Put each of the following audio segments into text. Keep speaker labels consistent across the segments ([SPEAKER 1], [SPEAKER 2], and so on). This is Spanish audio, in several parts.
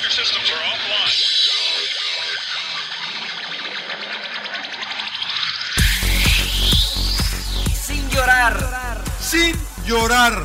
[SPEAKER 1] Your systems are offline.
[SPEAKER 2] Sin llorar.
[SPEAKER 3] sin llorar.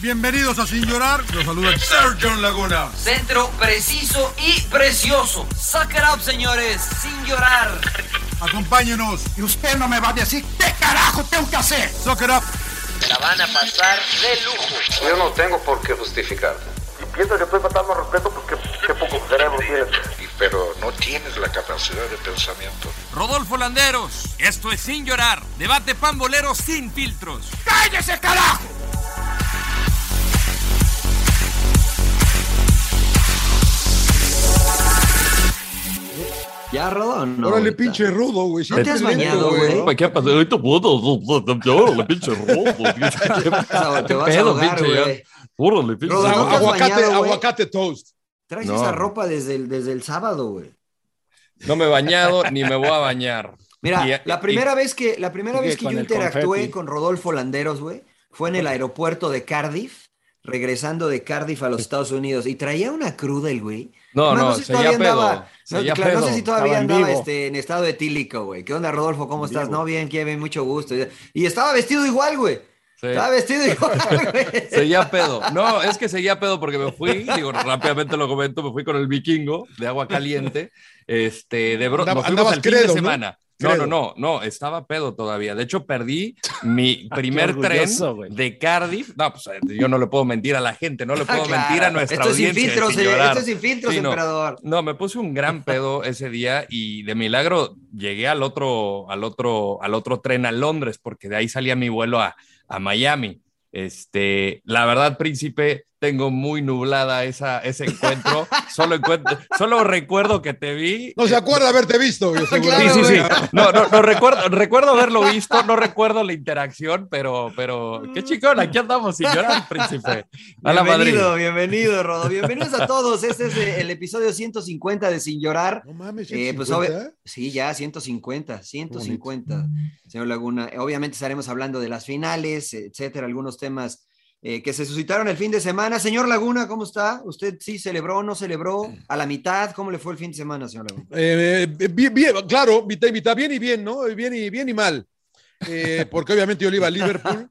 [SPEAKER 3] Bienvenidos a Sin Llorar. Los saluda Sir John Laguna.
[SPEAKER 2] Centro preciso y precioso. Suck it up, señores. Sin llorar.
[SPEAKER 3] Acompáñenos.
[SPEAKER 4] Y usted no me va a decir qué carajo tengo que hacer.
[SPEAKER 3] Soccer Up.
[SPEAKER 2] La van a pasar de lujo.
[SPEAKER 5] Yo no tengo por qué justificarte.
[SPEAKER 6] Piensa que estoy faltando al respeto porque qué poco cerebro tienes.
[SPEAKER 1] Y- Pero no tienes la capacidad de pensamiento.
[SPEAKER 7] Rodolfo Landeros, esto es Sin llorar. Debate pambolero sin filtros.
[SPEAKER 4] ¡Cállese, carajo!
[SPEAKER 2] Ya, Rodo, no.
[SPEAKER 8] Órale, pinche rudo, güey.
[SPEAKER 2] ¿No te has bañado, güey?
[SPEAKER 9] ¿Para qué pasó? Ahorita puto, órale, pinche rodo.
[SPEAKER 2] Te vas a ahogar, güey.
[SPEAKER 9] Órale, pinche
[SPEAKER 2] Rodo,
[SPEAKER 9] rodo.
[SPEAKER 2] ¿no te has
[SPEAKER 8] Aguacate,
[SPEAKER 2] bañado, güey?
[SPEAKER 8] aguacate toast.
[SPEAKER 2] Traes
[SPEAKER 9] No.
[SPEAKER 2] esa ropa desde el, desde el sábado, güey.
[SPEAKER 9] No me he bañado ni me voy a bañar.
[SPEAKER 2] Mira,
[SPEAKER 9] Y-
[SPEAKER 2] la
[SPEAKER 9] y-
[SPEAKER 2] primera vez que, la primera
[SPEAKER 8] y
[SPEAKER 2] vez
[SPEAKER 8] que
[SPEAKER 2] que
[SPEAKER 8] con
[SPEAKER 2] yo
[SPEAKER 8] el
[SPEAKER 2] interactué
[SPEAKER 8] confeti.
[SPEAKER 2] con Rodolfo Landeros, güey, fue en el aeropuerto de Cardiff, regresando de Cardiff a los Estados Unidos, y traía una cruda el güey.
[SPEAKER 9] No,
[SPEAKER 2] Además,
[SPEAKER 9] no, seguía pedo.
[SPEAKER 2] no,
[SPEAKER 9] seguía
[SPEAKER 2] claro, no
[SPEAKER 9] pedo.
[SPEAKER 2] sé si todavía
[SPEAKER 8] estaba en
[SPEAKER 2] andaba
[SPEAKER 8] vivo.
[SPEAKER 2] este, en estado etílico, güey. ¿Qué onda, Rodolfo? ¿Cómo estás? No, bien, qué bien, mucho gusto. Y estaba vestido igual, güey.
[SPEAKER 9] Sí.
[SPEAKER 2] Estaba vestido igual, güey.
[SPEAKER 9] Seguía pedo. No, es que seguía pedo porque me fui, digo, rápidamente lo comento, me fui con el vikingo de agua caliente, este, de bro,
[SPEAKER 8] Andaba-
[SPEAKER 9] nos fuimos
[SPEAKER 8] andabas
[SPEAKER 9] el fin
[SPEAKER 8] credo,
[SPEAKER 9] de
[SPEAKER 8] ¿no?
[SPEAKER 9] semana. No, no,
[SPEAKER 8] Credo.
[SPEAKER 9] no, no, estaba pedo todavía. De hecho, perdí mi primer tren
[SPEAKER 10] orgulloso, güey.
[SPEAKER 9] de Cardiff. No, pues yo no le puedo mentir a la gente, no le puedo
[SPEAKER 2] Ah, claro.
[SPEAKER 9] mentir a nuestra
[SPEAKER 2] Esto es sin
[SPEAKER 9] audiencia. de
[SPEAKER 2] filtros,
[SPEAKER 9] sin
[SPEAKER 2] eh,
[SPEAKER 9] llorar.
[SPEAKER 2] esto es sin filtros,
[SPEAKER 9] Sí, no.
[SPEAKER 2] emperador.
[SPEAKER 9] No, me puse un gran pedo ese día y de milagro llegué al otro, al otro, al otro tren a Londres, porque de ahí salía mi vuelo a, a Miami. Este, la verdad, príncipe, tengo muy nublada esa, ese encuentro. Solo, encuentro, solo recuerdo que te vi.
[SPEAKER 8] No se acuerda haberte visto, yo seguro.
[SPEAKER 9] Sí,
[SPEAKER 2] Claro,
[SPEAKER 9] sí, sí.
[SPEAKER 2] güey.
[SPEAKER 9] No, no, no recuerdo, recuerdo haberlo visto, no recuerdo la interacción, pero, pero qué chicón, aquí andamos sin llorar, príncipe. A la Madrid.
[SPEAKER 2] bienvenido, bienvenido, Rodo. Bienvenidos a todos. Este es eh, el episodio 150 de Sin Llorar.
[SPEAKER 8] No mames,
[SPEAKER 2] Eh, pues,
[SPEAKER 8] 150,
[SPEAKER 2] obvia- Sí, ya, 150, 150, señor Laguna. Eh, Obviamente estaremos hablando de las finales, etcétera, algunos temas eh, que se suscitaron el fin de semana. Señor Laguna, ¿cómo está? ¿Usted sí celebró o no celebró? ¿A la mitad? ¿Cómo le fue el fin de semana, señor Laguna?
[SPEAKER 8] Eh, eh, bien, bien, claro, mitad y mitad, bien y bien, ¿no? Bien y, bien y mal. Eh, porque obviamente yo le iba a Liverpool.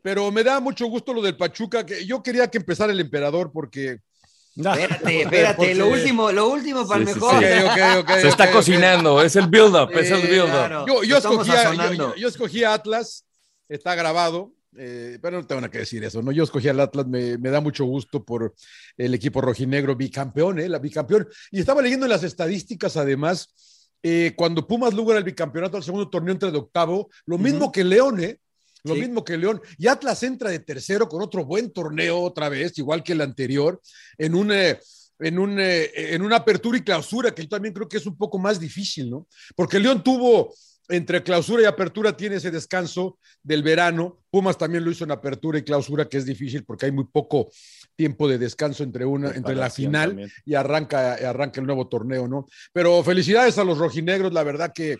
[SPEAKER 8] Pero me da mucho gusto lo del Pachuca. Que yo quería que empezara el emperador porque.
[SPEAKER 2] Espérate, espérate, lo
[SPEAKER 8] porque-
[SPEAKER 2] último, lo último para
[SPEAKER 9] Sí,
[SPEAKER 2] el
[SPEAKER 9] sí,
[SPEAKER 2] mejor.
[SPEAKER 9] sí.
[SPEAKER 8] Ok, ok, ok,
[SPEAKER 9] Se está
[SPEAKER 8] ok, ok.
[SPEAKER 9] cocinando, es el build-up, es el
[SPEAKER 2] Sí,
[SPEAKER 9] build-up.
[SPEAKER 2] claro.
[SPEAKER 8] Yo, yo
[SPEAKER 2] Estamos
[SPEAKER 8] escogí, a- yo,
[SPEAKER 2] sazonando.
[SPEAKER 8] yo- yo escogí a Atlas, está grabado, eh, pero no tengo nada que decir eso, ¿no? Yo escogí al Atlas, me, me da mucho gusto por el equipo rojinegro, bicampeón, ¿eh? La bicampeón. Y estaba leyendo las estadísticas, además, eh, cuando Pumas logra el bicampeonato al segundo torneo entra de octavo, lo mismo que León, ¿eh? Lo
[SPEAKER 2] Sí.
[SPEAKER 8] mismo que León. Y Atlas entra de tercero con otro buen torneo otra vez, igual que el anterior, en un... eh, en, un, eh, en una apertura y clausura, que yo también creo que es un poco más difícil, ¿no? Porque León tuvo, entre clausura y apertura tiene ese descanso del verano. Pumas también lo hizo en apertura y clausura, que es difícil porque hay muy poco tiempo de descanso entre una, entre la
[SPEAKER 10] Preparación
[SPEAKER 8] final
[SPEAKER 10] también.
[SPEAKER 8] y arranca, arranca el nuevo torneo, ¿no? Pero felicidades a los rojinegros, la verdad que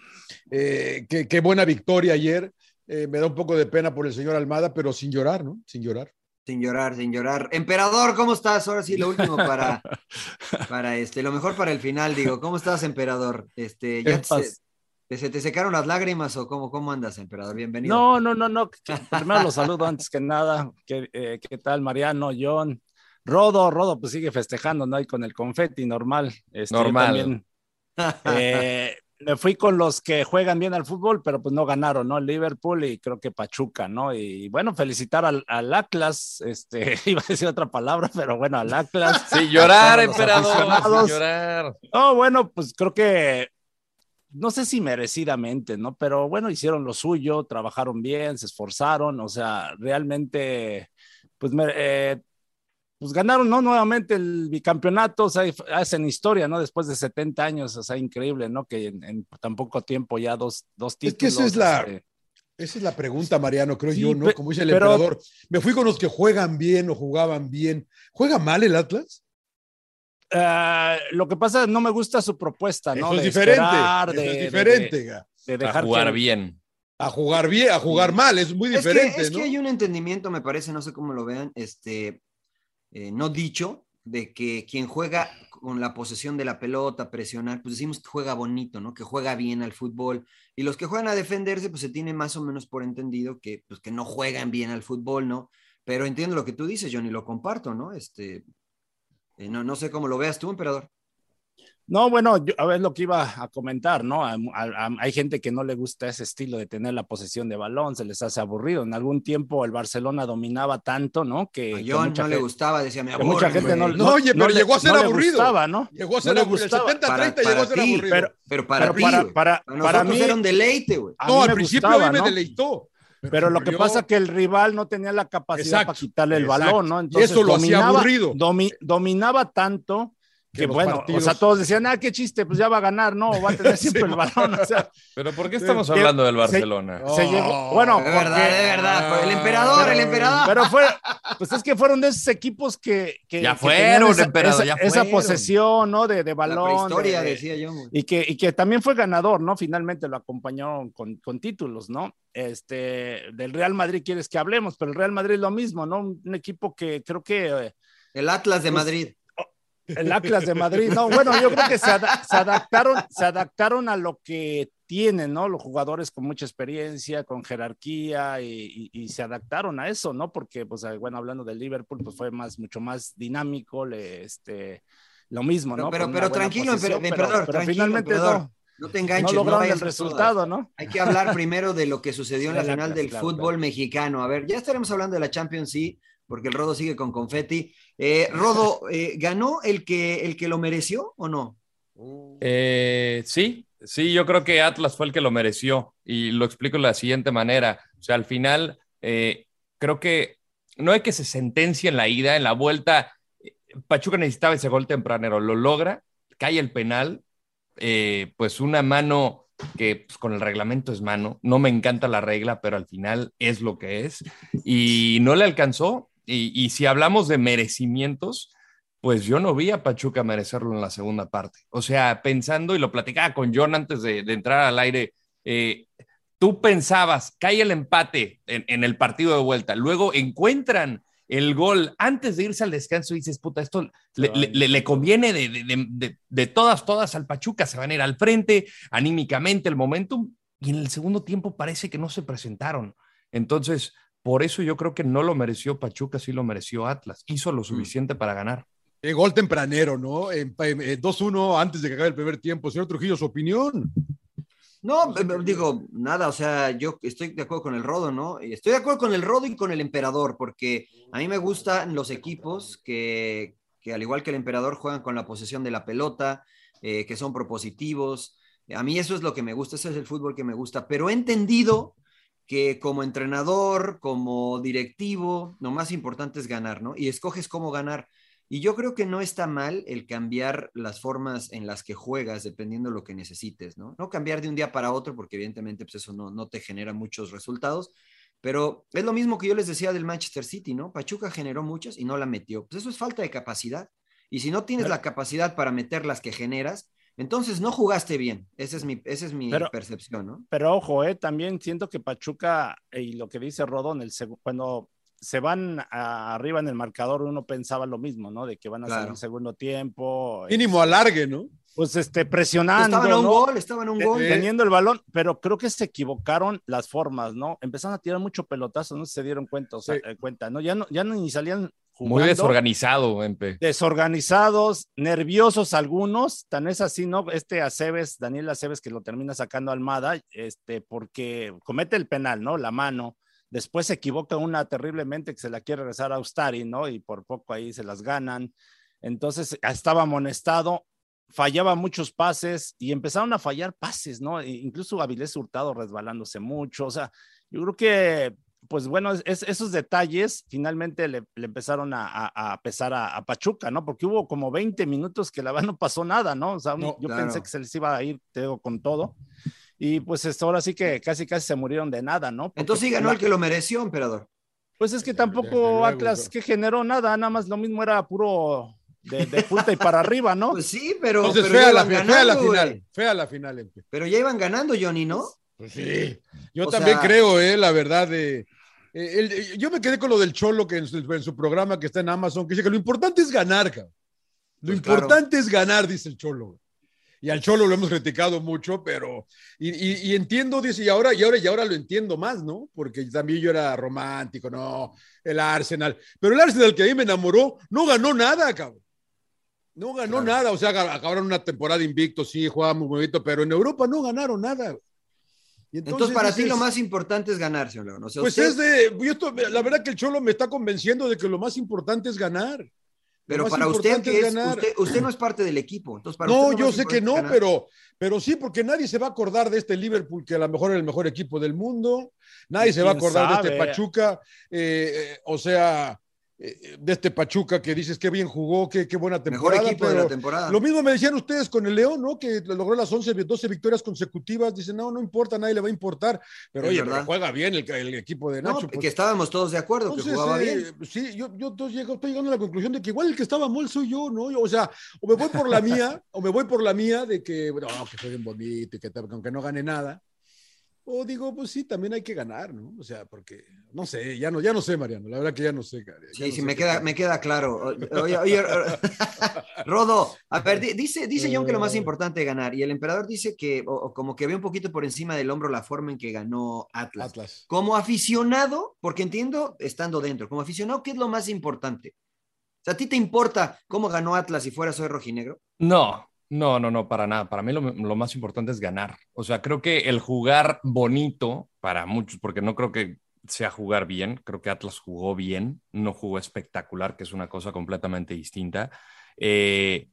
[SPEAKER 8] eh, que- qué buena victoria ayer. Eh, me da un poco de pena por el señor Almada, pero sin llorar, ¿no? Sin llorar.
[SPEAKER 2] Sin llorar, sin llorar. Emperador, ¿cómo estás? Ahora sí, lo último para, para este, lo mejor para el final, digo. ¿Cómo estás, emperador? Este, ya
[SPEAKER 10] ¿Qué
[SPEAKER 2] te-
[SPEAKER 10] pasa?
[SPEAKER 2] te- se te secaron las lágrimas o cómo, cómo andas, emperador? Bienvenido.
[SPEAKER 10] No, no, no, no. que- Primero los saludo antes que nada. ¿Qué, eh, qué tal, Mariano, John? Rodo, Rodo, pues sigue festejando, ¿no? Y con el confeti normal. Este, yo
[SPEAKER 9] Normal.
[SPEAKER 10] también, eh, me fui con los que juegan bien al fútbol, pero pues no ganaron, ¿no? Liverpool y creo que Pachuca, ¿no? Y bueno, felicitar al, al Atlas, este, iba a decir otra palabra, pero bueno, al Atlas.
[SPEAKER 9] Sí, llorar, emperador, sin llorar.
[SPEAKER 10] No, bueno, pues creo que, no sé si merecidamente, ¿no? Pero bueno, hicieron lo suyo, trabajaron bien, se esforzaron, o sea, realmente, pues me, eh, pues ganaron, ¿no? Nuevamente el bicampeonato, o sea, hacen historia, ¿no? Después de 70 años, o sea, increíble, ¿no? Que en, en tan poco tiempo ya dos, dos títulos.
[SPEAKER 8] Es que esa es la,
[SPEAKER 10] este...
[SPEAKER 8] esa es la pregunta, Mariano, creo
[SPEAKER 10] Sí,
[SPEAKER 8] yo, ¿no?
[SPEAKER 10] pe-
[SPEAKER 8] Como dice el
[SPEAKER 10] pero-
[SPEAKER 8] emperador, me fui con los que juegan bien o jugaban bien. ¿Juega mal el Atlas?
[SPEAKER 10] Ah, lo que pasa, no me gusta su propuesta, Ah, ¿no?
[SPEAKER 8] Eso es
[SPEAKER 10] De
[SPEAKER 8] diferente,
[SPEAKER 10] esperar,
[SPEAKER 8] eso
[SPEAKER 10] de-
[SPEAKER 8] es
[SPEAKER 10] de-
[SPEAKER 8] diferente,
[SPEAKER 10] de-
[SPEAKER 8] ga.
[SPEAKER 10] de
[SPEAKER 9] A
[SPEAKER 10] dejar
[SPEAKER 9] jugar
[SPEAKER 10] que-
[SPEAKER 9] bien.
[SPEAKER 8] A jugar bien, a jugar mal, es muy
[SPEAKER 2] Es que-
[SPEAKER 8] diferente,
[SPEAKER 2] es que,
[SPEAKER 8] ¿no?
[SPEAKER 2] hay un entendimiento, me parece, no sé cómo lo vean, este, eh, no dicho, de que quien juega con la posesión de la pelota, presionar, pues decimos que juega bonito, ¿no? Que juega bien al fútbol. Y los que juegan a defenderse, pues se tiene más o menos por entendido que, pues, que no juegan bien al fútbol, ¿no? Pero entiendo lo que tú dices, Johnny, lo comparto, ¿no? Este, eh, no, no sé cómo lo veas tú, emperador.
[SPEAKER 10] No, bueno, yo, a ver lo que iba a comentar, ¿no? A- a- a- hay gente que no le gusta ese estilo de tener la posesión de balón, se les hace aburrido. En algún tiempo el Barcelona dominaba tanto, ¿no? Que,
[SPEAKER 2] A
[SPEAKER 10] que
[SPEAKER 2] John
[SPEAKER 10] mucha
[SPEAKER 2] no le
[SPEAKER 10] gente-
[SPEAKER 2] gustaba, decía, me
[SPEAKER 10] que
[SPEAKER 2] aburre,
[SPEAKER 10] mucha gente no,
[SPEAKER 2] güey".
[SPEAKER 8] No, oye, pero
[SPEAKER 10] le-
[SPEAKER 8] llegó a ser
[SPEAKER 10] no le
[SPEAKER 8] aburrido.
[SPEAKER 10] gustaba, ¿no?
[SPEAKER 8] Llegó a
[SPEAKER 10] No
[SPEAKER 8] ser
[SPEAKER 10] le
[SPEAKER 8] aburrido. El
[SPEAKER 10] gustaba.
[SPEAKER 8] 70-30
[SPEAKER 2] Para-
[SPEAKER 8] llegó a ser
[SPEAKER 2] para ti,
[SPEAKER 8] aburrido.
[SPEAKER 2] pero- pero para
[SPEAKER 10] pero para,
[SPEAKER 2] ti,
[SPEAKER 10] para,
[SPEAKER 2] Para
[SPEAKER 10] para
[SPEAKER 2] nosotros
[SPEAKER 10] mí,
[SPEAKER 2] era un deleite, güey.
[SPEAKER 10] a
[SPEAKER 8] no,
[SPEAKER 10] mí
[SPEAKER 8] al
[SPEAKER 10] me
[SPEAKER 8] principio
[SPEAKER 10] gustaba,
[SPEAKER 8] hoy me
[SPEAKER 10] ¿no?
[SPEAKER 8] deleitó.
[SPEAKER 10] Pero lo que
[SPEAKER 8] yo-
[SPEAKER 10] pasa es que el rival no tenía la capacidad
[SPEAKER 8] Exacto,
[SPEAKER 10] para quitarle el
[SPEAKER 8] exacto.
[SPEAKER 10] balón, ¿no?
[SPEAKER 8] Y
[SPEAKER 10] Entonces
[SPEAKER 8] eso lo hacía
[SPEAKER 10] dominaba-
[SPEAKER 8] aburrido.
[SPEAKER 10] domi- dominaba tanto
[SPEAKER 8] Que
[SPEAKER 10] que,
[SPEAKER 8] los
[SPEAKER 10] bueno,
[SPEAKER 8] partidos-
[SPEAKER 10] o sea, todos decían, ah, qué chiste, pues ya va a ganar, no, va a tener siempre el balón, o sea,
[SPEAKER 9] Pero ¿por qué estamos
[SPEAKER 10] Sí,
[SPEAKER 9] hablando del
[SPEAKER 10] sí.
[SPEAKER 9] Barcelona?
[SPEAKER 10] se
[SPEAKER 8] Oh,
[SPEAKER 10] llegó, bueno,
[SPEAKER 2] De verdad,
[SPEAKER 10] porque-
[SPEAKER 2] de verdad. por el emperador, el emperador.
[SPEAKER 10] Pero fue, pues es que fueron de esos equipos que, que-
[SPEAKER 9] Ya
[SPEAKER 10] que
[SPEAKER 9] fueron,
[SPEAKER 10] tenían esa,
[SPEAKER 9] emperador,
[SPEAKER 10] esa-
[SPEAKER 9] ya
[SPEAKER 10] esa
[SPEAKER 9] fueron.
[SPEAKER 10] posesión, ¿no? De, de
[SPEAKER 2] la
[SPEAKER 10] balón.
[SPEAKER 2] prehistoria,
[SPEAKER 10] de- de-
[SPEAKER 2] decía John. güey.
[SPEAKER 10] y que, y que también fue ganador, ¿no? Finalmente lo acompañó con, con títulos, ¿no? Este, del Real Madrid quieres que hablemos, pero el Real Madrid lo mismo, ¿no? Un, un equipo que creo que eh,
[SPEAKER 2] El Atlas
[SPEAKER 10] Pues,
[SPEAKER 2] de Madrid.
[SPEAKER 10] el Atlas de Madrid, no, bueno, yo creo que se, ada- se adaptaron, se adaptaron a lo que tienen, ¿no? Los jugadores con mucha experiencia, con jerarquía y, y- y se adaptaron a eso, ¿no? Porque, pues, eh, bueno, hablando del Liverpool, pues fue más, mucho más dinámico, le- este, lo mismo,
[SPEAKER 2] Pero-
[SPEAKER 10] ¿no?
[SPEAKER 2] pero-
[SPEAKER 10] Con una
[SPEAKER 2] pero
[SPEAKER 10] buena
[SPEAKER 2] tranquilo,
[SPEAKER 10] posición,
[SPEAKER 2] emper- emperador,
[SPEAKER 10] pero
[SPEAKER 2] tranquilo,
[SPEAKER 10] finalmente
[SPEAKER 2] emperador.
[SPEAKER 10] no,
[SPEAKER 2] No te
[SPEAKER 10] no
[SPEAKER 2] enganches.
[SPEAKER 10] lograron
[SPEAKER 2] vayas
[SPEAKER 10] el
[SPEAKER 2] por todas.
[SPEAKER 10] resultado, ¿no?
[SPEAKER 2] Hay que hablar primero de lo que sucedió en la
[SPEAKER 10] Del
[SPEAKER 2] final
[SPEAKER 10] Atlas,
[SPEAKER 2] del
[SPEAKER 10] claro,
[SPEAKER 2] fútbol
[SPEAKER 10] claro.
[SPEAKER 2] mexicano. A ver, ya estaremos hablando de la Champions League, porque el Rodo sigue con confeti. Eh, Rodo, eh, ¿ganó el que, el que lo mereció o no?
[SPEAKER 9] Eh, sí, sí, yo creo que Atlas fue el que lo mereció y lo explico de la siguiente manera. O sea, al final, eh, creo que no hay que se sentencia en la ida, en la vuelta. eh, Pachuca necesitaba ese gol tempranero, lo logra, cae el penal, eh, pues una mano que pues, con el reglamento es mano, no me encanta la regla, pero al final es lo que es y no le alcanzó. Y, y si hablamos de merecimientos, pues yo no vi a Pachuca merecerlo en la segunda parte. O sea, pensando, y lo platicaba con John antes de, de entrar al aire, eh, tú pensabas, cae el empate en, en el partido de vuelta, luego encuentran el gol antes de irse al descanso y dices, puta, esto le, le- le- le conviene de, de- de- de- de todas, todas al Pachuca, se van a ir al frente, anímicamente el momentum, y en el segundo tiempo parece que no se presentaron. Entonces, por eso yo creo que no lo mereció Pachuca, sí lo mereció Atlas, hizo lo suficiente para ganar.
[SPEAKER 8] Eh, gol tempranero, ¿no? En- en- en 2-1 antes de que acabe el primer tiempo. Señor Trujillo, su opinión.
[SPEAKER 2] No, eh, eh, digo, nada, o sea, yo estoy de acuerdo con el Rodo, ¿no? Y Estoy de acuerdo con el Rodo y con el Emperador, porque a mí me gustan los equipos que, que al igual que el Emperador, juegan con la posesión de la pelota, eh, que son propositivos. A mí eso es lo que me gusta, ese es el fútbol que me gusta, pero he entendido que como entrenador, como directivo, lo más importante es ganar, ¿no? Y escoges cómo ganar. Y yo creo que no está mal el cambiar las formas en las que juegas dependiendo de lo que necesites, ¿no? No cambiar de un día para otro porque evidentemente pues eso no, no te genera muchos resultados, pero es lo mismo que yo les decía del Manchester City, ¿no? Pachuca generó muchas y no la metió. Pues eso es falta de capacidad. Y si no tienes la capacidad para meter las que generas, entonces no jugaste bien. Esa es mi, esa es mi
[SPEAKER 10] Pero-
[SPEAKER 2] percepción, ¿no?
[SPEAKER 10] Pero ojo, eh, también siento que Pachuca eh, y lo que dice Rodón, el seg- cuando se van a- arriba en el marcador, uno pensaba lo mismo, ¿no? De que van a
[SPEAKER 2] Claro.
[SPEAKER 10] salir segundo tiempo, eh,
[SPEAKER 8] Mínimo alargue, ¿no?
[SPEAKER 10] pues este, presionando,
[SPEAKER 2] estaban a un
[SPEAKER 10] ¿no? Eh,
[SPEAKER 2] gol, estaban a un
[SPEAKER 10] Te-
[SPEAKER 2] gol.
[SPEAKER 10] teniendo el balón, pero creo que se equivocaron las formas, ¿no? Empezaron a tirar mucho pelotazo, no se dieron cuenta, o sea,
[SPEAKER 8] Sí.
[SPEAKER 10] eh, cuenta, ¿no? Ya no, ya no ni salían
[SPEAKER 9] Muy desorganizado, Empe.
[SPEAKER 10] Desorganizados, nerviosos algunos, tan es así, ¿no? Este Aceves, Daniel Aceves, que lo termina sacando Almada, este, porque comete el penal, ¿no? La mano. Después se equivoca una terriblemente que se la quiere regresar a Austari, ¿no? Y por poco ahí se las ganan. Entonces estaba amonestado, fallaba muchos pases y empezaron a fallar pases, ¿no? E incluso Avilés Hurtado resbalándose mucho. O sea, yo creo que pues bueno, es, esos detalles finalmente le, le empezaron a, a, a pesar a, a, Pachuca, ¿no? Porque hubo como 20 minutos que la verdad no pasó nada, ¿no? O sea, no, yo claro. pensé que se les iba a ir, te digo, con todo. Y pues esto ahora sí que casi casi se murieron de nada, ¿no? Porque,
[SPEAKER 2] Entonces sí ganó el que lo mereció, emperador.
[SPEAKER 10] Pues es que tampoco luego, Atlas que generó nada, nada más lo mismo era puro de, de, punta y para arriba, ¿no?
[SPEAKER 2] Pues sí, pero.
[SPEAKER 8] Entonces
[SPEAKER 2] pero
[SPEAKER 8] fue, a la, ganando, fue a la final. Fue a la final. Empe.
[SPEAKER 2] Pero ya iban ganando, Johnny, ¿no?
[SPEAKER 8] Pues sí. Yo o también sea... creo, eh, la verdad, de. Eh, eh, yo me quedé con lo del Cholo que en su, en su, programa que está en Amazon, que dice que lo importante es ganar, cabrón. Lo pues importante claro. es ganar, dice el Cholo. Y al Cholo lo hemos criticado mucho, pero. Y, y, y, entiendo, dice, y ahora, y ahora, y ahora lo entiendo más, ¿no? Porque también yo era romántico, no, el Arsenal. Pero el Arsenal que a mí me enamoró no ganó nada, cabrón. No ganó claro. nada, o sea, acabaron una temporada invicto, sí, jugaban muy bonito, pero en Europa no ganaron nada.
[SPEAKER 2] Y entonces, entonces, para ti lo más importante es ganar, señor León. O sea,
[SPEAKER 8] pues usted... es de, yo esto, la verdad que el Cholo me está convenciendo de que lo más importante es ganar.
[SPEAKER 2] Pero para usted, que es, usted, usted, no es parte del equipo. Entonces para
[SPEAKER 8] no,
[SPEAKER 2] usted
[SPEAKER 8] yo sé que no, ganar. pero, pero sí, porque nadie se va a acordar de este Liverpool, que a lo mejor es el mejor equipo del mundo. Nadie se va a acordar sabe? de este Pachuca. Eh, eh, o sea, de este Pachuca que dices qué bien jugó, qué, qué buena temporada.
[SPEAKER 2] Mejor equipo de la temporada.
[SPEAKER 8] Lo mismo me decían ustedes con el León, ¿no? Que logró las 11, 12 victorias consecutivas. Dicen, no, no importa, nadie le va a importar. Pero es oye, pero juega bien el, el, equipo de Nacho. No,
[SPEAKER 2] pues. Que estábamos todos de acuerdo, Entonces, que jugaba eh,
[SPEAKER 8] bien. Sí, yo, yo llego, estoy llegando a la conclusión de que igual el que estaba mal soy yo, ¿no? Yo, o sea, o me voy por la mía, o me voy por la mía de que, bueno, que fue bien bonito y que aunque no gane nada. O digo, pues sí, también hay que ganar, ¿no? O sea, porque no sé, ya no, ya no sé, Mariano, la verdad que ya no sé. Ya
[SPEAKER 2] sí,
[SPEAKER 8] no
[SPEAKER 2] sí,
[SPEAKER 8] sé
[SPEAKER 2] me, queda, me queda claro. Oye, oye, Rodo, a ver, dice, dice John que lo más
[SPEAKER 8] Eh.
[SPEAKER 2] importante es ganar, y el emperador dice que, o, o como que ve un poquito por encima del hombro la forma en que ganó Atlas. Atlas. Como aficionado, porque entiendo, estando dentro, como aficionado, ¿qué es lo más importante? O sea, ¿a ti te importa cómo ganó Atlas si fuera soy rojinegro?
[SPEAKER 9] No, no, no, no, para nada. Para mí lo, lo, más importante es ganar. O sea, creo que el jugar bonito para muchos, porque no creo que sea jugar bien, creo que Atlas jugó bien, no jugó espectacular, que es una cosa completamente distinta. Eh,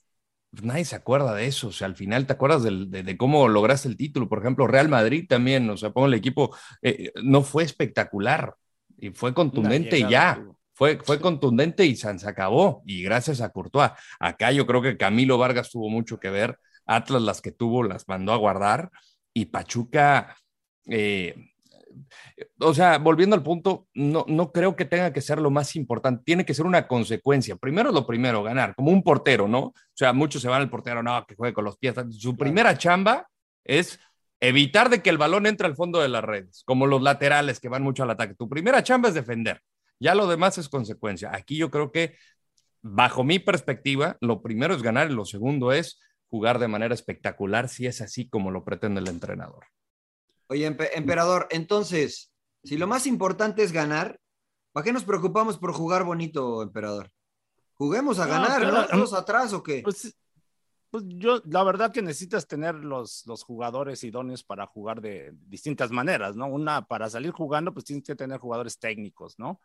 [SPEAKER 9] nadie se acuerda de eso. O sea, al final te acuerdas del, de, de, cómo lograste el título. Por ejemplo, Real Madrid también, o sea, pongo el equipo, eh, no fue espectacular y fue contundente y ya. Tuvo. Fue, fue, contundente y se acabó. Y gracias a Courtois. Acá yo creo que Camilo Vargas tuvo mucho que ver. Atlas las que tuvo las mandó a guardar. Y Pachuca, eh, o sea, volviendo al punto, no, no creo que tenga que ser lo más importante. Tiene que ser una consecuencia. Primero lo primero, ganar, como un portero, ¿no? O sea, muchos se van al portero, no, que juegue con los pies. Su primera chamba es evitar de que el balón entre al fondo de las redes, como los laterales que van mucho al ataque. Tu primera chamba es defender. Ya lo demás es consecuencia. Aquí yo creo que, bajo mi perspectiva, lo primero es ganar y lo segundo es jugar de manera espectacular si es así como lo pretende el entrenador.
[SPEAKER 2] Oye, emperador, entonces, si lo más importante es ganar, ¿para qué nos preocupamos por jugar bonito, emperador? Juguemos a no, ganar, pero, ¿no? ¿Estamos atrás o qué?
[SPEAKER 10] Pues, pues, yo, la verdad que necesitas tener los, los jugadores idóneos para jugar de distintas maneras, ¿no? Una, para salir jugando, pues tienes que tener jugadores técnicos, ¿no?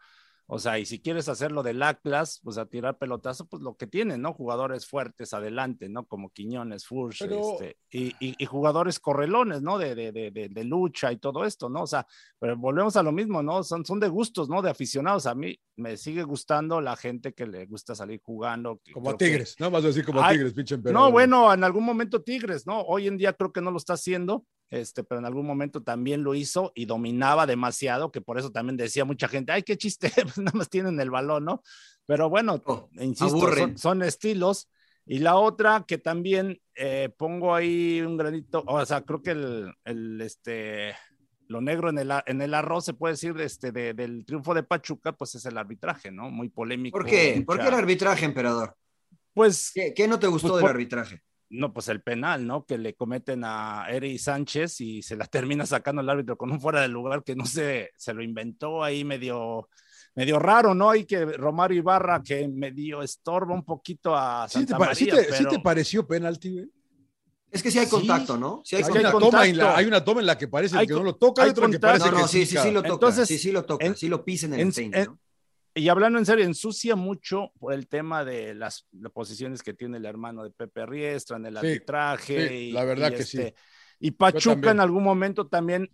[SPEAKER 10] O sea, y si quieres hacerlo del Atlas, pues a tirar pelotazo, pues lo que tienen, ¿no? Jugadores fuertes adelante, ¿no? Como Quiñones, Furch, pero... este, y, y, y, jugadores correlones, ¿no? De, de, de, de, lucha y todo esto, ¿no? O sea, pero volvemos a lo mismo, ¿no? Son, son de gustos, ¿no? De aficionados. A mí me sigue gustando la gente que le gusta salir jugando.
[SPEAKER 8] Como a Tigres, que... ¿no? Vas a decir como Ay, Tigres, pinche emperador.
[SPEAKER 10] No, bueno, en algún momento Tigres, ¿no? Hoy en día creo que no lo está haciendo, este, pero en algún momento también lo hizo y dominaba demasiado, que por eso también decía mucha gente, ay, qué chiste, pues nada más tienen el balón, ¿no? Pero bueno, oh, insisto, son, son, estilos. Y la otra que también eh, pongo ahí un granito, o sea, creo que el, el, este, lo negro en el, en el arroz, se puede decir, este, de, del triunfo de Pachuca, pues es el arbitraje, ¿no? Muy polémico.
[SPEAKER 2] ¿Por qué? Mucha... ¿Por qué el arbitraje, emperador?
[SPEAKER 10] Pues...
[SPEAKER 2] ¿Qué, qué no te gustó pues, del por... arbitraje?
[SPEAKER 10] no, pues el penal, ¿no? Que le cometen a Eri Sánchez y se la termina sacando el árbitro con un fuera de lugar que no sé, se lo inventó ahí medio, medio raro, ¿no? Y que Romario Ibarra que medio estorba un poquito a
[SPEAKER 8] ¿Sí te,
[SPEAKER 10] Santa
[SPEAKER 8] pare- sí
[SPEAKER 10] María,
[SPEAKER 8] te- sí
[SPEAKER 10] pero
[SPEAKER 8] te pareció penalti, güey?
[SPEAKER 2] Es que sí hay contacto, ¿no? Sí hay
[SPEAKER 8] hay, una
[SPEAKER 2] contacto.
[SPEAKER 8] toma en la, hay una toma en la que parece
[SPEAKER 2] Hay
[SPEAKER 8] que
[SPEAKER 2] co-
[SPEAKER 8] no lo toca y
[SPEAKER 2] hay
[SPEAKER 8] otra que
[SPEAKER 2] contacto.
[SPEAKER 8] parece
[SPEAKER 2] No, no,
[SPEAKER 8] que
[SPEAKER 2] sí, sí, sí lo toca,
[SPEAKER 8] Entonces,
[SPEAKER 2] sí, sí lo toca, sí lo pisa en el
[SPEAKER 10] en-
[SPEAKER 2] empeine,
[SPEAKER 10] en-
[SPEAKER 2] ¿no?
[SPEAKER 10] Y hablando en serio, ensucia mucho por el tema de las, las posiciones que tiene el hermano de Pepe Riestra en el
[SPEAKER 8] Sí,
[SPEAKER 10] arbitraje.
[SPEAKER 8] sí,
[SPEAKER 10] y-
[SPEAKER 8] la verdad
[SPEAKER 10] y este,
[SPEAKER 8] que sí.
[SPEAKER 10] Y
[SPEAKER 8] Yo
[SPEAKER 10] Pachuca
[SPEAKER 8] también.
[SPEAKER 10] en algún momento también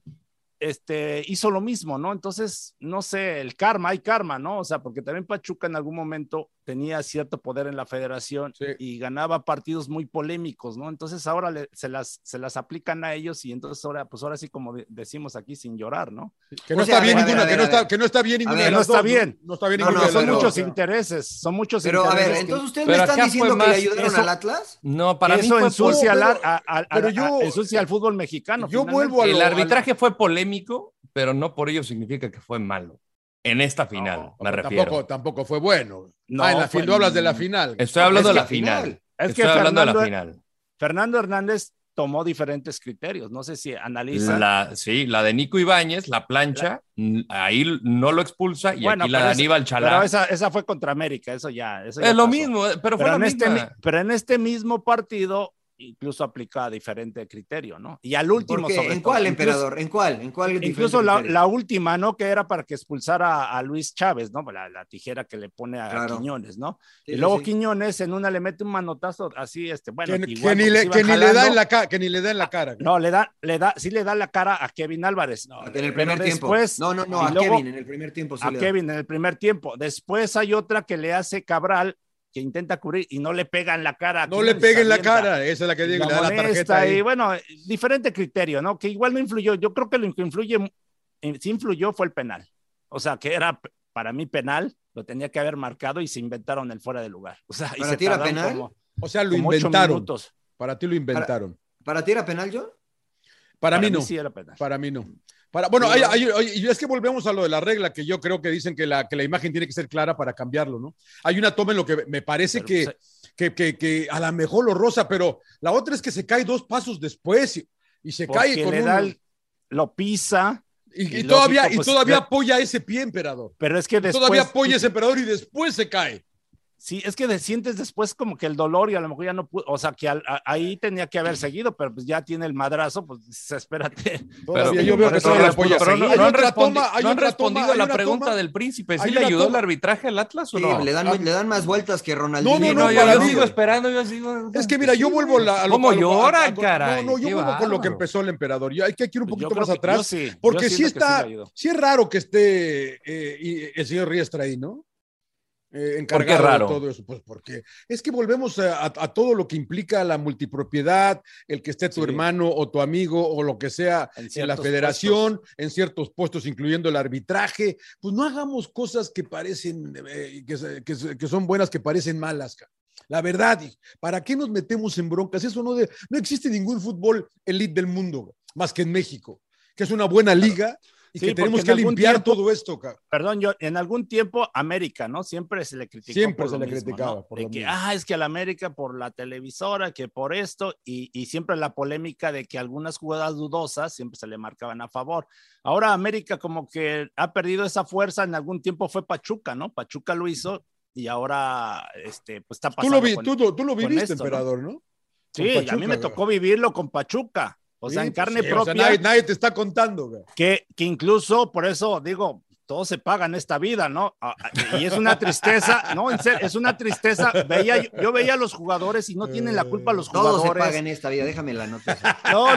[SPEAKER 10] este, hizo lo mismo, ¿no? Entonces, no sé, el karma, hay karma, ¿no? O sea, porque también Pachuca en algún momento tenía cierto poder en la federación y ganaba partidos muy polémicos, ¿no? Entonces ahora le- se, las, se las aplican a ellos y entonces ahora, pues ahora sí, como de- decimos aquí, sin llorar, ¿no?
[SPEAKER 8] que no está bien ninguna, que no está- que no está bien ninguna. de
[SPEAKER 10] No
[SPEAKER 8] las
[SPEAKER 10] está
[SPEAKER 8] dos,
[SPEAKER 10] bien.
[SPEAKER 8] No está bien
[SPEAKER 10] No,
[SPEAKER 8] ninguna.
[SPEAKER 10] no,
[SPEAKER 8] de las
[SPEAKER 10] son
[SPEAKER 8] dos.
[SPEAKER 10] muchos intereses, son muchos
[SPEAKER 2] Pero a
[SPEAKER 10] intereses.
[SPEAKER 2] ver,
[SPEAKER 10] que-
[SPEAKER 2] entonces ustedes me están
[SPEAKER 10] acá fue
[SPEAKER 2] diciendo que le
[SPEAKER 10] más-
[SPEAKER 2] ayudaron
[SPEAKER 10] eso-
[SPEAKER 2] al Atlas.
[SPEAKER 9] No, para
[SPEAKER 10] eso
[SPEAKER 9] mí fue
[SPEAKER 10] ensucia,
[SPEAKER 9] por-
[SPEAKER 10] al, a- a- a-
[SPEAKER 9] pero
[SPEAKER 10] a-
[SPEAKER 9] yo-
[SPEAKER 10] ensucia al fútbol mexicano. finalmente.
[SPEAKER 9] El arbitraje fue polémico, pero no por ello significa que fue malo. En esta final, me refiero.
[SPEAKER 8] Tampoco, tampoco fue bueno.
[SPEAKER 9] No,
[SPEAKER 8] ah, en la
[SPEAKER 9] fue-
[SPEAKER 8] final, hablas de la final.
[SPEAKER 9] Estoy hablando de la final.
[SPEAKER 10] Es que
[SPEAKER 9] Estoy hablando de la
[SPEAKER 10] Fernando-
[SPEAKER 9] final.
[SPEAKER 10] Fernando Hernández tomó diferentes criterios. No sé si analiza.
[SPEAKER 9] La, sí, la de Nico Ibáñez, la plancha, mm, ahí no lo expulsa y
[SPEAKER 10] Bueno,
[SPEAKER 9] aquí la
[SPEAKER 10] pero
[SPEAKER 9] de
[SPEAKER 10] esa-
[SPEAKER 9] Aníbal
[SPEAKER 10] Pero
[SPEAKER 9] Chalá.
[SPEAKER 10] esa, esa fue contra América, eso ya. eso ya
[SPEAKER 9] es lo
[SPEAKER 10] pasó.
[SPEAKER 9] mismo, pero fue la
[SPEAKER 10] en este, mi-
[SPEAKER 9] misma.
[SPEAKER 10] pero en este mismo partido incluso aplica diferente criterio, ¿no? Y al último
[SPEAKER 2] qué?
[SPEAKER 10] sobre
[SPEAKER 2] ¿En
[SPEAKER 10] todo,
[SPEAKER 2] cuál,
[SPEAKER 10] incluso-
[SPEAKER 2] emperador? ¿En cuál? ¿En cuál diferente
[SPEAKER 10] Incluso la,
[SPEAKER 2] criterio?
[SPEAKER 10] la última, ¿no? Que era para que expulsara a, a Luis Chávez, ¿no? La, la tijera que le pone a,
[SPEAKER 8] Claro.
[SPEAKER 10] Quiñones, ¿no?
[SPEAKER 8] Sí,
[SPEAKER 10] y
[SPEAKER 8] sí,
[SPEAKER 10] luego
[SPEAKER 8] sí.
[SPEAKER 10] Quiñones en una le mete un manotazo así, este, bueno,
[SPEAKER 8] Que,
[SPEAKER 10] igual
[SPEAKER 8] que ni
[SPEAKER 10] porque se
[SPEAKER 8] le,
[SPEAKER 10] iban
[SPEAKER 8] que ni le da
[SPEAKER 10] jalando.
[SPEAKER 8] en la cara, que ni le da en la cara.
[SPEAKER 10] No, le da, le da, sí le da la cara a Kevin Álvarez. No,
[SPEAKER 2] En el
[SPEAKER 10] pero
[SPEAKER 2] primer tiempo.
[SPEAKER 10] después-
[SPEAKER 2] No, no, no,
[SPEAKER 10] y
[SPEAKER 2] a
[SPEAKER 10] luego-
[SPEAKER 2] Kevin, en el primer tiempo sí
[SPEAKER 10] a
[SPEAKER 2] le da.
[SPEAKER 10] Kevin en el primer tiempo. Después hay otra que le hace Cabral que intenta cubrir y no le pega en la cara. a
[SPEAKER 8] No
[SPEAKER 10] Kevin,
[SPEAKER 8] le peguen en la
[SPEAKER 10] salienta.
[SPEAKER 8] cara, esa es la que
[SPEAKER 10] Y
[SPEAKER 8] digo,
[SPEAKER 10] lo
[SPEAKER 8] le da la
[SPEAKER 10] molesta,
[SPEAKER 8] tarjeta ahí.
[SPEAKER 10] y bueno, diferente criterio, ¿no? Que igual no influyó. Yo creo que lo que influye, eh, sí influyó fue el penal. O sea, que era p- para mí penal, lo tenía que haber marcado y se inventaron el fuera de lugar. O sea, y
[SPEAKER 2] ¿Para
[SPEAKER 10] se
[SPEAKER 2] ti era
[SPEAKER 10] tardaron
[SPEAKER 2] penal?
[SPEAKER 10] como-
[SPEAKER 8] O sea, lo
[SPEAKER 10] como ocho
[SPEAKER 8] inventaron.
[SPEAKER 10] minutos.
[SPEAKER 8] Para ti lo inventaron.
[SPEAKER 2] ¿Para ti era penal, John?
[SPEAKER 8] Para,
[SPEAKER 10] para
[SPEAKER 8] mí
[SPEAKER 10] mí
[SPEAKER 8] no.
[SPEAKER 10] sí era penal.
[SPEAKER 8] Para mí no. Para, bueno,
[SPEAKER 10] Sí,
[SPEAKER 8] hay-
[SPEAKER 10] ¿no?
[SPEAKER 8] hay- hay- y es que volvemos a lo de la regla, que yo creo que dicen que la, que la imagen tiene que ser clara para cambiarlo, ¿no? Hay una toma en lo que me parece que,
[SPEAKER 9] pues,
[SPEAKER 8] que, que- que a lo mejor lo rosa, pero la otra es que se cae dos pasos después y, y se
[SPEAKER 10] Porque
[SPEAKER 8] cae con
[SPEAKER 10] le
[SPEAKER 8] un-
[SPEAKER 10] da el- lo pisa.
[SPEAKER 8] y, y
[SPEAKER 10] lógico,
[SPEAKER 8] todavía, y
[SPEAKER 10] pues,
[SPEAKER 8] todavía
[SPEAKER 10] le-
[SPEAKER 8] apoya ese pie, emperador.
[SPEAKER 10] Pero es que después. pues,
[SPEAKER 8] todavía
[SPEAKER 9] pues,
[SPEAKER 8] apoya ese emperador y después se cae.
[SPEAKER 10] Sí, es que de- sientes después como que el dolor y a lo mejor ya no pudo, o sea, que al- a- ahí tenía que haber seguido, pero pues ya tiene el madrazo, pues dices, espérate. Pues
[SPEAKER 9] Pero,
[SPEAKER 8] Todavía yo veo que
[SPEAKER 9] pero
[SPEAKER 8] todavía
[SPEAKER 9] no
[SPEAKER 8] la apoya.
[SPEAKER 9] pero no,
[SPEAKER 8] Hay
[SPEAKER 9] no han,
[SPEAKER 8] otra
[SPEAKER 9] respondi-
[SPEAKER 8] toma, hay
[SPEAKER 9] no han
[SPEAKER 8] otra
[SPEAKER 9] respondido
[SPEAKER 8] toma,
[SPEAKER 9] a
[SPEAKER 8] hay
[SPEAKER 9] la
[SPEAKER 8] una
[SPEAKER 9] pregunta
[SPEAKER 8] toma.
[SPEAKER 9] del príncipe.
[SPEAKER 8] hay
[SPEAKER 9] ¿Sí le
[SPEAKER 8] una
[SPEAKER 9] ayudó
[SPEAKER 8] toma.
[SPEAKER 9] el arbitraje al Atlas o
[SPEAKER 2] Sí,
[SPEAKER 9] no?
[SPEAKER 2] le dan, le dan más vueltas que Ronaldinho.
[SPEAKER 8] No, no, no,
[SPEAKER 9] yo
[SPEAKER 8] para
[SPEAKER 9] lo
[SPEAKER 8] mí.
[SPEAKER 9] sigo esperando, yo sigo.
[SPEAKER 8] Es que mira, yo vuelvo la- a lo
[SPEAKER 9] ¿Cómo
[SPEAKER 8] a lo- a-
[SPEAKER 9] llora,
[SPEAKER 8] a-
[SPEAKER 9] caray?
[SPEAKER 8] No, no, yo
[SPEAKER 9] Qué
[SPEAKER 8] vuelvo con lo que
[SPEAKER 9] bárbaro.
[SPEAKER 8] empezó el emperador. Yo, hay que ir un poquito
[SPEAKER 10] creo
[SPEAKER 8] más
[SPEAKER 10] que-
[SPEAKER 8] atrás.
[SPEAKER 10] Pues yo sí, yo
[SPEAKER 8] porque sí
[SPEAKER 10] siento que sí
[SPEAKER 8] está,
[SPEAKER 10] le ayudó.
[SPEAKER 8] sí es raro que esté eh, y- el señor Riestra ahí, ¿no? Eh, encargado
[SPEAKER 9] raro?
[SPEAKER 8] de todo eso. Pues porque es que volvemos a, a- a todo lo que implica la multipropiedad, el que esté tu hermano o tu amigo o lo que sea en, la
[SPEAKER 10] ciertos
[SPEAKER 8] federación, en ciertos puestos, incluyendo el arbitraje. Pues no hagamos cosas que parecen, eh, que, se- que se- que son buenas, que parecen malas. ca- La verdad, hijo, ¿para qué nos metemos en broncas? Eso no, de- no existe ningún fútbol elite del mundo, güey, más que en México, que es una buena liga y
[SPEAKER 10] Sí,
[SPEAKER 8] que tenemos
[SPEAKER 10] porque
[SPEAKER 8] que
[SPEAKER 10] en algún
[SPEAKER 8] limpiar
[SPEAKER 10] tiempo-
[SPEAKER 8] todo esto, cabrón.
[SPEAKER 10] Perdón, yo en algún tiempo América, ¿no? Siempre se le criticó.
[SPEAKER 8] Siempre
[SPEAKER 10] por
[SPEAKER 8] se
[SPEAKER 10] lo
[SPEAKER 8] le
[SPEAKER 10] mismo,
[SPEAKER 8] criticaba
[SPEAKER 10] ¿no?
[SPEAKER 8] por
[SPEAKER 10] de
[SPEAKER 8] lo
[SPEAKER 10] que,
[SPEAKER 8] mismo.
[SPEAKER 10] ah, es que a la América por la televisora, que por esto, y, y siempre la polémica de que algunas jugadas dudosas siempre se le marcaban a favor. Ahora América como que ha perdido esa fuerza, en algún tiempo fue Pachuca, ¿no? Pachuca lo hizo y ahora, este, pues está
[SPEAKER 8] Tú
[SPEAKER 10] pasando.
[SPEAKER 8] lo, vi-
[SPEAKER 10] con-
[SPEAKER 8] tú, lo- tú lo
[SPEAKER 10] con
[SPEAKER 8] viviste,
[SPEAKER 10] esto, ¿no?
[SPEAKER 8] emperador, ¿no?
[SPEAKER 10] Sí,
[SPEAKER 8] Con
[SPEAKER 10] a mí
[SPEAKER 8] Pachuca,
[SPEAKER 10] me
[SPEAKER 8] güey.
[SPEAKER 10] tocó vivirlo con Pachuca, o sea,
[SPEAKER 8] Sí,
[SPEAKER 10] en
[SPEAKER 8] pues sí,
[SPEAKER 10] carne
[SPEAKER 8] o sea,
[SPEAKER 10] propia
[SPEAKER 8] nadie, nadie te está contando, güey.
[SPEAKER 10] que, que incluso por eso digo, todos se pagan esta vida, ¿no? Ah, ah, Y es una tristeza, no, en serio, es una tristeza. Veía, yo- yo veía a los jugadores y no tienen la culpa los
[SPEAKER 2] Todo se
[SPEAKER 10] jugadores.
[SPEAKER 2] paga en esta vida, déjame la nota.
[SPEAKER 10] No,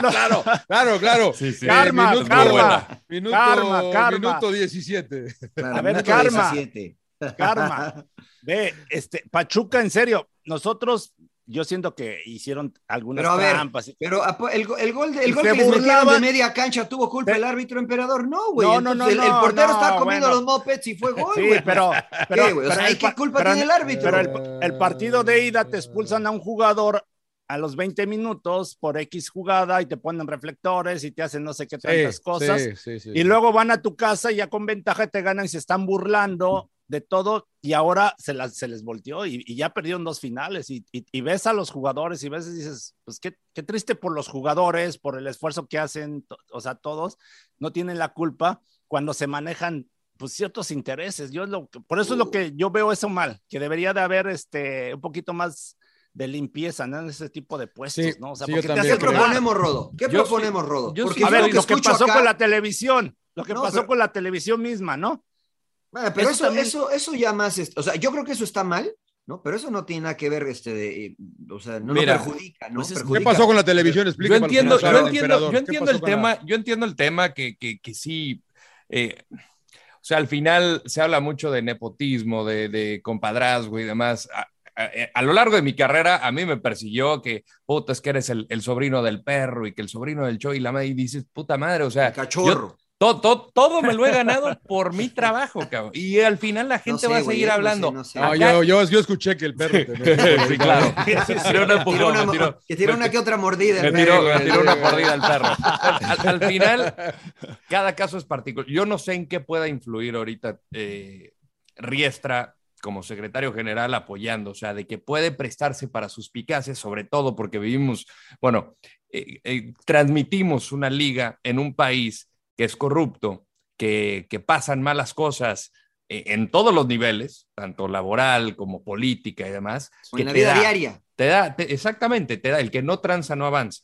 [SPEAKER 10] no.
[SPEAKER 8] Claro, claro, claro.
[SPEAKER 9] Sí, sí.
[SPEAKER 10] Karma,
[SPEAKER 8] minuto,
[SPEAKER 10] karma,
[SPEAKER 8] minuto,
[SPEAKER 10] karma, karma.
[SPEAKER 8] minuto 17.
[SPEAKER 10] A ver,
[SPEAKER 2] minuto
[SPEAKER 10] karma.
[SPEAKER 2] 17.
[SPEAKER 10] Karma. Ve, este, Pachuca, en serio, nosotros, yo siento que hicieron algunas
[SPEAKER 2] Pero a ver,
[SPEAKER 10] trampas.
[SPEAKER 2] Pero a po- el, go- el gol, de- el
[SPEAKER 10] Y
[SPEAKER 2] gol
[SPEAKER 10] se
[SPEAKER 2] que les metieron de
[SPEAKER 10] burlaban.
[SPEAKER 2] media cancha tuvo culpa el árbitro emperador, no, güey.
[SPEAKER 10] No, no,
[SPEAKER 2] Entonces,
[SPEAKER 10] no,
[SPEAKER 2] el, el
[SPEAKER 10] no,
[SPEAKER 2] portero estaba
[SPEAKER 10] no,
[SPEAKER 2] comiendo
[SPEAKER 10] bueno.
[SPEAKER 2] los mopeds y fue gol,
[SPEAKER 10] Sí,
[SPEAKER 2] güey.
[SPEAKER 10] pero, pero,
[SPEAKER 2] güey? O sea,
[SPEAKER 10] pero
[SPEAKER 2] ¿y
[SPEAKER 10] el
[SPEAKER 2] qué
[SPEAKER 10] pa-
[SPEAKER 2] culpa
[SPEAKER 10] pero
[SPEAKER 2] tiene el árbitro?
[SPEAKER 10] Pero el, el partido de ida te expulsan a un jugador a los 20 minutos por X jugada y te ponen reflectores y te hacen no sé qué tantas cosas.
[SPEAKER 8] sí, sí, sí.
[SPEAKER 10] y luego van a tu casa y ya con ventaja te ganan y se están burlando de todo y ahora se, las, se les volteó y, y ya perdieron dos finales y, y- y ves a los jugadores y a veces dices, pues qué, qué triste por los jugadores, por el esfuerzo que hacen, to- o sea, todos no tienen la culpa cuando se manejan pues ciertos intereses. Yo es lo que- por eso es
[SPEAKER 2] Uh.
[SPEAKER 10] lo que yo veo eso mal, que debería de haber este un poquito más de limpieza ¿no? en ese tipo de puestos,
[SPEAKER 2] Sí,
[SPEAKER 10] ¿no? O sea,
[SPEAKER 2] sí, yo
[SPEAKER 10] porque te
[SPEAKER 2] también
[SPEAKER 10] hace
[SPEAKER 2] creo. ¿Qué
[SPEAKER 10] robar.
[SPEAKER 2] proponemos, Rodo? ¿Qué proponemos, Rodo?
[SPEAKER 10] yo
[SPEAKER 2] Porque
[SPEAKER 10] sí- a
[SPEAKER 2] yo
[SPEAKER 10] ver,
[SPEAKER 2] lo
[SPEAKER 10] lo
[SPEAKER 2] que
[SPEAKER 10] que,
[SPEAKER 2] escucho
[SPEAKER 10] pasó
[SPEAKER 2] acá-
[SPEAKER 10] con la televisión, lo que
[SPEAKER 2] No,
[SPEAKER 10] pasó
[SPEAKER 2] pero-
[SPEAKER 10] con la televisión misma, ¿no?
[SPEAKER 2] Bueno, pero
[SPEAKER 10] Eso
[SPEAKER 2] eso,
[SPEAKER 10] también-
[SPEAKER 2] eso, eso ya más, es- o sea, yo creo que eso está mal, ¿no? Pero eso no tiene nada que ver, este, de, eh, o sea, no lo
[SPEAKER 9] Mira,
[SPEAKER 2] perjudica, ¿no?
[SPEAKER 9] pues es-
[SPEAKER 8] ¿Qué
[SPEAKER 2] Perjudica.
[SPEAKER 8] pasó con la televisión?
[SPEAKER 9] Yo
[SPEAKER 8] Explica para los que
[SPEAKER 9] entiendo,
[SPEAKER 8] no saben,
[SPEAKER 9] yo entiendo,
[SPEAKER 8] emperador.
[SPEAKER 9] yo
[SPEAKER 8] ¿Qué
[SPEAKER 9] entiendo
[SPEAKER 8] pasó
[SPEAKER 9] el
[SPEAKER 8] con la-
[SPEAKER 9] tema, yo entiendo el tema que, que, que sí. eh, o sea, al final se habla mucho de nepotismo, de, de compadrazgo y demás. A, a- eh, a lo largo de mi carrera, a mí me persiguió que, puta, es que eres el, el sobrino del perro y que el sobrino del Cho y la madre, y dices, puta madre, o sea.
[SPEAKER 2] cachorro.
[SPEAKER 9] todo, todo, me lo he ganado por mi trabajo, cabrón. Y al final la gente
[SPEAKER 2] sé,
[SPEAKER 9] va a
[SPEAKER 2] güey,
[SPEAKER 9] seguir
[SPEAKER 2] no sé,
[SPEAKER 9] hablando.
[SPEAKER 2] no sé.
[SPEAKER 8] No,
[SPEAKER 9] Acá-
[SPEAKER 8] yo, yo, yo escuché que el perro. te-
[SPEAKER 9] Sí, claro. Tiró un
[SPEAKER 2] Tira
[SPEAKER 9] empujón,
[SPEAKER 2] una
[SPEAKER 9] me
[SPEAKER 2] mo-
[SPEAKER 9] tiró.
[SPEAKER 2] que tira una que otra mordida.
[SPEAKER 9] Me
[SPEAKER 2] ¿no?
[SPEAKER 9] tiró, me
[SPEAKER 2] Sí,
[SPEAKER 9] tiró
[SPEAKER 2] güey.
[SPEAKER 9] una mordida al perro. Al, al final, cada caso es particular. Yo no sé en qué pueda influir ahorita eh, Riestra como secretario general apoyando, o sea, de que puede prestarse para suspicacias, sobre todo porque vivimos, bueno, eh, eh, transmitimos una liga en un país que es corrupto, que, que pasan malas cosas eh, en todos los niveles, tanto laboral como política y demás.
[SPEAKER 2] O
[SPEAKER 9] que
[SPEAKER 2] en la
[SPEAKER 9] te
[SPEAKER 2] vida
[SPEAKER 9] da-
[SPEAKER 2] diaria.
[SPEAKER 9] Te da, te- exactamente, te da, el que no tranza no avanza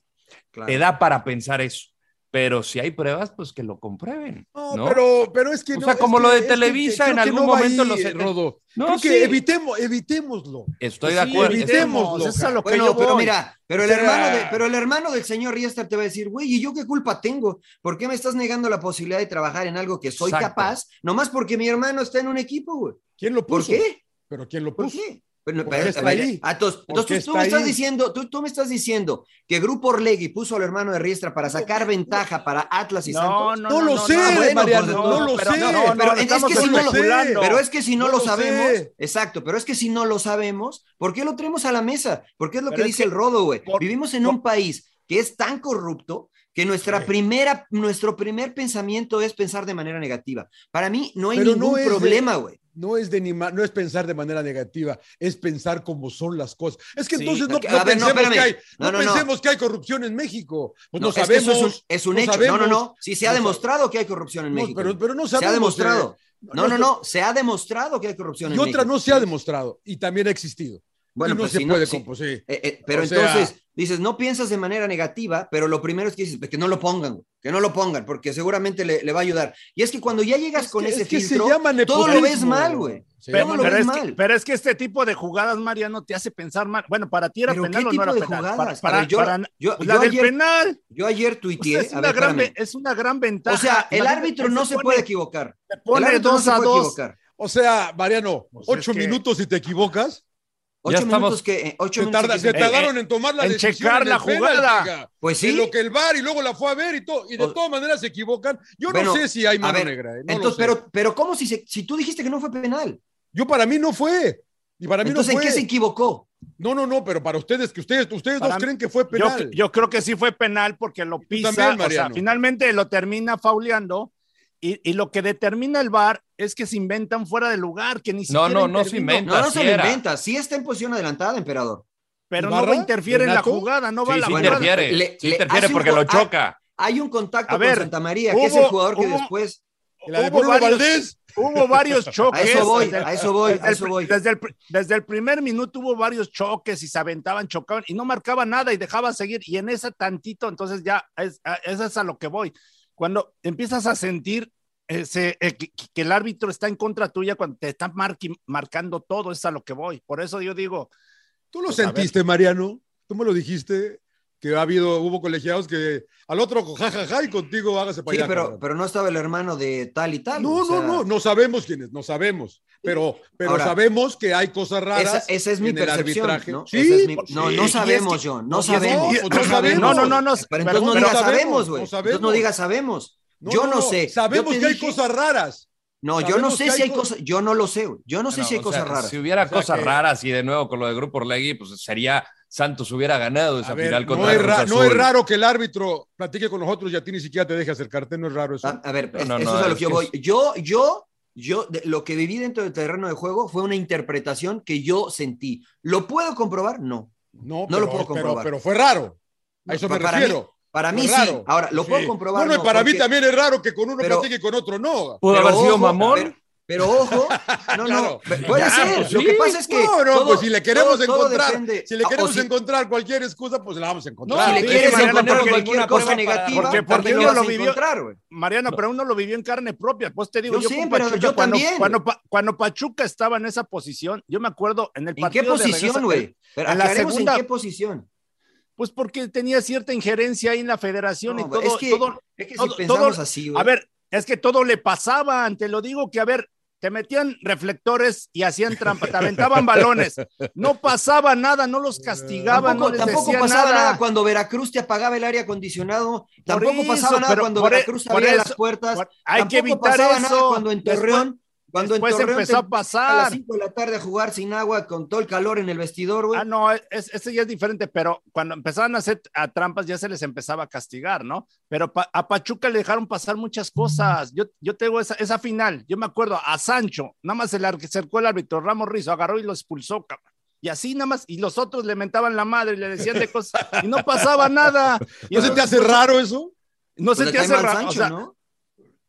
[SPEAKER 2] Claro.
[SPEAKER 9] te da para pensar eso. Pero si hay pruebas, pues que lo comprueben. No,
[SPEAKER 8] No, Pero, pero es que
[SPEAKER 9] O
[SPEAKER 8] no.
[SPEAKER 9] sea,
[SPEAKER 8] es
[SPEAKER 9] como
[SPEAKER 8] que-
[SPEAKER 9] lo de
[SPEAKER 8] es que-
[SPEAKER 9] Televisa,
[SPEAKER 8] creo
[SPEAKER 9] en
[SPEAKER 8] que
[SPEAKER 9] algún
[SPEAKER 8] no va
[SPEAKER 9] momento
[SPEAKER 8] ahí,
[SPEAKER 9] lo se-
[SPEAKER 8] Rodo.
[SPEAKER 9] No,
[SPEAKER 8] Creo que
[SPEAKER 9] sí.
[SPEAKER 8] evitemo- evitémoslo.
[SPEAKER 9] Estoy de
[SPEAKER 8] Sí,
[SPEAKER 9] acuerdo.
[SPEAKER 8] Evitémoslo.
[SPEAKER 10] Eso es a lo que yo
[SPEAKER 2] Bueno, pero
[SPEAKER 10] voy.
[SPEAKER 2] mira, pero el,
[SPEAKER 8] O sea-
[SPEAKER 2] hermano de- pero el hermano del señor Riester te va a decir, güey, ¿y yo qué culpa tengo? ¿Por qué me estás negando la posibilidad de trabajar en algo que soy
[SPEAKER 9] Exacto.
[SPEAKER 2] capaz? Nomás porque mi hermano está en un equipo, güey.
[SPEAKER 8] ¿Quién lo
[SPEAKER 2] ¿Por
[SPEAKER 8] puso?
[SPEAKER 2] qué?
[SPEAKER 8] ¿Pero quién lo
[SPEAKER 2] ¿Por
[SPEAKER 8] puso?
[SPEAKER 2] qué? Bueno,
[SPEAKER 8] ¿Por
[SPEAKER 2] pero-
[SPEAKER 8] qué está
[SPEAKER 2] vaya,
[SPEAKER 8] ahí?
[SPEAKER 2] ah, entonces-
[SPEAKER 8] ¿Por
[SPEAKER 2] entonces
[SPEAKER 8] qué
[SPEAKER 2] tú
[SPEAKER 8] está
[SPEAKER 2] me estás
[SPEAKER 8] ahí?
[SPEAKER 2] diciendo, tú, tú me estás diciendo que Grupo Orlegui puso al hermano de Riestra para sacar ventaja para Atlas y Santos.
[SPEAKER 8] No lo sé, Mariano, no lo sé.
[SPEAKER 2] pero-
[SPEAKER 8] No,
[SPEAKER 2] pero
[SPEAKER 8] no,
[SPEAKER 2] es
[SPEAKER 8] estamos
[SPEAKER 2] que si no lo-
[SPEAKER 8] especulando.
[SPEAKER 2] pero es que si no,
[SPEAKER 8] No
[SPEAKER 2] lo,
[SPEAKER 8] lo
[SPEAKER 2] sabemos,
[SPEAKER 8] sé.
[SPEAKER 2] exacto, pero es que si no lo sabemos, ¿por qué lo traemos a la mesa? Porque es lo
[SPEAKER 10] Pero
[SPEAKER 2] que
[SPEAKER 10] es
[SPEAKER 2] dice
[SPEAKER 10] que-
[SPEAKER 2] el Rodo, güey.
[SPEAKER 10] por-
[SPEAKER 2] Vivimos en
[SPEAKER 10] por-
[SPEAKER 2] un país que es tan corrupto que nuestra primera, nuestro primer pensamiento es pensar de manera negativa. Para mí no hay
[SPEAKER 8] Pero no
[SPEAKER 2] ningún
[SPEAKER 8] es de-
[SPEAKER 2] problema, güey.
[SPEAKER 8] No es, de ni ma- no es pensar de manera negativa, es pensar como son las cosas. Es que
[SPEAKER 10] Sí,
[SPEAKER 8] entonces no,
[SPEAKER 2] ok,
[SPEAKER 8] no
[SPEAKER 2] a ver, no,
[SPEAKER 8] pensemos, que,
[SPEAKER 2] espérame.
[SPEAKER 8] hay,
[SPEAKER 2] No,
[SPEAKER 8] no
[SPEAKER 2] no, no.
[SPEAKER 8] pensemos que hay corrupción en México. Pues no,
[SPEAKER 2] No, es que
[SPEAKER 8] sabemos.
[SPEAKER 2] eso es un, es un
[SPEAKER 8] no
[SPEAKER 2] hecho. no, no,
[SPEAKER 8] sabemos,
[SPEAKER 2] no. Sí, se ha
[SPEAKER 8] no
[SPEAKER 2] demostrado que hay corrupción en
[SPEAKER 8] No,
[SPEAKER 2] México.
[SPEAKER 8] pero- pero no
[SPEAKER 2] Se ha
[SPEAKER 8] sabemos,
[SPEAKER 2] demostrado.
[SPEAKER 8] eh.
[SPEAKER 2] No, no, no. Se ha demostrado que hay corrupción
[SPEAKER 8] Y
[SPEAKER 2] en México.
[SPEAKER 8] otra no se ha demostrado y también ha existido.
[SPEAKER 2] Bueno,
[SPEAKER 8] y no
[SPEAKER 2] pues
[SPEAKER 8] se
[SPEAKER 2] si no,
[SPEAKER 8] puede
[SPEAKER 2] sí.
[SPEAKER 8] compo- sí.
[SPEAKER 2] Eh, eh, pero
[SPEAKER 8] O sea-
[SPEAKER 2] entonces dices, no piensas de manera negativa, pero lo primero es que dices, pues, que no lo pongan, güey, que no lo pongan, porque seguramente le, le va a ayudar. Y es que cuando ya llegas
[SPEAKER 8] Es
[SPEAKER 2] con
[SPEAKER 8] que-
[SPEAKER 2] ese
[SPEAKER 8] es que se
[SPEAKER 2] filtro,
[SPEAKER 8] llama
[SPEAKER 2] todo lo ves
[SPEAKER 8] nepotismo.
[SPEAKER 2] mal, güey. Todo
[SPEAKER 8] Sí.
[SPEAKER 10] Pero,
[SPEAKER 2] lo
[SPEAKER 10] pero
[SPEAKER 2] ves
[SPEAKER 10] es que,
[SPEAKER 2] mal.
[SPEAKER 10] pero es que este tipo de jugadas, Mariano, te hace pensar mal. Bueno, para ti era
[SPEAKER 2] ¿Pero qué
[SPEAKER 10] penal o no
[SPEAKER 2] tipo
[SPEAKER 10] era
[SPEAKER 2] de
[SPEAKER 10] penal.
[SPEAKER 2] jugadas?
[SPEAKER 10] Para-
[SPEAKER 2] A
[SPEAKER 10] para-
[SPEAKER 2] ver, yo-
[SPEAKER 10] para-
[SPEAKER 2] yo-
[SPEAKER 10] pues la
[SPEAKER 2] yo
[SPEAKER 10] del
[SPEAKER 2] ayer-
[SPEAKER 10] penal.
[SPEAKER 2] Yo
[SPEAKER 8] pues,
[SPEAKER 2] ayer
[SPEAKER 10] O
[SPEAKER 2] tuiteé,
[SPEAKER 10] sea, es,
[SPEAKER 2] a
[SPEAKER 10] una
[SPEAKER 2] ver,
[SPEAKER 10] gran, ve-
[SPEAKER 2] espérame.
[SPEAKER 10] es una gran ventaja.
[SPEAKER 2] O sea, el
[SPEAKER 10] Imagínate,
[SPEAKER 2] árbitro
[SPEAKER 10] él
[SPEAKER 2] no se puede
[SPEAKER 10] pone-
[SPEAKER 2] equivocar.
[SPEAKER 10] se
[SPEAKER 2] El
[SPEAKER 10] pone
[SPEAKER 2] árbitro no
[SPEAKER 10] 2
[SPEAKER 2] se
[SPEAKER 10] a
[SPEAKER 2] puede
[SPEAKER 10] 2.
[SPEAKER 2] equivocar.
[SPEAKER 8] O sea, Mariano,
[SPEAKER 10] Pues es
[SPEAKER 8] ocho
[SPEAKER 10] que-
[SPEAKER 8] minutos si te equivocas.
[SPEAKER 2] Ocho
[SPEAKER 9] estamos-
[SPEAKER 2] minutos que... eh, Ocho
[SPEAKER 8] Se,
[SPEAKER 2] minutos
[SPEAKER 8] tarda-
[SPEAKER 2] que
[SPEAKER 8] se
[SPEAKER 2] se-
[SPEAKER 10] Eh,
[SPEAKER 8] tardaron en tomar la
[SPEAKER 10] en
[SPEAKER 8] decisión.
[SPEAKER 10] checar
[SPEAKER 8] en
[SPEAKER 10] la
[SPEAKER 8] el penal,
[SPEAKER 10] jugada.
[SPEAKER 8] chica.
[SPEAKER 2] Pues sí.
[SPEAKER 8] En lo que el VAR y luego la fue a ver y todo. Y de
[SPEAKER 2] O-
[SPEAKER 8] todas maneras se equivocan. Yo
[SPEAKER 2] Bueno,
[SPEAKER 8] no sé si hay
[SPEAKER 2] a
[SPEAKER 8] mano
[SPEAKER 2] ver,
[SPEAKER 8] negra. eh, no lo
[SPEAKER 2] Entonces,
[SPEAKER 8] sé.
[SPEAKER 2] pero, pero ¿cómo si, se- si tú dijiste que no fue penal?
[SPEAKER 8] Yo para mí no fue. Y para mí
[SPEAKER 2] Entonces,
[SPEAKER 8] no
[SPEAKER 2] ¿en
[SPEAKER 8] fue.
[SPEAKER 2] qué se equivocó?
[SPEAKER 8] No, no, no, pero para ustedes, que ustedes, ustedes
[SPEAKER 10] Para
[SPEAKER 8] dos
[SPEAKER 10] mí-
[SPEAKER 8] creen que fue
[SPEAKER 10] Yo,
[SPEAKER 8] penal.
[SPEAKER 10] yo creo que sí fue penal porque lo pisa.
[SPEAKER 8] también,
[SPEAKER 10] o sea,
[SPEAKER 8] Mariano.
[SPEAKER 10] finalmente lo termina fauleando. Y, y lo que determina el VAR es que se inventan fuera de lugar, que ni siquiera.
[SPEAKER 9] no, no se
[SPEAKER 10] intervino.
[SPEAKER 9] inventa.
[SPEAKER 2] No, no se lo
[SPEAKER 9] Era.
[SPEAKER 2] inventa. Sí está en posición adelantada, emperador.
[SPEAKER 10] Pero
[SPEAKER 8] ¿Ibarra?
[SPEAKER 10] no interfiere en la
[SPEAKER 8] ¿Renato?
[SPEAKER 10] jugada, no va
[SPEAKER 9] Sí,
[SPEAKER 10] a la
[SPEAKER 9] sí
[SPEAKER 2] Bueno,
[SPEAKER 10] jugada.
[SPEAKER 9] interfiere,
[SPEAKER 2] le-
[SPEAKER 9] sí
[SPEAKER 2] le
[SPEAKER 9] interfiere
[SPEAKER 2] hace
[SPEAKER 9] porque
[SPEAKER 2] un
[SPEAKER 9] lo
[SPEAKER 2] go- ah,
[SPEAKER 9] choca.
[SPEAKER 2] Hay un contacto
[SPEAKER 10] A ver,
[SPEAKER 2] con Santa María, que es el
[SPEAKER 10] hubo-
[SPEAKER 2] jugador que
[SPEAKER 10] hubo-
[SPEAKER 2] después.
[SPEAKER 8] Y la de
[SPEAKER 10] Hubo
[SPEAKER 8] Bruno
[SPEAKER 10] varios-
[SPEAKER 8] Valdés.
[SPEAKER 10] Hubo varios
[SPEAKER 2] A
[SPEAKER 10] choques.
[SPEAKER 2] eso voy,
[SPEAKER 10] desde el-
[SPEAKER 2] a eso voy,
[SPEAKER 10] desde
[SPEAKER 2] a
[SPEAKER 10] el
[SPEAKER 2] eso
[SPEAKER 10] pri-
[SPEAKER 2] voy.
[SPEAKER 10] Desde el, pri- desde el primer minuto hubo varios choques y se aventaban, chocaban y no marcaba nada y dejaba seguir. Y en ese tantito, entonces ya, es, a- eso es a lo que voy. Cuando empiezas a sentir ese, eh, que, que el árbitro está en contra tuya, cuando te están marqui- marcando todo, es a lo que voy. Por eso yo digo,
[SPEAKER 8] Tú lo
[SPEAKER 10] Pues, a ver.
[SPEAKER 8] sentiste, Mariano. Tú me lo dijiste. Que ha habido, hubo colegiados que al otro jajaja y contigo hágase para
[SPEAKER 2] Sí,
[SPEAKER 8] allá.
[SPEAKER 2] pero,
[SPEAKER 8] cabrón.
[SPEAKER 2] pero no estaba el hermano de tal y tal.
[SPEAKER 8] no,
[SPEAKER 2] o sea,
[SPEAKER 8] no, no, no sabemos quiénes, no sabemos. Pero, pero
[SPEAKER 2] Ahora,
[SPEAKER 8] sabemos que hay cosas
[SPEAKER 2] Esa,
[SPEAKER 8] raras.
[SPEAKER 2] esa es mi
[SPEAKER 8] en el
[SPEAKER 2] percepción.
[SPEAKER 8] arbitraje.
[SPEAKER 2] ¿no?
[SPEAKER 8] Sí,
[SPEAKER 2] Esa es mi-
[SPEAKER 8] pues,
[SPEAKER 2] no,
[SPEAKER 8] sí.
[SPEAKER 2] no
[SPEAKER 8] Y es
[SPEAKER 2] sabemos,
[SPEAKER 8] que-
[SPEAKER 2] John. No
[SPEAKER 8] no, y es-
[SPEAKER 2] sabemos.
[SPEAKER 8] no, pues, no
[SPEAKER 10] no,
[SPEAKER 8] sabemos.
[SPEAKER 10] no, no, no.
[SPEAKER 2] Pero entonces no
[SPEAKER 8] pero
[SPEAKER 2] digas
[SPEAKER 8] sabemos,
[SPEAKER 2] sabemos,
[SPEAKER 8] no
[SPEAKER 2] güey. Entonces no
[SPEAKER 8] sabemos.
[SPEAKER 2] digas sabemos. Yo no sé.
[SPEAKER 8] Sabemos
[SPEAKER 2] Yo te
[SPEAKER 8] que hay
[SPEAKER 2] dije-
[SPEAKER 8] cosas raras.
[SPEAKER 2] No, yo no
[SPEAKER 8] sabemos
[SPEAKER 2] sé
[SPEAKER 8] que
[SPEAKER 2] si
[SPEAKER 8] hay
[SPEAKER 2] hay
[SPEAKER 8] co-
[SPEAKER 2] cosas. Yo no lo sé, güey. Yo no sé si hay
[SPEAKER 9] o
[SPEAKER 2] cosas
[SPEAKER 9] sea,
[SPEAKER 2] raras.
[SPEAKER 9] Si hubiera
[SPEAKER 8] O sea
[SPEAKER 9] cosas
[SPEAKER 8] que-
[SPEAKER 9] raras y de nuevo con lo de Grupo Orlegui, pues sería Santos hubiera ganado esa
[SPEAKER 8] A ver,
[SPEAKER 9] final
[SPEAKER 8] no,
[SPEAKER 9] contra
[SPEAKER 8] es
[SPEAKER 9] Cruz
[SPEAKER 8] ra- no
[SPEAKER 9] Azul.
[SPEAKER 8] es raro que el árbitro platique con nosotros y a ti ni siquiera te deje acercarte, no es raro eso.
[SPEAKER 2] Ah, A, a ver,
[SPEAKER 9] No,
[SPEAKER 2] es-
[SPEAKER 9] no,
[SPEAKER 2] eso
[SPEAKER 9] no,
[SPEAKER 2] es a lo
[SPEAKER 9] es
[SPEAKER 2] que yo
[SPEAKER 9] que
[SPEAKER 2] voy. Yo, yo, yo, de- lo que viví dentro del terreno de juego fue una interpretación que yo sentí. ¿Lo puedo comprobar? No.
[SPEAKER 8] No,
[SPEAKER 2] No lo
[SPEAKER 8] pero-
[SPEAKER 2] puedo
[SPEAKER 8] pero-
[SPEAKER 2] comprobar.
[SPEAKER 8] Pero, fue raro. A eso
[SPEAKER 2] Pa-
[SPEAKER 8] me
[SPEAKER 2] para mí-
[SPEAKER 8] refiero.
[SPEAKER 2] Para Para mí
[SPEAKER 8] Es
[SPEAKER 2] sí.
[SPEAKER 8] raro.
[SPEAKER 2] Ahora, lo puedo
[SPEAKER 8] Sí.
[SPEAKER 2] comprobar.
[SPEAKER 8] Bueno,
[SPEAKER 2] no,
[SPEAKER 8] y para mí
[SPEAKER 2] porque-
[SPEAKER 8] también es raro que con uno
[SPEAKER 2] Pero-
[SPEAKER 8] platique y con otro no.
[SPEAKER 2] Pero ojo,
[SPEAKER 8] Pero-
[SPEAKER 2] Pero, pero ojo, no, no, puede
[SPEAKER 8] Ya,
[SPEAKER 2] ser.
[SPEAKER 8] pues
[SPEAKER 2] lo
[SPEAKER 8] sí,
[SPEAKER 2] que pasa es que.
[SPEAKER 8] No, no, pues si le queremos encontrar, si le
[SPEAKER 2] Ah, o
[SPEAKER 8] queremos
[SPEAKER 2] si-
[SPEAKER 8] encontrar cualquier excusa, pues la vamos a
[SPEAKER 10] No,
[SPEAKER 8] encontrar.
[SPEAKER 10] si le
[SPEAKER 8] Sí,
[SPEAKER 10] quieres
[SPEAKER 8] sí,
[SPEAKER 10] encontrar
[SPEAKER 8] Mariano, porque
[SPEAKER 10] cualquier
[SPEAKER 8] ninguna
[SPEAKER 10] cosa
[SPEAKER 8] cosa
[SPEAKER 10] negativa,
[SPEAKER 8] porque-
[SPEAKER 10] también
[SPEAKER 8] porque
[SPEAKER 10] lo
[SPEAKER 8] no
[SPEAKER 10] vas a
[SPEAKER 8] lo vivió.
[SPEAKER 10] encontrar, Mariano, pero uno lo vivió en carne propia. Pues te digo,
[SPEAKER 2] Yo
[SPEAKER 10] yo,
[SPEAKER 2] sí,
[SPEAKER 10] con
[SPEAKER 2] pero
[SPEAKER 10] Pachuca,
[SPEAKER 2] yo
[SPEAKER 10] cuando,
[SPEAKER 2] también.
[SPEAKER 10] Cuando, Pa- cuando Pachuca estaba en esa posición, yo me acuerdo en el
[SPEAKER 2] ¿En qué
[SPEAKER 10] partido. de
[SPEAKER 2] posición,
[SPEAKER 10] regreso-
[SPEAKER 2] güey? Pero
[SPEAKER 10] En la
[SPEAKER 2] aclaremos
[SPEAKER 10] segunda.
[SPEAKER 2] ¿En qué posición?
[SPEAKER 10] Pues porque tenía cierta injerencia ahí en la federación
[SPEAKER 2] No,
[SPEAKER 10] y todo.
[SPEAKER 2] güey, es que-
[SPEAKER 10] todo-
[SPEAKER 2] es que si
[SPEAKER 10] todo-
[SPEAKER 2] pensamos
[SPEAKER 10] todo-
[SPEAKER 2] así, güey.
[SPEAKER 10] A ver, es que todo le pasaba, te lo digo que, a ver, te metían reflectores y hacían trampa, te aventaban balones. No pasaba nada, no
[SPEAKER 2] Eh,
[SPEAKER 10] los castigaban,
[SPEAKER 2] Tampoco,
[SPEAKER 10] no les
[SPEAKER 2] tampoco
[SPEAKER 10] decían
[SPEAKER 2] pasaba nada. cuando Veracruz te apagaba el aire acondicionado. Tampoco
[SPEAKER 10] eso,
[SPEAKER 2] pasaba nada
[SPEAKER 10] pero
[SPEAKER 2] cuando
[SPEAKER 10] por e-
[SPEAKER 2] Veracruz
[SPEAKER 10] por
[SPEAKER 2] abría las
[SPEAKER 10] eso,
[SPEAKER 2] puertas.
[SPEAKER 10] por- hay que
[SPEAKER 2] Tampoco
[SPEAKER 10] evitar
[SPEAKER 2] pasaba
[SPEAKER 10] eso.
[SPEAKER 2] nada cuando en
[SPEAKER 10] Después-
[SPEAKER 2] Torreón. cuando en
[SPEAKER 10] después
[SPEAKER 2] Torreón
[SPEAKER 10] empezó
[SPEAKER 2] te-
[SPEAKER 10] a pasar.
[SPEAKER 2] A las 5 de la tarde a jugar sin agua, con todo el calor en el vestidor, güey.
[SPEAKER 10] Ah, no, es- es- ese ya es diferente, pero cuando empezaban a hacer a trampas ya se les empezaba a castigar, ¿no? Pero pa- a Pachuca le dejaron pasar muchas cosas. Yo, yo tengo esa, esa final, yo me acuerdo a Sancho, nada más se le acercó el árbitro Ramos Rizo, agarró y lo expulsó, cabrón. Y así nada más, y los otros le mentaban la madre y le decían de cosas, y no pasaba nada. Y
[SPEAKER 8] ¿No
[SPEAKER 2] pues
[SPEAKER 8] se te hace raro eso?
[SPEAKER 10] No se
[SPEAKER 8] Pues le
[SPEAKER 10] te
[SPEAKER 8] cae
[SPEAKER 10] hace
[SPEAKER 8] mal
[SPEAKER 10] raro. o
[SPEAKER 8] Sancho,
[SPEAKER 10] sea,
[SPEAKER 8] ¿no?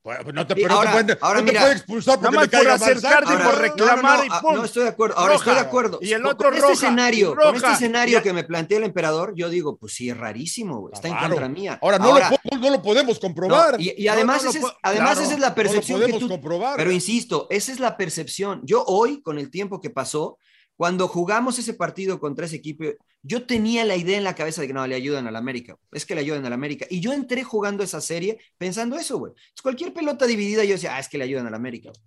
[SPEAKER 8] Bueno, pues no te, pero
[SPEAKER 2] ahora-
[SPEAKER 8] no te pueden,
[SPEAKER 2] ahora
[SPEAKER 8] no te
[SPEAKER 2] mira,
[SPEAKER 8] pueden expulsar porque
[SPEAKER 10] nada más
[SPEAKER 8] le caiga
[SPEAKER 10] por
[SPEAKER 8] mal
[SPEAKER 10] acercarte y
[SPEAKER 8] Sancho.
[SPEAKER 10] por reclamar
[SPEAKER 2] no,
[SPEAKER 10] y
[SPEAKER 2] ah,
[SPEAKER 10] pum.
[SPEAKER 2] no estoy de acuerdo. Ahora
[SPEAKER 10] Roja.
[SPEAKER 2] estoy de acuerdo.
[SPEAKER 10] Y el
[SPEAKER 2] Con-
[SPEAKER 10] otro
[SPEAKER 2] con
[SPEAKER 10] roja,
[SPEAKER 2] este escenario,
[SPEAKER 10] y
[SPEAKER 2] con este
[SPEAKER 10] roja.
[SPEAKER 2] escenario
[SPEAKER 10] Y-
[SPEAKER 2] que me plantea el emperador, yo digo, pues sí, es rarísimo, güey. Está en
[SPEAKER 8] Claro.
[SPEAKER 2] contra mía.
[SPEAKER 8] Ahora, no, lo, po- no lo podemos comprobar.
[SPEAKER 2] No, y, y además,
[SPEAKER 8] No, no lo
[SPEAKER 2] ese es-
[SPEAKER 8] po-
[SPEAKER 2] además
[SPEAKER 8] claro,
[SPEAKER 2] esa es
[SPEAKER 8] no
[SPEAKER 2] la
[SPEAKER 8] lo
[SPEAKER 2] percepción que
[SPEAKER 8] podemos
[SPEAKER 2] tú...
[SPEAKER 8] comprobar.
[SPEAKER 2] Pero insisto, esa es la percepción. Yo hoy, con el tiempo que pasó, cuando jugamos ese partido contra ese equipo, yo tenía la idea en la cabeza de que no, le ayudan al América. Es que le ayudan al América. Y yo entré jugando esa serie pensando eso, güey. Entonces, cualquier pelota dividida, yo decía, ah, es que le ayudan al América. güey.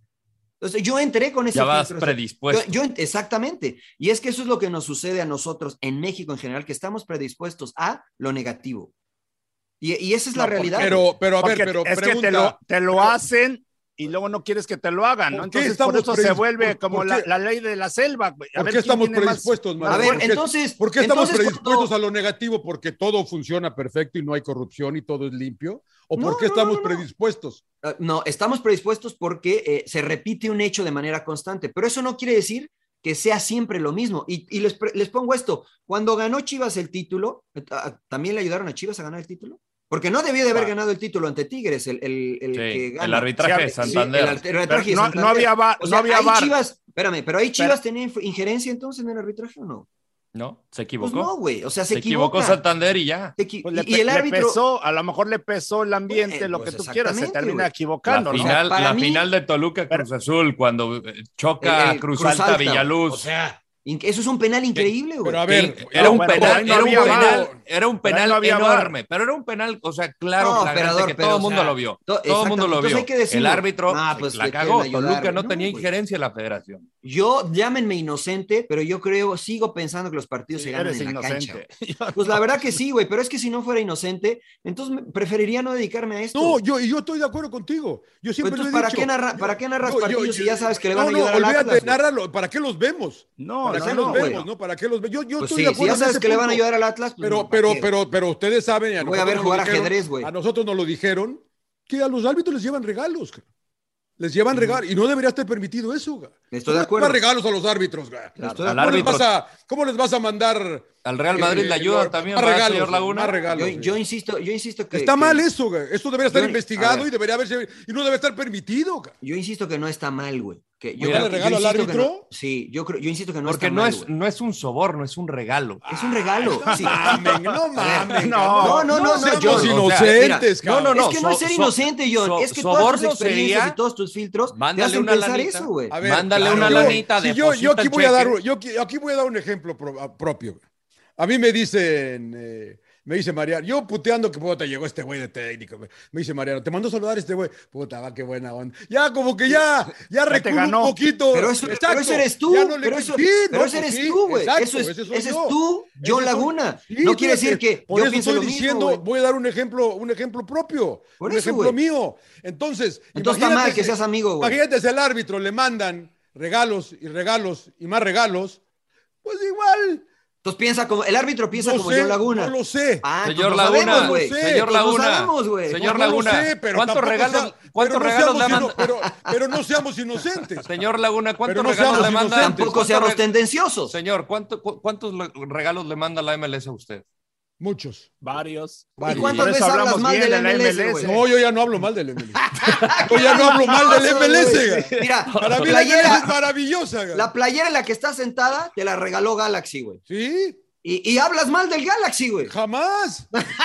[SPEAKER 2] Entonces, yo entré con ese
[SPEAKER 9] Ya vas
[SPEAKER 2] filtro, o sea,
[SPEAKER 9] predispuesto.
[SPEAKER 2] yo- yo ent- exactamente. Y es que eso es lo que nos sucede a nosotros en México en general, que estamos predispuestos a lo negativo. Y, y esa es la
[SPEAKER 10] No,
[SPEAKER 2] realidad.
[SPEAKER 8] Pero, pero a ver,
[SPEAKER 10] Porque
[SPEAKER 8] pero
[SPEAKER 10] es que
[SPEAKER 8] pregunta.
[SPEAKER 10] te lo, te lo hacen y luego no quieres que te lo hagan, ¿no?
[SPEAKER 8] ¿Por qué
[SPEAKER 10] Entonces por
[SPEAKER 8] estamos
[SPEAKER 10] eso
[SPEAKER 8] predis-
[SPEAKER 10] se vuelve
[SPEAKER 8] por-
[SPEAKER 10] como
[SPEAKER 8] por
[SPEAKER 10] la,
[SPEAKER 8] qué?
[SPEAKER 10] la ley de la selva. güey. A
[SPEAKER 8] ¿Por
[SPEAKER 10] ver
[SPEAKER 8] qué
[SPEAKER 10] quién
[SPEAKER 8] estamos
[SPEAKER 10] tiene más-
[SPEAKER 8] predispuestos,
[SPEAKER 10] más
[SPEAKER 8] Mario?
[SPEAKER 2] A ver,
[SPEAKER 8] ¿Por qué-
[SPEAKER 2] entonces-
[SPEAKER 8] ¿Por qué estamos
[SPEAKER 2] entonces
[SPEAKER 8] predispuestos
[SPEAKER 2] cuando-
[SPEAKER 8] a lo negativo? ¿Porque todo funciona perfecto y no hay corrupción y todo es limpio? ¿O
[SPEAKER 2] No,
[SPEAKER 8] por qué
[SPEAKER 2] no,
[SPEAKER 8] estamos
[SPEAKER 2] no, no, no.
[SPEAKER 8] predispuestos?
[SPEAKER 2] Ah, No, estamos predispuestos porque eh, se repite un hecho de manera constante, pero eso no quiere decir que sea siempre lo mismo. Y, y les, pre- les pongo esto, cuando ganó Chivas el título, eh, ah, ¿también le ayudaron a Chivas a ganar el título? Porque no debió de haber
[SPEAKER 10] Ah.
[SPEAKER 2] ganado el título ante Tigres, el, el, el
[SPEAKER 9] Sí,
[SPEAKER 2] que
[SPEAKER 9] el
[SPEAKER 2] gana.
[SPEAKER 9] arbitraje de
[SPEAKER 2] Sí,
[SPEAKER 9] Santander.
[SPEAKER 2] el arbitraje de
[SPEAKER 10] Pero no- no
[SPEAKER 2] Santander.
[SPEAKER 10] había va-
[SPEAKER 2] O
[SPEAKER 10] no
[SPEAKER 2] sea,
[SPEAKER 10] había
[SPEAKER 2] ahí
[SPEAKER 10] VAR.
[SPEAKER 2] Chivas, espérame, pero ahí Chivas
[SPEAKER 10] Pero-
[SPEAKER 2] tenía inf- injerencia entonces en el arbitraje o no?
[SPEAKER 9] ¿No? ¿Se
[SPEAKER 2] Pues
[SPEAKER 9] equivocó?
[SPEAKER 2] no, güey, o sea, se,
[SPEAKER 9] equivocó
[SPEAKER 2] equivoca.
[SPEAKER 9] Santander y ya.
[SPEAKER 2] Se equi-
[SPEAKER 10] Pues le
[SPEAKER 2] y, y
[SPEAKER 10] pe-
[SPEAKER 2] el
[SPEAKER 10] le
[SPEAKER 2] árbitro...
[SPEAKER 10] pesó, a lo mejor le pesó el ambiente,
[SPEAKER 2] Pues,
[SPEAKER 10] lo
[SPEAKER 2] pues,
[SPEAKER 10] que tú quieras, se
[SPEAKER 2] exactamente,
[SPEAKER 10] termina
[SPEAKER 2] güey.
[SPEAKER 9] La,
[SPEAKER 10] equivocando, ¿no?
[SPEAKER 9] final,
[SPEAKER 2] para
[SPEAKER 9] la
[SPEAKER 2] mí-
[SPEAKER 9] final de Toluca Cruz Azul, cuando eh,
[SPEAKER 2] El-
[SPEAKER 9] choca
[SPEAKER 2] el
[SPEAKER 9] Cruz,
[SPEAKER 2] Cruz
[SPEAKER 9] Alta,
[SPEAKER 2] Alta,
[SPEAKER 9] Villaluz.
[SPEAKER 2] o sea, in- eso es un penal increíble, güey.
[SPEAKER 8] Pero a ver,
[SPEAKER 9] Que era un
[SPEAKER 10] bueno, pero
[SPEAKER 9] penal,
[SPEAKER 10] ahí no
[SPEAKER 9] era un
[SPEAKER 10] había
[SPEAKER 9] penal,
[SPEAKER 10] VAR.
[SPEAKER 9] era un
[SPEAKER 10] Pero ahí
[SPEAKER 9] penal
[SPEAKER 10] no había VAR.
[SPEAKER 9] enorme, pero era un penal, o sea, claro,
[SPEAKER 2] No,
[SPEAKER 9] flagrante,
[SPEAKER 2] emperador,
[SPEAKER 9] que
[SPEAKER 2] pero,
[SPEAKER 9] todo
[SPEAKER 2] o
[SPEAKER 9] el mundo
[SPEAKER 2] sea,
[SPEAKER 9] lo vio.
[SPEAKER 2] to-
[SPEAKER 9] todo el mundo
[SPEAKER 2] exactamente.
[SPEAKER 9] lo
[SPEAKER 2] Entonces
[SPEAKER 9] vio.
[SPEAKER 2] hay que decirlo.
[SPEAKER 9] el árbitro
[SPEAKER 2] Ah, pues,
[SPEAKER 9] la
[SPEAKER 2] le quieren
[SPEAKER 9] cagó.
[SPEAKER 2] ayudar,
[SPEAKER 9] Toluca
[SPEAKER 2] güey.
[SPEAKER 9] no,
[SPEAKER 2] No,
[SPEAKER 9] tenía
[SPEAKER 2] güey.
[SPEAKER 9] injerencia en la federación.
[SPEAKER 2] Yo llámenme inocente, pero yo creo, sigo pensando que los partidos se ganan
[SPEAKER 10] Eres
[SPEAKER 2] en la cancha.
[SPEAKER 10] inocente.
[SPEAKER 2] güey. Pues la verdad que sí, güey, pero es que si no fuera inocente, entonces me- preferiría no dedicarme a esto. Pues,
[SPEAKER 8] No, yo, y yo estoy de acuerdo contigo. Yo siempre lo he
[SPEAKER 2] entonces, ¿para
[SPEAKER 8] dicho.
[SPEAKER 2] qué narra- para qué narras partidos si ya sabes que le van
[SPEAKER 8] No,
[SPEAKER 2] a ayudar
[SPEAKER 8] No,
[SPEAKER 2] al
[SPEAKER 8] olvídate,
[SPEAKER 2] Atlas, güey?
[SPEAKER 8] nárralo, ¿para qué los vemos?
[SPEAKER 10] No,
[SPEAKER 8] ¿Para
[SPEAKER 10] no,
[SPEAKER 8] qué
[SPEAKER 10] no,
[SPEAKER 8] los
[SPEAKER 10] güey.
[SPEAKER 8] vemos? ¿no? ¿Para qué los vemos? Yo, yo
[SPEAKER 2] Pues
[SPEAKER 8] estoy
[SPEAKER 2] sí,
[SPEAKER 8] de
[SPEAKER 2] si
[SPEAKER 8] acuerdo
[SPEAKER 2] ya
[SPEAKER 8] en
[SPEAKER 2] sabes
[SPEAKER 8] ese
[SPEAKER 2] que le van a
[SPEAKER 8] punto.
[SPEAKER 2] ayudar al Atlas, pues
[SPEAKER 8] Pero,
[SPEAKER 2] no, ¿para
[SPEAKER 8] pero,
[SPEAKER 2] qué?
[SPEAKER 8] pero, pero ustedes saben, y
[SPEAKER 2] Voy a
[SPEAKER 8] nosotros
[SPEAKER 2] ver
[SPEAKER 8] nos
[SPEAKER 2] jugar
[SPEAKER 8] dijeron-
[SPEAKER 2] ajedrez, güey.
[SPEAKER 8] A nosotros nos lo dijeron que a los árbitros les llevan regalos. cara. Les llevan regalos y no debería estar permitido eso. cara.
[SPEAKER 2] Estoy de
[SPEAKER 8] No les
[SPEAKER 2] acuerdo.
[SPEAKER 8] llevan regalos a los árbitros. cara.
[SPEAKER 2] Estoy de
[SPEAKER 8] ¿Cómo,
[SPEAKER 9] Al
[SPEAKER 2] acuerdo.
[SPEAKER 8] les
[SPEAKER 9] árbitro.
[SPEAKER 8] vas a, cómo les vas a mandar?
[SPEAKER 9] Al Real Madrid
[SPEAKER 8] eh,
[SPEAKER 9] le ayudan
[SPEAKER 8] no,
[SPEAKER 9] también,
[SPEAKER 8] más
[SPEAKER 9] ¿verdad,
[SPEAKER 8] regalos,
[SPEAKER 9] señor Laguna?
[SPEAKER 8] más regalos,
[SPEAKER 2] Yo,
[SPEAKER 8] sí.
[SPEAKER 2] yo insisto, yo insisto que
[SPEAKER 8] Está
[SPEAKER 2] que-
[SPEAKER 8] mal eso, güey. Eso debería estar
[SPEAKER 2] Yo- a
[SPEAKER 8] investigado
[SPEAKER 2] ver.
[SPEAKER 8] y debería haberse y no debe estar permitido, cara.
[SPEAKER 2] Yo insisto que no está mal, güey. Que yo
[SPEAKER 9] Mira,
[SPEAKER 2] creo que- yo
[SPEAKER 9] ¿le
[SPEAKER 8] regalo al
[SPEAKER 2] insisto que no-
[SPEAKER 8] árbitro?
[SPEAKER 2] sí, yo creo, yo insisto que no
[SPEAKER 9] Porque
[SPEAKER 2] está
[SPEAKER 9] no
[SPEAKER 2] mal,
[SPEAKER 9] es,
[SPEAKER 2] güey.
[SPEAKER 9] no es un soborno, es un regalo.
[SPEAKER 2] Es un regalo. sí.
[SPEAKER 8] Mamen, no mamen,
[SPEAKER 2] No,
[SPEAKER 8] cabrón.
[SPEAKER 2] no, no, no,
[SPEAKER 8] seamos
[SPEAKER 2] yo- o sea,
[SPEAKER 8] inocentes,
[SPEAKER 9] mira, no,
[SPEAKER 8] cabrón.
[SPEAKER 9] no,
[SPEAKER 2] es que no es
[SPEAKER 9] so-
[SPEAKER 2] ser
[SPEAKER 9] so-
[SPEAKER 2] inocente, John.
[SPEAKER 9] so-
[SPEAKER 2] es que todas tus
[SPEAKER 9] soborno
[SPEAKER 2] experiencias
[SPEAKER 9] sería-
[SPEAKER 2] y todos tus filtros te
[SPEAKER 9] Mándale
[SPEAKER 2] hacen
[SPEAKER 9] una
[SPEAKER 2] pensar
[SPEAKER 9] lanita.
[SPEAKER 2] eso, güey.
[SPEAKER 8] A ver,
[SPEAKER 9] Mándale
[SPEAKER 8] claro,
[SPEAKER 9] una
[SPEAKER 8] yo-
[SPEAKER 9] lanita,
[SPEAKER 8] si yo, yo
[SPEAKER 9] deposita
[SPEAKER 8] aquí
[SPEAKER 9] el
[SPEAKER 8] voy a dar,
[SPEAKER 9] cheque.
[SPEAKER 8] yo aquí, aquí voy a dar un ejemplo pro- a- propio. güey. A mí me dicen, eh, me dice Mariano, yo puteando que puta llegó este güey de técnico. güey. Me dice Mariano, te mando a saludar a este güey. Puta, va, qué buena onda. Ya como que ya, ya
[SPEAKER 10] te
[SPEAKER 8] reculo un
[SPEAKER 10] ganó.
[SPEAKER 8] poquito.
[SPEAKER 2] Pero eso,
[SPEAKER 8] Exacto.
[SPEAKER 2] pero eso eres tú.
[SPEAKER 8] Ya no le-
[SPEAKER 2] pero eso,
[SPEAKER 8] Sí,
[SPEAKER 2] pero
[SPEAKER 8] no,
[SPEAKER 2] eso
[SPEAKER 8] pues
[SPEAKER 2] eres
[SPEAKER 8] sí,
[SPEAKER 2] tú, güey.
[SPEAKER 8] exacto,
[SPEAKER 2] eso es,
[SPEAKER 8] ese soy
[SPEAKER 2] ese es
[SPEAKER 8] yo.
[SPEAKER 2] tú,
[SPEAKER 8] Ese
[SPEAKER 2] John
[SPEAKER 8] soy-
[SPEAKER 2] Laguna.
[SPEAKER 8] Sí,
[SPEAKER 2] no quiere
[SPEAKER 8] fíjate,
[SPEAKER 2] decir que
[SPEAKER 8] Por
[SPEAKER 2] yo
[SPEAKER 8] eso
[SPEAKER 2] pienso
[SPEAKER 8] estoy
[SPEAKER 2] lo mismo,
[SPEAKER 8] diciendo,
[SPEAKER 2] güey.
[SPEAKER 8] voy a dar un ejemplo, un ejemplo propio.
[SPEAKER 2] Por
[SPEAKER 8] un
[SPEAKER 2] eso,
[SPEAKER 8] ejemplo
[SPEAKER 2] güey.
[SPEAKER 8] mío. Entonces,
[SPEAKER 2] Entonces está
[SPEAKER 8] imagínate
[SPEAKER 2] mal que
[SPEAKER 8] si-
[SPEAKER 2] seas amigo, güey.
[SPEAKER 8] Imagínate si al árbitro le mandan regalos y regalos y más regalos, pues igual.
[SPEAKER 2] Entonces piensa como, el árbitro piensa
[SPEAKER 8] no
[SPEAKER 2] como
[SPEAKER 8] sé,
[SPEAKER 2] John Laguna.
[SPEAKER 8] No lo sé.
[SPEAKER 2] Ah, entonces
[SPEAKER 9] Señor
[SPEAKER 2] no sabemos,
[SPEAKER 9] Laguna,
[SPEAKER 2] güey.
[SPEAKER 8] no sé,
[SPEAKER 9] señor
[SPEAKER 2] Entonces no
[SPEAKER 9] Laguna,
[SPEAKER 2] sabemos, güey.
[SPEAKER 8] No
[SPEAKER 9] señor
[SPEAKER 8] lo
[SPEAKER 9] Laguna,
[SPEAKER 8] sé, pero
[SPEAKER 9] ¿cuántos
[SPEAKER 8] tampoco
[SPEAKER 9] regalos,
[SPEAKER 8] sea-
[SPEAKER 9] cuántos
[SPEAKER 8] pero no
[SPEAKER 9] regalos le
[SPEAKER 8] seamos
[SPEAKER 9] mandan?
[SPEAKER 8] ino- pero, pero no seamos inocentes.
[SPEAKER 9] Señor Laguna, ¿cuántos
[SPEAKER 8] Pero no
[SPEAKER 9] regalos
[SPEAKER 8] seamos
[SPEAKER 9] le mandan?
[SPEAKER 8] inocentes.
[SPEAKER 2] Tampoco seamos
[SPEAKER 9] ¿Cuántos reg-
[SPEAKER 2] tendenciosos.
[SPEAKER 9] Señor, ¿cuánto- cu- ¿cuántos le- regalos le manda la MLS a usted?
[SPEAKER 8] Muchos.
[SPEAKER 10] Varios.
[SPEAKER 8] Varios.
[SPEAKER 2] ¿Y cuántas veces hablas mal del
[SPEAKER 8] bien de la
[SPEAKER 2] MLS, güey?
[SPEAKER 8] No, yo ya no hablo mal del MLS. yo ya no hablo mal del MLS. güey.
[SPEAKER 2] Mira,
[SPEAKER 8] para mí
[SPEAKER 2] playera-
[SPEAKER 8] la MLS es maravillosa. güey.
[SPEAKER 2] La playera en la que estás sentada te la regaló Galaxy, güey.
[SPEAKER 8] Sí.
[SPEAKER 2] Y, y hablas mal del Galaxy, güey.
[SPEAKER 8] Jamás.
[SPEAKER 2] ¡Qué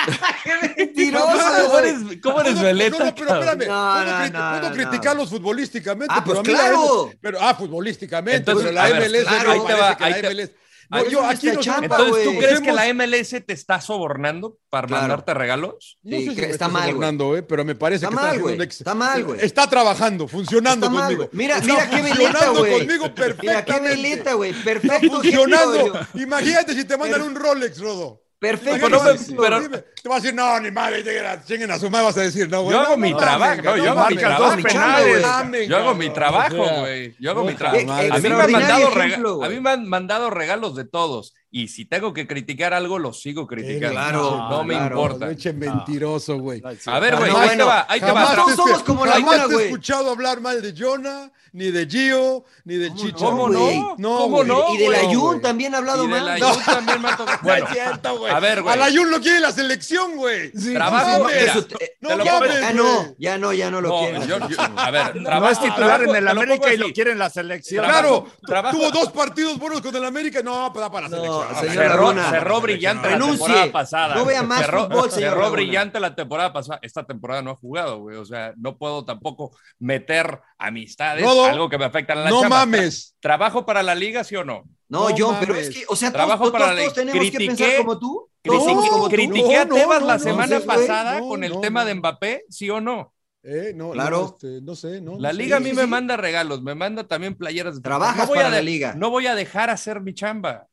[SPEAKER 8] Jamás,
[SPEAKER 2] mentiroso,
[SPEAKER 8] güey.
[SPEAKER 2] güey!
[SPEAKER 9] ¿Cómo eres
[SPEAKER 8] No, no,
[SPEAKER 9] veleta?
[SPEAKER 8] No, no, pero
[SPEAKER 9] cabrón?
[SPEAKER 8] espérame.
[SPEAKER 2] No,
[SPEAKER 8] puedo
[SPEAKER 2] no,
[SPEAKER 8] criti-
[SPEAKER 2] no,
[SPEAKER 8] puedo
[SPEAKER 2] no.
[SPEAKER 8] criticarlos futbolísticamente,
[SPEAKER 2] Ah,
[SPEAKER 8] pero
[SPEAKER 2] pues
[SPEAKER 8] a mí la
[SPEAKER 2] claro.
[SPEAKER 8] MLS pero, ah, futbolísticamente,
[SPEAKER 9] Entonces,
[SPEAKER 8] pero la
[SPEAKER 9] a ver,
[SPEAKER 8] MLS
[SPEAKER 9] claro, ahí
[SPEAKER 8] no
[SPEAKER 9] te
[SPEAKER 8] parece
[SPEAKER 9] va,
[SPEAKER 8] que
[SPEAKER 9] ahí
[SPEAKER 8] la
[SPEAKER 9] te-
[SPEAKER 8] MLS.
[SPEAKER 2] ahí
[SPEAKER 8] No,
[SPEAKER 2] es
[SPEAKER 8] yo
[SPEAKER 2] una
[SPEAKER 8] aquí no
[SPEAKER 2] chamba,
[SPEAKER 9] Entonces, ¿tú
[SPEAKER 2] güey.
[SPEAKER 9] crees que
[SPEAKER 8] Hemos-
[SPEAKER 9] la MLS te está sobornando para
[SPEAKER 2] Claro.
[SPEAKER 9] mandarte regalos?
[SPEAKER 8] No
[SPEAKER 2] Sí,
[SPEAKER 8] sé si
[SPEAKER 2] que
[SPEAKER 8] me
[SPEAKER 2] está
[SPEAKER 8] estás
[SPEAKER 2] mal, güey.
[SPEAKER 8] sobornando, eh, pero me parece
[SPEAKER 2] Está
[SPEAKER 8] que
[SPEAKER 2] mal,
[SPEAKER 8] está haciendo
[SPEAKER 2] güey.
[SPEAKER 8] un ex-
[SPEAKER 2] Está mal, güey.
[SPEAKER 8] Está trabajando, funcionando
[SPEAKER 2] Está mal,
[SPEAKER 8] conmigo.
[SPEAKER 2] güey. Mira,
[SPEAKER 8] Está
[SPEAKER 2] mira qué veleta,
[SPEAKER 8] funcionando
[SPEAKER 2] güey.
[SPEAKER 8] conmigo
[SPEAKER 2] Mira qué
[SPEAKER 8] perfectamente.
[SPEAKER 2] veleta, güey.
[SPEAKER 8] Está
[SPEAKER 2] Perfecto.
[SPEAKER 8] funcionando.
[SPEAKER 2] ejemplo, güey.
[SPEAKER 8] Imagínate si te mandan un Rolex, Rodo.
[SPEAKER 2] Perfecto.
[SPEAKER 8] Imagínate,
[SPEAKER 9] Pero no me-
[SPEAKER 8] sí,
[SPEAKER 9] pero-
[SPEAKER 8] dime, te vas a decir, no, ni madre, lleguen a su madre, vas a decir, no, güey.
[SPEAKER 9] Yo
[SPEAKER 8] no,
[SPEAKER 9] hago
[SPEAKER 8] no
[SPEAKER 9] mi
[SPEAKER 8] mames,
[SPEAKER 9] trabajo, no,
[SPEAKER 8] cabrón,
[SPEAKER 9] yo hago
[SPEAKER 8] mames,
[SPEAKER 9] mi
[SPEAKER 8] cabrón,
[SPEAKER 9] trabajo,
[SPEAKER 8] mames,
[SPEAKER 9] penales.
[SPEAKER 8] mames,
[SPEAKER 9] Yo hago
[SPEAKER 8] cabrón.
[SPEAKER 9] mi
[SPEAKER 8] O
[SPEAKER 9] trabajo,
[SPEAKER 8] sea, eh,
[SPEAKER 9] güey. Yo hago mi
[SPEAKER 8] puta
[SPEAKER 9] trabajo.
[SPEAKER 8] madre.
[SPEAKER 9] A mí, me han
[SPEAKER 2] Extraordinario
[SPEAKER 9] mandado rega-
[SPEAKER 2] ejemplo, güey.
[SPEAKER 9] a mí me han mandado regalos de todos. Y si tengo que criticar algo, lo sigo criticando.
[SPEAKER 2] claro,
[SPEAKER 9] no me
[SPEAKER 2] claro.
[SPEAKER 9] importa.
[SPEAKER 8] Leche mentiroso, güey.
[SPEAKER 9] A ver, güey,
[SPEAKER 2] No,
[SPEAKER 9] Ah, ahí te
[SPEAKER 2] bueno,
[SPEAKER 9] va, ahí te va.
[SPEAKER 8] Ah, Jamás
[SPEAKER 2] Todos
[SPEAKER 8] te-
[SPEAKER 2] somos como la
[SPEAKER 8] jamás
[SPEAKER 2] mona,
[SPEAKER 8] te he
[SPEAKER 2] güey.
[SPEAKER 8] escuchado hablar mal de Jonah, ni de Gio, ni de Chicho.
[SPEAKER 9] ¿Cómo no?
[SPEAKER 8] güey.
[SPEAKER 9] ¿Cómo
[SPEAKER 8] güey.
[SPEAKER 9] no,
[SPEAKER 2] Y de la
[SPEAKER 9] güey.
[SPEAKER 2] Jun también ha hablado
[SPEAKER 9] Y de
[SPEAKER 2] mal.
[SPEAKER 9] la
[SPEAKER 2] No.
[SPEAKER 9] Jun también me ha tocado.
[SPEAKER 8] No
[SPEAKER 9] Bueno,
[SPEAKER 8] es cierto, güey.
[SPEAKER 9] a ver, güey.
[SPEAKER 8] A la Jun lo quiere la selección, güey.
[SPEAKER 9] Trabajo,
[SPEAKER 8] mames.
[SPEAKER 9] mira,
[SPEAKER 2] Eso-
[SPEAKER 9] te
[SPEAKER 8] no
[SPEAKER 9] lo
[SPEAKER 8] mames,
[SPEAKER 9] pongo-
[SPEAKER 2] Ya
[SPEAKER 8] güey.
[SPEAKER 2] no, ya no, ya no lo
[SPEAKER 9] No,
[SPEAKER 2] quiero.
[SPEAKER 9] yo- yo- a ver,
[SPEAKER 10] No es
[SPEAKER 9] trabajo-
[SPEAKER 10] titular
[SPEAKER 9] trabajo-
[SPEAKER 10] en el
[SPEAKER 9] te lo pongo
[SPEAKER 10] América y
[SPEAKER 9] así.
[SPEAKER 10] lo quiere en la selección.
[SPEAKER 8] Claro, tu-
[SPEAKER 9] Trabajo-
[SPEAKER 8] tuvo dos partidos buenos con el América. No, para, para la
[SPEAKER 2] No,
[SPEAKER 8] selección.
[SPEAKER 2] señor
[SPEAKER 9] cerró,
[SPEAKER 2] Laguna.
[SPEAKER 9] cerró brillante la
[SPEAKER 2] Renuncie.
[SPEAKER 9] temporada pasada.
[SPEAKER 2] No vea más
[SPEAKER 9] cerró,
[SPEAKER 2] fútbol, señor
[SPEAKER 9] cerró
[SPEAKER 2] Laguna.
[SPEAKER 9] brillante la temporada pasada. Esta temporada no ha jugado, güey. O sea, no puedo tampoco meter amistades,
[SPEAKER 8] Rodo,
[SPEAKER 9] algo que me afecta en la
[SPEAKER 8] no
[SPEAKER 9] chamba.
[SPEAKER 8] mames.
[SPEAKER 9] Tra- ¿Trabajo para la liga, sí o no?
[SPEAKER 2] No,
[SPEAKER 8] No
[SPEAKER 2] John, pero
[SPEAKER 8] mames.
[SPEAKER 2] es que, o sea, todos,
[SPEAKER 9] Trabajo
[SPEAKER 2] todos,
[SPEAKER 9] para la-
[SPEAKER 2] todos tenemos
[SPEAKER 9] critiqué-
[SPEAKER 2] que pensar como tú. Todos
[SPEAKER 9] Critiqué,
[SPEAKER 2] como tú.
[SPEAKER 9] critiqué a
[SPEAKER 8] no,
[SPEAKER 9] Tebas
[SPEAKER 8] no,
[SPEAKER 9] la
[SPEAKER 8] no,
[SPEAKER 9] semana
[SPEAKER 2] sí, güey.
[SPEAKER 9] pasada
[SPEAKER 8] No,
[SPEAKER 9] con el
[SPEAKER 8] no,
[SPEAKER 9] tema
[SPEAKER 8] no.
[SPEAKER 9] de Mbappé, sí o no.
[SPEAKER 8] Eh, no,
[SPEAKER 2] Claro.
[SPEAKER 8] no, este, no sé, no.
[SPEAKER 9] La
[SPEAKER 8] no
[SPEAKER 9] liga
[SPEAKER 8] sé.
[SPEAKER 9] a mí me manda regalos, me manda también playeras. de-
[SPEAKER 2] Trabajas
[SPEAKER 9] voy
[SPEAKER 2] para
[SPEAKER 9] a
[SPEAKER 2] la liga.
[SPEAKER 9] No voy a dejar hacer mi chamba.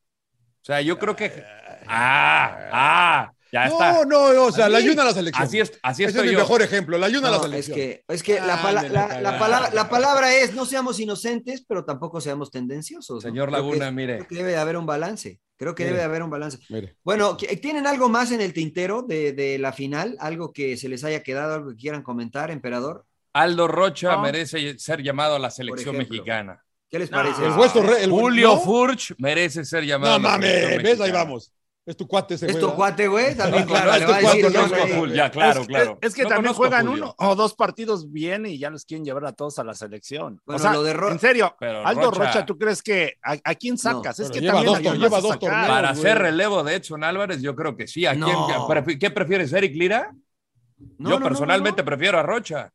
[SPEAKER 9] O sea, yo creo que. Ah, ah, ya
[SPEAKER 8] No,
[SPEAKER 9] está.
[SPEAKER 8] no, no, o sea, la ayuda a la selección.
[SPEAKER 9] Así, es, así
[SPEAKER 8] Ese es
[SPEAKER 9] estoy
[SPEAKER 8] mi
[SPEAKER 9] yo.
[SPEAKER 8] mejor ejemplo, la ayuda a la
[SPEAKER 2] No, es
[SPEAKER 8] selección.
[SPEAKER 2] que, es que la,
[SPEAKER 8] Ah,
[SPEAKER 2] pala-
[SPEAKER 8] me la
[SPEAKER 2] la- la
[SPEAKER 8] cagaste.
[SPEAKER 2] palabra, la palabra es no seamos inocentes, pero tampoco seamos tendenciosos. ¿no?
[SPEAKER 9] Señor
[SPEAKER 2] Creo que-
[SPEAKER 9] Laguna, mire.
[SPEAKER 2] Creo que debe de haber un balance. Creo que
[SPEAKER 8] Mire.
[SPEAKER 2] debe de haber un balance.
[SPEAKER 8] Mire.
[SPEAKER 2] Bueno, ¿qu- ¿tienen algo más en el tintero de, de la final? ¿Algo que se les haya quedado, algo que quieran comentar, emperador?
[SPEAKER 9] Aldo Rocha
[SPEAKER 10] No.
[SPEAKER 9] merece ser llamado a la selección
[SPEAKER 2] ejemplo.
[SPEAKER 9] mexicana.
[SPEAKER 2] ¿Qué les
[SPEAKER 10] No.
[SPEAKER 2] parece?
[SPEAKER 8] El hueso re- el-
[SPEAKER 9] Ah, Julio
[SPEAKER 8] ¿no?
[SPEAKER 9] Furch merece ser llamado.
[SPEAKER 8] No
[SPEAKER 9] a la
[SPEAKER 8] mames,
[SPEAKER 9] selección
[SPEAKER 8] ¿ves? Ahí
[SPEAKER 9] mexicana.
[SPEAKER 8] vamos. Es tu cuate ese güey.
[SPEAKER 2] Esto
[SPEAKER 8] ¿verdad?
[SPEAKER 2] cuate, güey, también,
[SPEAKER 9] No,
[SPEAKER 2] claro,
[SPEAKER 9] no,
[SPEAKER 2] le
[SPEAKER 9] es
[SPEAKER 2] va a
[SPEAKER 9] tu
[SPEAKER 2] decir,
[SPEAKER 9] cuate,
[SPEAKER 2] "No,
[SPEAKER 9] conozco a
[SPEAKER 2] güey".
[SPEAKER 9] Julio. Ya, claro,
[SPEAKER 10] es,
[SPEAKER 9] claro.
[SPEAKER 10] Es, es que
[SPEAKER 9] No
[SPEAKER 10] también
[SPEAKER 9] conozco a
[SPEAKER 10] juegan
[SPEAKER 9] Julio.
[SPEAKER 10] uno o dos partidos bien y ya los quieren llevar a todos a la selección.
[SPEAKER 2] Bueno,
[SPEAKER 10] o sea,
[SPEAKER 2] lo de Ro-
[SPEAKER 10] en serio,
[SPEAKER 9] Pero
[SPEAKER 10] Aldo
[SPEAKER 9] Rocha-
[SPEAKER 10] Rocha, ¿tú crees que a, a quién sacas?
[SPEAKER 8] No, pero
[SPEAKER 10] es que
[SPEAKER 8] lleva
[SPEAKER 10] también
[SPEAKER 8] dos
[SPEAKER 10] a quién
[SPEAKER 8] tor-
[SPEAKER 10] vas
[SPEAKER 8] lleva
[SPEAKER 10] a
[SPEAKER 8] dos
[SPEAKER 10] sacar.
[SPEAKER 8] torneos.
[SPEAKER 9] Para
[SPEAKER 8] güey.
[SPEAKER 9] ser relevo de Edson Álvarez, yo creo que sí. ¿A quién-
[SPEAKER 2] No.
[SPEAKER 9] prefi- ¿Qué prefieres, Eric Lira?
[SPEAKER 2] No, no,
[SPEAKER 9] yo
[SPEAKER 2] no,
[SPEAKER 9] personalmente
[SPEAKER 2] no,
[SPEAKER 9] prefiero a Rocha.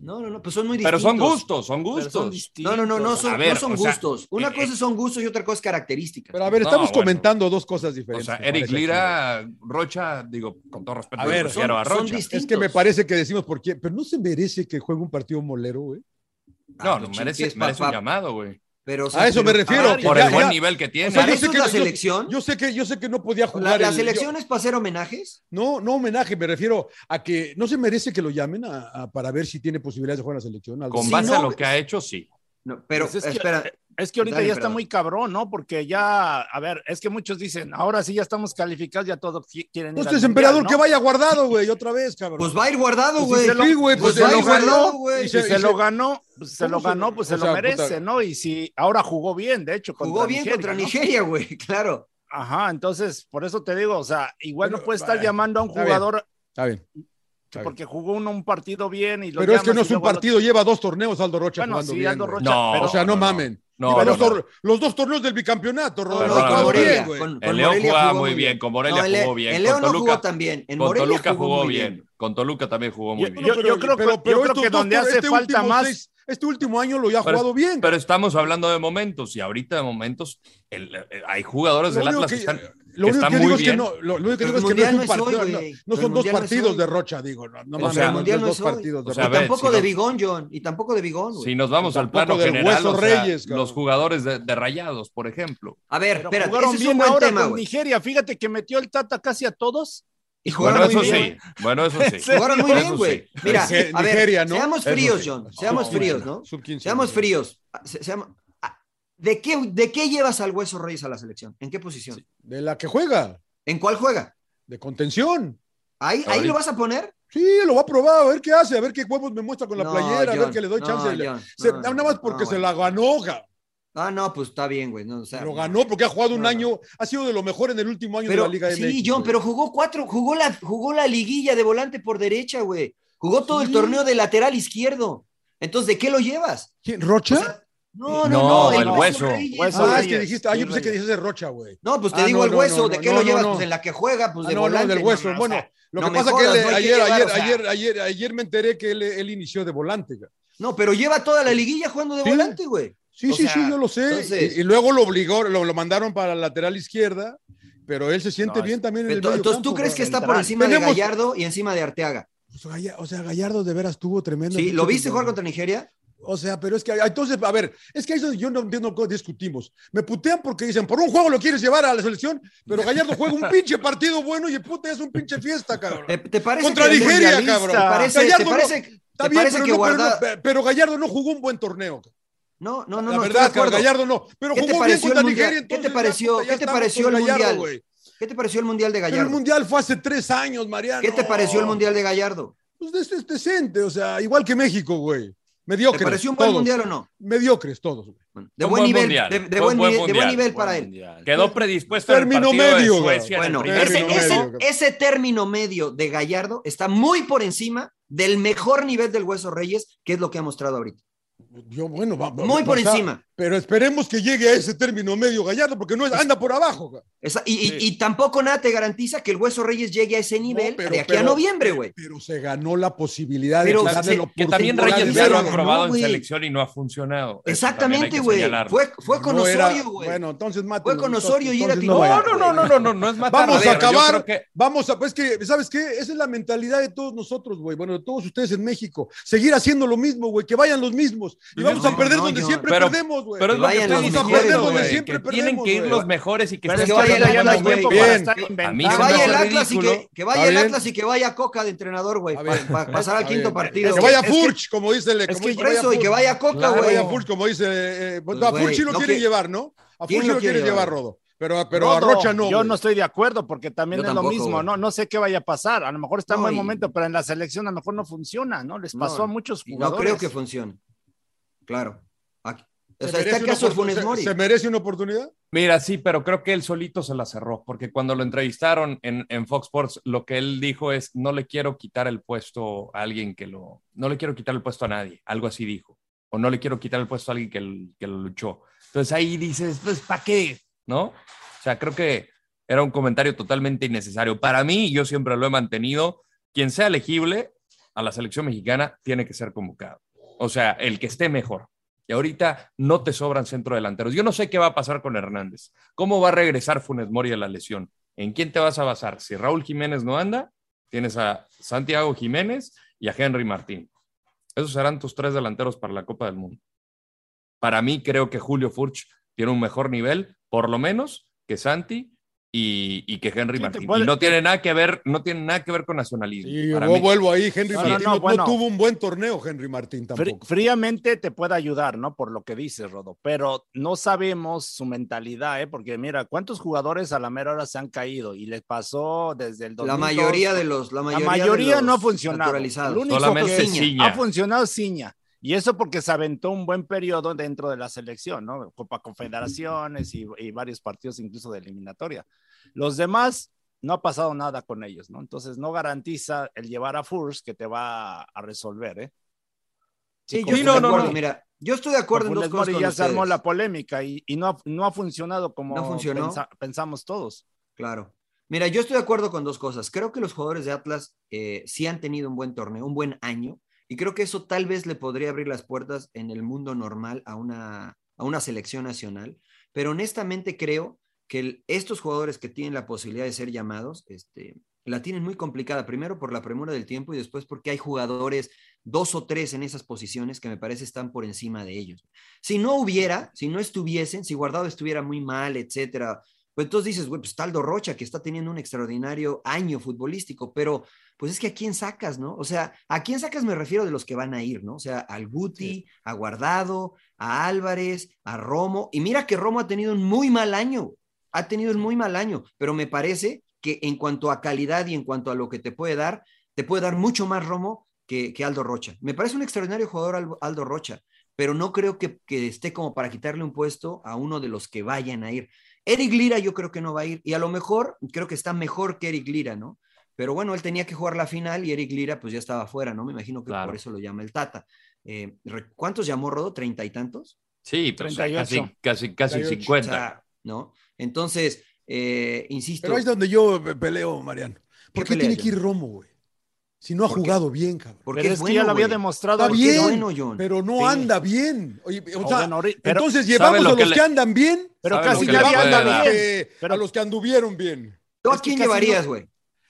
[SPEAKER 2] No, no, no, pues son muy
[SPEAKER 9] Pero
[SPEAKER 2] distintos.
[SPEAKER 9] son gustos, son
[SPEAKER 10] Pero
[SPEAKER 9] gustos.
[SPEAKER 10] son
[SPEAKER 2] No, no, no, no
[SPEAKER 10] distintos.
[SPEAKER 2] son,
[SPEAKER 9] A ver,
[SPEAKER 2] no son
[SPEAKER 9] o sea,
[SPEAKER 2] gustos. Una
[SPEAKER 9] eh,
[SPEAKER 2] cosa son gustos y otra cosa es características.
[SPEAKER 8] Pero a ver, estamos
[SPEAKER 9] No, bueno.
[SPEAKER 8] comentando dos cosas
[SPEAKER 9] O
[SPEAKER 8] diferentes.
[SPEAKER 9] sea,
[SPEAKER 8] me
[SPEAKER 9] Eric
[SPEAKER 8] parece.
[SPEAKER 9] Lira, Rocha, digo, con todo respeto,
[SPEAKER 8] A
[SPEAKER 9] yo
[SPEAKER 8] ver,
[SPEAKER 9] prefiero
[SPEAKER 2] son-
[SPEAKER 9] a
[SPEAKER 2] son
[SPEAKER 9] Rocha.
[SPEAKER 2] distintos.
[SPEAKER 8] Es que me parece que decimos por qué, pero no se merece que juegue un partido molero, güey.
[SPEAKER 9] No, no,
[SPEAKER 2] Ah,
[SPEAKER 9] merece,
[SPEAKER 2] chingues,
[SPEAKER 9] merece un
[SPEAKER 2] papá.
[SPEAKER 9] llamado, güey.
[SPEAKER 2] Pero, o
[SPEAKER 8] A eso me
[SPEAKER 2] pero-
[SPEAKER 8] refiero,
[SPEAKER 2] Ah,
[SPEAKER 8] que
[SPEAKER 9] Por
[SPEAKER 8] ya-
[SPEAKER 9] el buen
[SPEAKER 8] ya-
[SPEAKER 9] nivel que tiene.
[SPEAKER 2] o sea,
[SPEAKER 8] yo
[SPEAKER 2] ¿eso
[SPEAKER 8] sé
[SPEAKER 2] es
[SPEAKER 8] que-
[SPEAKER 2] la
[SPEAKER 8] yo-
[SPEAKER 2] selección?
[SPEAKER 8] Yo sé que, yo sé que no podía jugar.
[SPEAKER 2] ¿La, la
[SPEAKER 8] el- yo-
[SPEAKER 2] selección es para hacer homenajes?
[SPEAKER 8] no, no homenaje, me refiero a que no se merece que lo llamen a- a- para ver si tiene posibilidades de jugar en la selección. algo
[SPEAKER 9] Con
[SPEAKER 8] así.
[SPEAKER 2] Sí,
[SPEAKER 9] base
[SPEAKER 2] no,
[SPEAKER 9] a lo
[SPEAKER 2] güey.
[SPEAKER 9] que ha hecho, sí.
[SPEAKER 2] No, pero,
[SPEAKER 10] Pues es que-
[SPEAKER 2] espera,
[SPEAKER 10] Es que ahorita
[SPEAKER 2] Dale,
[SPEAKER 10] ya está
[SPEAKER 2] perdón.
[SPEAKER 10] muy cabrón, ¿no? Porque ya, a ver, es que muchos dicen, ahora sí ya estamos calificados, ya todos qui- quieren. ir
[SPEAKER 8] No estés
[SPEAKER 10] al mundial,
[SPEAKER 8] Pues este emperador
[SPEAKER 10] ¿no?
[SPEAKER 8] que vaya guardado, güey, otra vez, cabrón.
[SPEAKER 2] pues va a ir guardado,
[SPEAKER 8] Pues
[SPEAKER 2] güey.
[SPEAKER 8] sí, sí, güey,
[SPEAKER 2] pues
[SPEAKER 8] pues
[SPEAKER 2] va a
[SPEAKER 8] se
[SPEAKER 2] ir
[SPEAKER 8] lo ganó,
[SPEAKER 2] guardado, güey.
[SPEAKER 8] y
[SPEAKER 10] Si se
[SPEAKER 8] y
[SPEAKER 10] lo
[SPEAKER 8] se-
[SPEAKER 10] ganó, pues se
[SPEAKER 8] ¿Cómo
[SPEAKER 10] lo
[SPEAKER 8] se-
[SPEAKER 10] ganó, pues
[SPEAKER 8] o
[SPEAKER 10] se
[SPEAKER 8] sea,
[SPEAKER 10] lo merece,
[SPEAKER 8] puta-
[SPEAKER 10] ¿no? Y si ahora jugó bien, de hecho, contra
[SPEAKER 2] Jugó bien
[SPEAKER 10] Nigeria,
[SPEAKER 2] contra
[SPEAKER 10] ¿no?
[SPEAKER 2] Nigeria, güey, claro.
[SPEAKER 10] Ajá, entonces, por eso te digo, o sea, igual
[SPEAKER 8] Pero,
[SPEAKER 10] no puede estar
[SPEAKER 8] vaya,
[SPEAKER 10] llamando a un
[SPEAKER 8] está bien.
[SPEAKER 10] jugador
[SPEAKER 8] Está bien.
[SPEAKER 10] que
[SPEAKER 8] Está
[SPEAKER 10] porque jugó uno un partido bien y lo
[SPEAKER 8] Pero es que
[SPEAKER 10] llamas
[SPEAKER 8] no
[SPEAKER 10] y
[SPEAKER 8] es un
[SPEAKER 10] luego al
[SPEAKER 8] partido, lleva dos torneos Aldo Rocha
[SPEAKER 10] Bueno,
[SPEAKER 8] jugando
[SPEAKER 10] sí,
[SPEAKER 8] bien.
[SPEAKER 10] Aldo
[SPEAKER 8] güey.
[SPEAKER 10] Rocha,
[SPEAKER 9] No,
[SPEAKER 10] pero-
[SPEAKER 8] o sea, no,
[SPEAKER 9] no, no.
[SPEAKER 8] mamen.
[SPEAKER 9] No,
[SPEAKER 8] Lleva
[SPEAKER 9] no,
[SPEAKER 8] dos
[SPEAKER 9] no.
[SPEAKER 8] tor- los dos torneos del bicampeonato, Rodo,
[SPEAKER 9] no,
[SPEAKER 8] lo
[SPEAKER 9] no,
[SPEAKER 8] jugó
[SPEAKER 9] no,
[SPEAKER 8] bien,
[SPEAKER 9] Morelia,
[SPEAKER 8] güey.
[SPEAKER 2] con- con
[SPEAKER 9] El León
[SPEAKER 2] Morelia
[SPEAKER 9] jugaba
[SPEAKER 2] jugó
[SPEAKER 9] muy bien, con Morelia
[SPEAKER 2] No, en Le-
[SPEAKER 9] jugó bien,
[SPEAKER 2] En León
[SPEAKER 9] con
[SPEAKER 2] no jugó
[SPEAKER 9] Toluca-
[SPEAKER 2] tan bien. En
[SPEAKER 9] Con
[SPEAKER 2] Morelia
[SPEAKER 9] Toluca jugó
[SPEAKER 2] muy
[SPEAKER 9] bien. Con Toluca también jugó muy
[SPEAKER 10] Yo-
[SPEAKER 9] bien.
[SPEAKER 8] Bueno,
[SPEAKER 10] yo creo que- yo creo
[SPEAKER 8] estos
[SPEAKER 10] que
[SPEAKER 8] dos
[SPEAKER 10] donde
[SPEAKER 8] tor-
[SPEAKER 10] hace falta
[SPEAKER 8] último
[SPEAKER 10] más-
[SPEAKER 8] seis- este último año lo ya ha
[SPEAKER 9] Pero-
[SPEAKER 8] jugado bien.
[SPEAKER 9] Pero estamos hablando de momentos y ahorita de momentos el- el- hay jugadores
[SPEAKER 8] Lo
[SPEAKER 9] del
[SPEAKER 8] único
[SPEAKER 9] Atlas
[SPEAKER 8] que-
[SPEAKER 9] que están,
[SPEAKER 2] eh,
[SPEAKER 8] lo
[SPEAKER 9] que
[SPEAKER 8] único
[SPEAKER 9] están
[SPEAKER 8] que
[SPEAKER 9] muy
[SPEAKER 8] digo es que
[SPEAKER 9] bien.
[SPEAKER 8] no, lo, lo único que
[SPEAKER 2] Pero el
[SPEAKER 8] digo es que no es
[SPEAKER 2] Mundial
[SPEAKER 8] un
[SPEAKER 2] no es
[SPEAKER 8] partido,
[SPEAKER 2] hoy,
[SPEAKER 8] no,
[SPEAKER 2] güey.
[SPEAKER 8] no
[SPEAKER 2] El
[SPEAKER 8] son dos
[SPEAKER 2] Mundial no es
[SPEAKER 8] partidos
[SPEAKER 2] hoy.
[SPEAKER 8] de Rocha, digo, no, no
[SPEAKER 9] O
[SPEAKER 8] mames,
[SPEAKER 9] sea,
[SPEAKER 8] no
[SPEAKER 9] el
[SPEAKER 2] Mundial no
[SPEAKER 8] dos
[SPEAKER 2] es hoy.
[SPEAKER 8] partidos de
[SPEAKER 9] O sea,
[SPEAKER 8] Rocha.
[SPEAKER 9] a
[SPEAKER 2] Pues
[SPEAKER 9] ver,
[SPEAKER 2] tampoco
[SPEAKER 9] si
[SPEAKER 2] de
[SPEAKER 9] no-
[SPEAKER 2] Bigón, John. Y tampoco de Bigón, güey.
[SPEAKER 9] Si nos vamos al
[SPEAKER 8] Tampoco
[SPEAKER 9] plano
[SPEAKER 8] del
[SPEAKER 9] general,
[SPEAKER 8] Hueso
[SPEAKER 9] o sea,
[SPEAKER 8] Reyes, cabrón.
[SPEAKER 9] los jugadores de, de Rayados, por ejemplo.
[SPEAKER 2] A ver,
[SPEAKER 10] Pero
[SPEAKER 2] espérate,
[SPEAKER 10] jugaron
[SPEAKER 2] ese es
[SPEAKER 10] bien
[SPEAKER 2] un buen
[SPEAKER 10] ahora
[SPEAKER 2] tema,
[SPEAKER 10] con
[SPEAKER 2] güey.
[SPEAKER 10] Nigeria. Fíjate que metió el Tata casi a todos.
[SPEAKER 2] Y
[SPEAKER 9] Bueno,
[SPEAKER 2] jugaron
[SPEAKER 9] eso
[SPEAKER 2] muy
[SPEAKER 9] sí.
[SPEAKER 2] bien.
[SPEAKER 9] Bueno, eso sí.
[SPEAKER 2] Jugaron muy
[SPEAKER 9] Eso
[SPEAKER 2] bien,
[SPEAKER 9] sí.
[SPEAKER 2] güey. Mira,
[SPEAKER 8] Nige-
[SPEAKER 2] a ver,
[SPEAKER 8] Nigeria, ¿no?
[SPEAKER 2] seamos
[SPEAKER 8] Eso
[SPEAKER 2] fríos,
[SPEAKER 8] sí.
[SPEAKER 2] John. Seamos
[SPEAKER 9] Oh,
[SPEAKER 2] fríos,
[SPEAKER 8] bueno.
[SPEAKER 2] ¿no?
[SPEAKER 8] Sub 15,
[SPEAKER 2] Seamos
[SPEAKER 8] güey.
[SPEAKER 2] fríos. Se- seamos- ah, ¿De qué, ¿De qué llevas al Hueso Reyes a la selección? ¿En qué posición?
[SPEAKER 8] De la que juega,
[SPEAKER 2] ¿En cuál juega?
[SPEAKER 8] de contención.
[SPEAKER 2] ¿Ahí, ahí
[SPEAKER 9] Ahorita.
[SPEAKER 2] lo vas a poner?
[SPEAKER 8] Sí, lo va a probar, a ver qué hace, a ver qué huevos me muestra con la
[SPEAKER 2] No,
[SPEAKER 8] playera, a ver
[SPEAKER 2] John,
[SPEAKER 8] que le doy
[SPEAKER 2] no,
[SPEAKER 8] chance.
[SPEAKER 2] John,
[SPEAKER 8] Se-
[SPEAKER 2] no,
[SPEAKER 8] nada más
[SPEAKER 2] no,
[SPEAKER 8] porque
[SPEAKER 2] no,
[SPEAKER 8] se la ganó, ja.
[SPEAKER 2] Ah, no, pues está bien, güey. No, o sea,
[SPEAKER 8] Lo ganó porque ha jugado un año, ha sido de lo mejor en el último año
[SPEAKER 2] Pero,
[SPEAKER 8] de la Liga MX.
[SPEAKER 2] sí, John,
[SPEAKER 8] güey.
[SPEAKER 2] pero jugó cuatro, jugó la, jugó la liguilla de volante por derecha, güey. Jugó todo el
[SPEAKER 8] Sí.
[SPEAKER 2] torneo de lateral izquierdo. Entonces, ¿de qué lo llevas?
[SPEAKER 8] ¿Quién, ¿Rocha?
[SPEAKER 2] No, no,
[SPEAKER 9] No,
[SPEAKER 2] no.
[SPEAKER 9] el hueso.
[SPEAKER 2] Reyes.
[SPEAKER 8] ah,
[SPEAKER 10] Hueso
[SPEAKER 8] es que
[SPEAKER 10] Reyes,
[SPEAKER 8] dijiste, ah, yo
[SPEAKER 10] Luis
[SPEAKER 8] pensé que
[SPEAKER 10] Reyes.
[SPEAKER 8] dijiste de Rocha, güey.
[SPEAKER 2] No, pues te
[SPEAKER 8] Ah,
[SPEAKER 2] digo
[SPEAKER 8] no,
[SPEAKER 2] el
[SPEAKER 8] no,
[SPEAKER 2] hueso,
[SPEAKER 8] no,
[SPEAKER 2] ¿de
[SPEAKER 8] no,
[SPEAKER 2] qué
[SPEAKER 8] no,
[SPEAKER 2] lo
[SPEAKER 8] no,
[SPEAKER 2] llevas?
[SPEAKER 8] no.
[SPEAKER 2] Pues en la que juega, pues
[SPEAKER 8] Ah,
[SPEAKER 2] de
[SPEAKER 8] no, no,
[SPEAKER 2] volante.
[SPEAKER 8] del hueso.
[SPEAKER 2] no, no, o
[SPEAKER 8] bueno,
[SPEAKER 2] sea,
[SPEAKER 8] lo
[SPEAKER 2] no
[SPEAKER 8] que
[SPEAKER 2] me
[SPEAKER 8] pasa
[SPEAKER 2] jodas,
[SPEAKER 8] que él,
[SPEAKER 2] no hay
[SPEAKER 8] ayer,
[SPEAKER 2] llevar,
[SPEAKER 8] ayer,
[SPEAKER 2] o sea,
[SPEAKER 8] ayer, ayer, ayer me enteré que él, él inició de volante. güey.
[SPEAKER 2] No, pero lleva toda la liguilla jugando de
[SPEAKER 8] Sí.
[SPEAKER 2] volante, güey.
[SPEAKER 8] Sí,
[SPEAKER 2] O
[SPEAKER 8] sí,
[SPEAKER 2] sea,
[SPEAKER 8] sí, yo lo sé.
[SPEAKER 2] entonces-
[SPEAKER 8] y, y luego lo obligó, lo, lo mandaron para la lateral izquierda, pero él se siente
[SPEAKER 10] No,
[SPEAKER 8] bien también en el
[SPEAKER 2] Ento-
[SPEAKER 8] medio
[SPEAKER 2] Entonces,
[SPEAKER 8] campo,
[SPEAKER 2] ¿tú crees que
[SPEAKER 8] güey.
[SPEAKER 2] está por encima de
[SPEAKER 8] Tenemos-
[SPEAKER 2] Gallardo y encima de Arteaga?
[SPEAKER 8] Pues, Galla- o sea, Gallardo de veras tuvo tremendo.
[SPEAKER 2] Sí, ¿lo viste jugar contra Nigeria?
[SPEAKER 8] O sea, pero es que, entonces, a ver, es que ahí es donde yo no entiendo cómo discutimos. Me putean porque dicen, por un juego lo quieres llevar a la selección, pero Gallardo juega un pinche partido bueno y puta es un pinche fiesta, cabrón.
[SPEAKER 2] Eh, ¿Te, te parece
[SPEAKER 8] Contra
[SPEAKER 2] que-
[SPEAKER 8] Nigeria,
[SPEAKER 2] ¿Te
[SPEAKER 8] cabrón.
[SPEAKER 2] parece, te
[SPEAKER 8] Gallardo no-
[SPEAKER 2] parece-
[SPEAKER 8] Está
[SPEAKER 2] te
[SPEAKER 8] bien,
[SPEAKER 2] parece
[SPEAKER 8] pero,
[SPEAKER 2] que
[SPEAKER 8] no, pero no,
[SPEAKER 2] Guardado-
[SPEAKER 8] pe- pero Gallardo no jugó un buen torneo.
[SPEAKER 2] No, no, no,
[SPEAKER 8] la
[SPEAKER 2] no, estoy de
[SPEAKER 8] verdad, cabrón,
[SPEAKER 2] acuerdo.
[SPEAKER 8] Gallardo no. Pero
[SPEAKER 2] ¿Qué te
[SPEAKER 8] jugó bien
[SPEAKER 2] pareció
[SPEAKER 8] contra
[SPEAKER 2] el mundial?
[SPEAKER 8] Nigeria.
[SPEAKER 2] ¿Qué te
[SPEAKER 8] entonces ya,
[SPEAKER 2] pareció-
[SPEAKER 8] puta, ya
[SPEAKER 2] qué te
[SPEAKER 8] estamos
[SPEAKER 2] pareció
[SPEAKER 8] con
[SPEAKER 2] el
[SPEAKER 8] Gallardo,
[SPEAKER 2] mundial?
[SPEAKER 8] güey.
[SPEAKER 2] ¿Qué te pareció el Mundial de
[SPEAKER 8] Pero el
[SPEAKER 2] Gallardo?
[SPEAKER 8] mundial fue hace tres años, Mariano.
[SPEAKER 2] ¿Qué te pareció el Mundial de Gallardo?
[SPEAKER 8] Pues es, es decente, o sea, igual que México, güey.
[SPEAKER 2] ¿Te
[SPEAKER 8] Mediocres.
[SPEAKER 2] pareció un buen
[SPEAKER 8] todos.
[SPEAKER 2] Mundial o no?
[SPEAKER 8] Mediocres todos, güey.
[SPEAKER 2] De buen
[SPEAKER 9] Un buen
[SPEAKER 2] nivel,
[SPEAKER 9] mundial,
[SPEAKER 2] de- de
[SPEAKER 9] un
[SPEAKER 2] buen
[SPEAKER 9] buen
[SPEAKER 2] nivel- de buen
[SPEAKER 9] mundial,
[SPEAKER 2] nivel
[SPEAKER 10] Buen
[SPEAKER 2] para él.
[SPEAKER 10] mundial.
[SPEAKER 9] Quedó predispuesto en el
[SPEAKER 8] Término
[SPEAKER 9] partido
[SPEAKER 8] medio,
[SPEAKER 9] de
[SPEAKER 8] güey.
[SPEAKER 9] Suecia. en el
[SPEAKER 2] Bueno,
[SPEAKER 9] primer
[SPEAKER 2] ese,
[SPEAKER 8] término
[SPEAKER 9] tiempo.
[SPEAKER 2] ese-
[SPEAKER 8] medio, cabrón.
[SPEAKER 2] ese término medio de Gallardo está muy por encima del mejor nivel del Hueso Reyes, que es lo que ha mostrado ahorita.
[SPEAKER 8] Yo, bueno, pues, ah, va- va-
[SPEAKER 2] Muy por
[SPEAKER 8] o sea,
[SPEAKER 2] encima.
[SPEAKER 8] Pero esperemos que llegue a ese término medio Gallardo, porque no es, anda por abajo. güey.
[SPEAKER 2] Esa- y, y-
[SPEAKER 9] Sí.
[SPEAKER 2] y tampoco nada te garantiza que el Hueso Reyes llegue a ese nivel
[SPEAKER 8] No, pero-
[SPEAKER 2] de aquí a
[SPEAKER 8] pero- eh,
[SPEAKER 2] noviembre, güey.
[SPEAKER 8] Pero se ganó la posibilidad
[SPEAKER 2] Pero
[SPEAKER 8] de darle
[SPEAKER 2] se-
[SPEAKER 8] la
[SPEAKER 9] Que también
[SPEAKER 8] oportunidad
[SPEAKER 9] Reyes
[SPEAKER 8] de
[SPEAKER 9] ya lo
[SPEAKER 8] verlo,
[SPEAKER 9] ha
[SPEAKER 2] ganó,
[SPEAKER 9] probado en
[SPEAKER 2] güey.
[SPEAKER 9] selección y no ha funcionado. Eso también hay
[SPEAKER 2] Exactamente,
[SPEAKER 9] que
[SPEAKER 2] güey.
[SPEAKER 9] señalarlo.
[SPEAKER 2] Fue, fue con
[SPEAKER 8] No era-
[SPEAKER 2] Osorio, güey.
[SPEAKER 8] Bueno, entonces mate.
[SPEAKER 2] Fue con Osorio y era
[SPEAKER 9] No,
[SPEAKER 2] titular,
[SPEAKER 9] no, no, no, no, no, no es matar.
[SPEAKER 8] Vamos a
[SPEAKER 9] ver, yo
[SPEAKER 8] acabar.
[SPEAKER 9] creo que-
[SPEAKER 8] Vamos a, pues que, ¿sabes qué? Esa es la mentalidad de todos nosotros, güey. Bueno, de todos ustedes en México. Seguir haciendo lo mismo, güey. Que vayan los mismos. Y vamos
[SPEAKER 2] No,
[SPEAKER 8] a perder
[SPEAKER 2] no,
[SPEAKER 8] donde
[SPEAKER 2] yo-
[SPEAKER 8] siempre
[SPEAKER 9] pero-
[SPEAKER 8] perdemos, güey.
[SPEAKER 9] Pero es lo que
[SPEAKER 2] vayan
[SPEAKER 9] estoy
[SPEAKER 2] los
[SPEAKER 9] diciendo,
[SPEAKER 2] mejores,
[SPEAKER 9] güey,
[SPEAKER 8] donde
[SPEAKER 9] que
[SPEAKER 8] siempre
[SPEAKER 9] tienen
[SPEAKER 8] perdemos,
[SPEAKER 9] que ir
[SPEAKER 8] güey.
[SPEAKER 9] los mejores y que
[SPEAKER 10] Pero
[SPEAKER 9] se
[SPEAKER 10] es que
[SPEAKER 2] vaya
[SPEAKER 9] vayan
[SPEAKER 2] el Atlas,
[SPEAKER 9] los tiempo
[SPEAKER 2] güey.
[SPEAKER 9] para
[SPEAKER 8] Bien.
[SPEAKER 9] estar
[SPEAKER 2] Que
[SPEAKER 9] inventando.
[SPEAKER 2] Que
[SPEAKER 9] se me
[SPEAKER 2] vaya
[SPEAKER 9] hace
[SPEAKER 2] el Atlas y
[SPEAKER 9] ridículo.
[SPEAKER 2] que, que vaya
[SPEAKER 8] Está
[SPEAKER 2] el
[SPEAKER 8] bien.
[SPEAKER 2] Atlas y que vaya Coca de entrenador, güey,
[SPEAKER 8] A
[SPEAKER 2] para
[SPEAKER 8] ver.
[SPEAKER 2] pasar al
[SPEAKER 8] Está
[SPEAKER 2] quinto
[SPEAKER 8] bien.
[SPEAKER 2] partido.
[SPEAKER 8] Que
[SPEAKER 2] güey.
[SPEAKER 8] vaya
[SPEAKER 10] es que-
[SPEAKER 8] Furch, como dice. el-
[SPEAKER 10] es
[SPEAKER 8] como
[SPEAKER 10] que
[SPEAKER 8] dice,
[SPEAKER 2] Por eso, y que vaya Coca,
[SPEAKER 8] Claro,
[SPEAKER 2] güey.
[SPEAKER 8] vaya Furch, como dice. eh, pues, no, a
[SPEAKER 2] Pues,
[SPEAKER 8] Furch sí
[SPEAKER 2] güey,
[SPEAKER 8] lo
[SPEAKER 2] no
[SPEAKER 8] quieren
[SPEAKER 2] que-
[SPEAKER 8] llevar, ¿no? A
[SPEAKER 2] ¿Quién
[SPEAKER 8] Furch sí
[SPEAKER 2] lo
[SPEAKER 8] lo quieren
[SPEAKER 2] quiere
[SPEAKER 8] llevar,
[SPEAKER 2] llevar?
[SPEAKER 8] Rodo. Pero, pero a
[SPEAKER 10] Rodo,
[SPEAKER 8] Rocha no.
[SPEAKER 10] Yo
[SPEAKER 8] güey.
[SPEAKER 10] no estoy de acuerdo porque también
[SPEAKER 2] Yo
[SPEAKER 10] es
[SPEAKER 2] tampoco,
[SPEAKER 10] lo mismo,
[SPEAKER 2] güey.
[SPEAKER 10] ¿no? No sé qué vaya a pasar. A lo mejor está en
[SPEAKER 2] No,
[SPEAKER 10] buen
[SPEAKER 2] y-
[SPEAKER 10] momento, pero en la selección a lo mejor no funciona, ¿no? Les
[SPEAKER 2] No,
[SPEAKER 10] pasó a muchos
[SPEAKER 2] Y No
[SPEAKER 10] jugadores.
[SPEAKER 2] creo que funcione. Claro. Aquí- O
[SPEAKER 8] ¿Se
[SPEAKER 2] sea, está
[SPEAKER 8] merece
[SPEAKER 2] el
[SPEAKER 8] una
[SPEAKER 2] caso de
[SPEAKER 8] oportun-
[SPEAKER 2] Funes
[SPEAKER 8] se-
[SPEAKER 2] Mori.
[SPEAKER 8] ¿Se merece una oportunidad?
[SPEAKER 9] Mira, sí, pero creo que él solito se la cerró, porque cuando lo entrevistaron en, en Fox Sports, lo que él dijo es, no le quiero quitar el puesto a alguien que lo, no le quiero quitar el puesto a nadie, algo así dijo, o no le quiero quitar el puesto a alguien que, l- que lo luchó. Entonces ahí dices, pues, ¿para qué? ¿No? O sea, creo que era un comentario totalmente innecesario. Para mí, yo siempre lo he mantenido, quien sea elegible a la selección mexicana tiene que ser convocado. O sea, el que esté mejor. Y ahorita no te sobran centrodelanteros. Yo no sé qué va a pasar con Hernández. ¿Cómo va a regresar Funes Mori a la lesión? ¿En quién te vas a basar? Si Raúl Jiménez no anda, tienes a Santiago Jiménez y a Henry Martín. Esos serán tus tres delanteros para la Copa del Mundo. Para mí, creo que Julio Furch tiene un mejor nivel, por lo menos, que Santi y, y que Henry
[SPEAKER 10] Sí, te
[SPEAKER 9] Martín.
[SPEAKER 10] puede-
[SPEAKER 9] Y no tiene nada que ver, no tiene nada que ver con nacionalismo.
[SPEAKER 8] Y
[SPEAKER 9] Para
[SPEAKER 8] yo
[SPEAKER 9] mí.
[SPEAKER 8] vuelvo ahí, Henry
[SPEAKER 10] No, no,
[SPEAKER 8] Martín.
[SPEAKER 10] no,
[SPEAKER 8] No,
[SPEAKER 10] bueno.
[SPEAKER 8] no tuvo un buen torneo, Henry Martín
[SPEAKER 10] Frí-
[SPEAKER 8] tampoco.
[SPEAKER 10] fríamente te puede ayudar, ¿no? Por lo que dices, Rodo, pero no sabemos su mentalidad, ¿eh? Porque mira, ¿cuántos jugadores a la mera hora se han caído? Y les pasó desde el 2002.
[SPEAKER 2] La mayoría de los. La
[SPEAKER 10] La
[SPEAKER 2] mayoría, de
[SPEAKER 10] mayoría
[SPEAKER 2] los
[SPEAKER 10] no ha funcionado.
[SPEAKER 2] naturalizados.
[SPEAKER 10] El único
[SPEAKER 9] Solamente
[SPEAKER 10] que
[SPEAKER 2] Ciña.
[SPEAKER 9] Ciña.
[SPEAKER 10] ha funcionado Ciña. Y eso porque se aventó un buen periodo dentro de la selección, ¿no? Copa Confederaciones y, y varios partidos incluso de eliminatoria. Los demás no ha pasado nada con ellos, ¿no? Entonces no garantiza el llevar a Furs que te va a resolver, ¿eh?
[SPEAKER 2] Sí, Eh, yo
[SPEAKER 10] con
[SPEAKER 2] estoy
[SPEAKER 9] no,
[SPEAKER 2] de
[SPEAKER 9] no,
[SPEAKER 2] acuerdo,
[SPEAKER 9] no.
[SPEAKER 2] Mira, yo estoy de acuerdo en
[SPEAKER 10] Funes
[SPEAKER 2] dos cosas.
[SPEAKER 10] Mori
[SPEAKER 2] con
[SPEAKER 10] ya se armó
[SPEAKER 2] ustedes.
[SPEAKER 10] la polémica y, y no, ha, no ha funcionado como
[SPEAKER 2] No funcionó.
[SPEAKER 10] pensa- pensamos todos.
[SPEAKER 2] Claro. Mira, yo estoy de acuerdo con dos cosas. Creo que los jugadores de Atlas eh, sí han tenido un buen torneo, un buen año, y creo que eso tal vez le podría abrir las puertas en el mundo normal a una, a una selección nacional. Pero honestamente creo que el- estos jugadores que tienen la posibilidad de ser llamados, este, la tienen muy complicada, primero por la premura del tiempo y después porque hay jugadores, dos o tres en esas posiciones que me parece están por encima de ellos. Si no hubiera, si no estuviesen, si Guardado estuviera muy mal, etcétera, pues entonces dices, güey, pues Taldo Rocha, que está teniendo un extraordinario año futbolístico, pero pues es que a quién sacas, ¿no? O sea, a quién sacas me refiero de los que van a ir, ¿no? O sea, al Guti, a Guardado, a Álvarez, a Romo, y mira que Romo ha tenido un muy mal año, ha tenido un muy mal año, pero me parece que en cuanto a calidad y en cuanto a lo que te puede dar, te puede dar mucho más Romo que, que Aldo Rocha. Me parece un extraordinario jugador Aldo- Aldo Rocha, pero no creo que, que esté como para quitarle un puesto a uno de los que vayan a ir. Eric Lira yo creo que no va a ir y a lo mejor creo que está mejor que Eric Lira, ¿no? Pero bueno, él tenía que jugar la final y Eric Lira pues ya estaba fuera, ¿no? Me imagino que
[SPEAKER 9] Claro.
[SPEAKER 2] por eso lo llama el Tata. Eh, re- ¿Cuántos llamó Rodo? ¿Treinta y tantos?
[SPEAKER 9] Sí, pues,
[SPEAKER 2] 38.
[SPEAKER 9] casi, casi, casi
[SPEAKER 2] 38.
[SPEAKER 9] 50.
[SPEAKER 2] O sea, ¿No? Entonces, eh, insisto.
[SPEAKER 8] Pero ahí es donde yo me peleo, Mariano. ¿Por
[SPEAKER 2] ¿Qué
[SPEAKER 8] qué, tiene
[SPEAKER 2] peleas,
[SPEAKER 8] que ir Romo, güey? Si no ha jugado bien, cabrón.
[SPEAKER 2] Porque Pero es es que ya bueno, lo había güey. demostrado.
[SPEAKER 8] Está
[SPEAKER 2] Porque
[SPEAKER 8] bien,
[SPEAKER 2] es bueno, John.
[SPEAKER 8] pero no
[SPEAKER 2] Sí.
[SPEAKER 8] anda bien. Oye, o
[SPEAKER 2] No,
[SPEAKER 8] sea,
[SPEAKER 2] bueno, ahorita- pero-
[SPEAKER 8] entonces
[SPEAKER 2] ¿sabe
[SPEAKER 8] llevamos
[SPEAKER 2] lo
[SPEAKER 8] a
[SPEAKER 2] que
[SPEAKER 8] los
[SPEAKER 2] le-
[SPEAKER 8] que andan bien,
[SPEAKER 2] Pero
[SPEAKER 8] pero
[SPEAKER 2] ¿sabe lo
[SPEAKER 8] casi
[SPEAKER 2] que le
[SPEAKER 8] nadie
[SPEAKER 2] puede
[SPEAKER 8] anda
[SPEAKER 2] dar?
[SPEAKER 8] bien. A los que anduvieron bien.
[SPEAKER 2] ¿Tú a
[SPEAKER 8] Es que
[SPEAKER 2] quién
[SPEAKER 8] casi
[SPEAKER 2] llevarías,
[SPEAKER 8] no-
[SPEAKER 2] güey?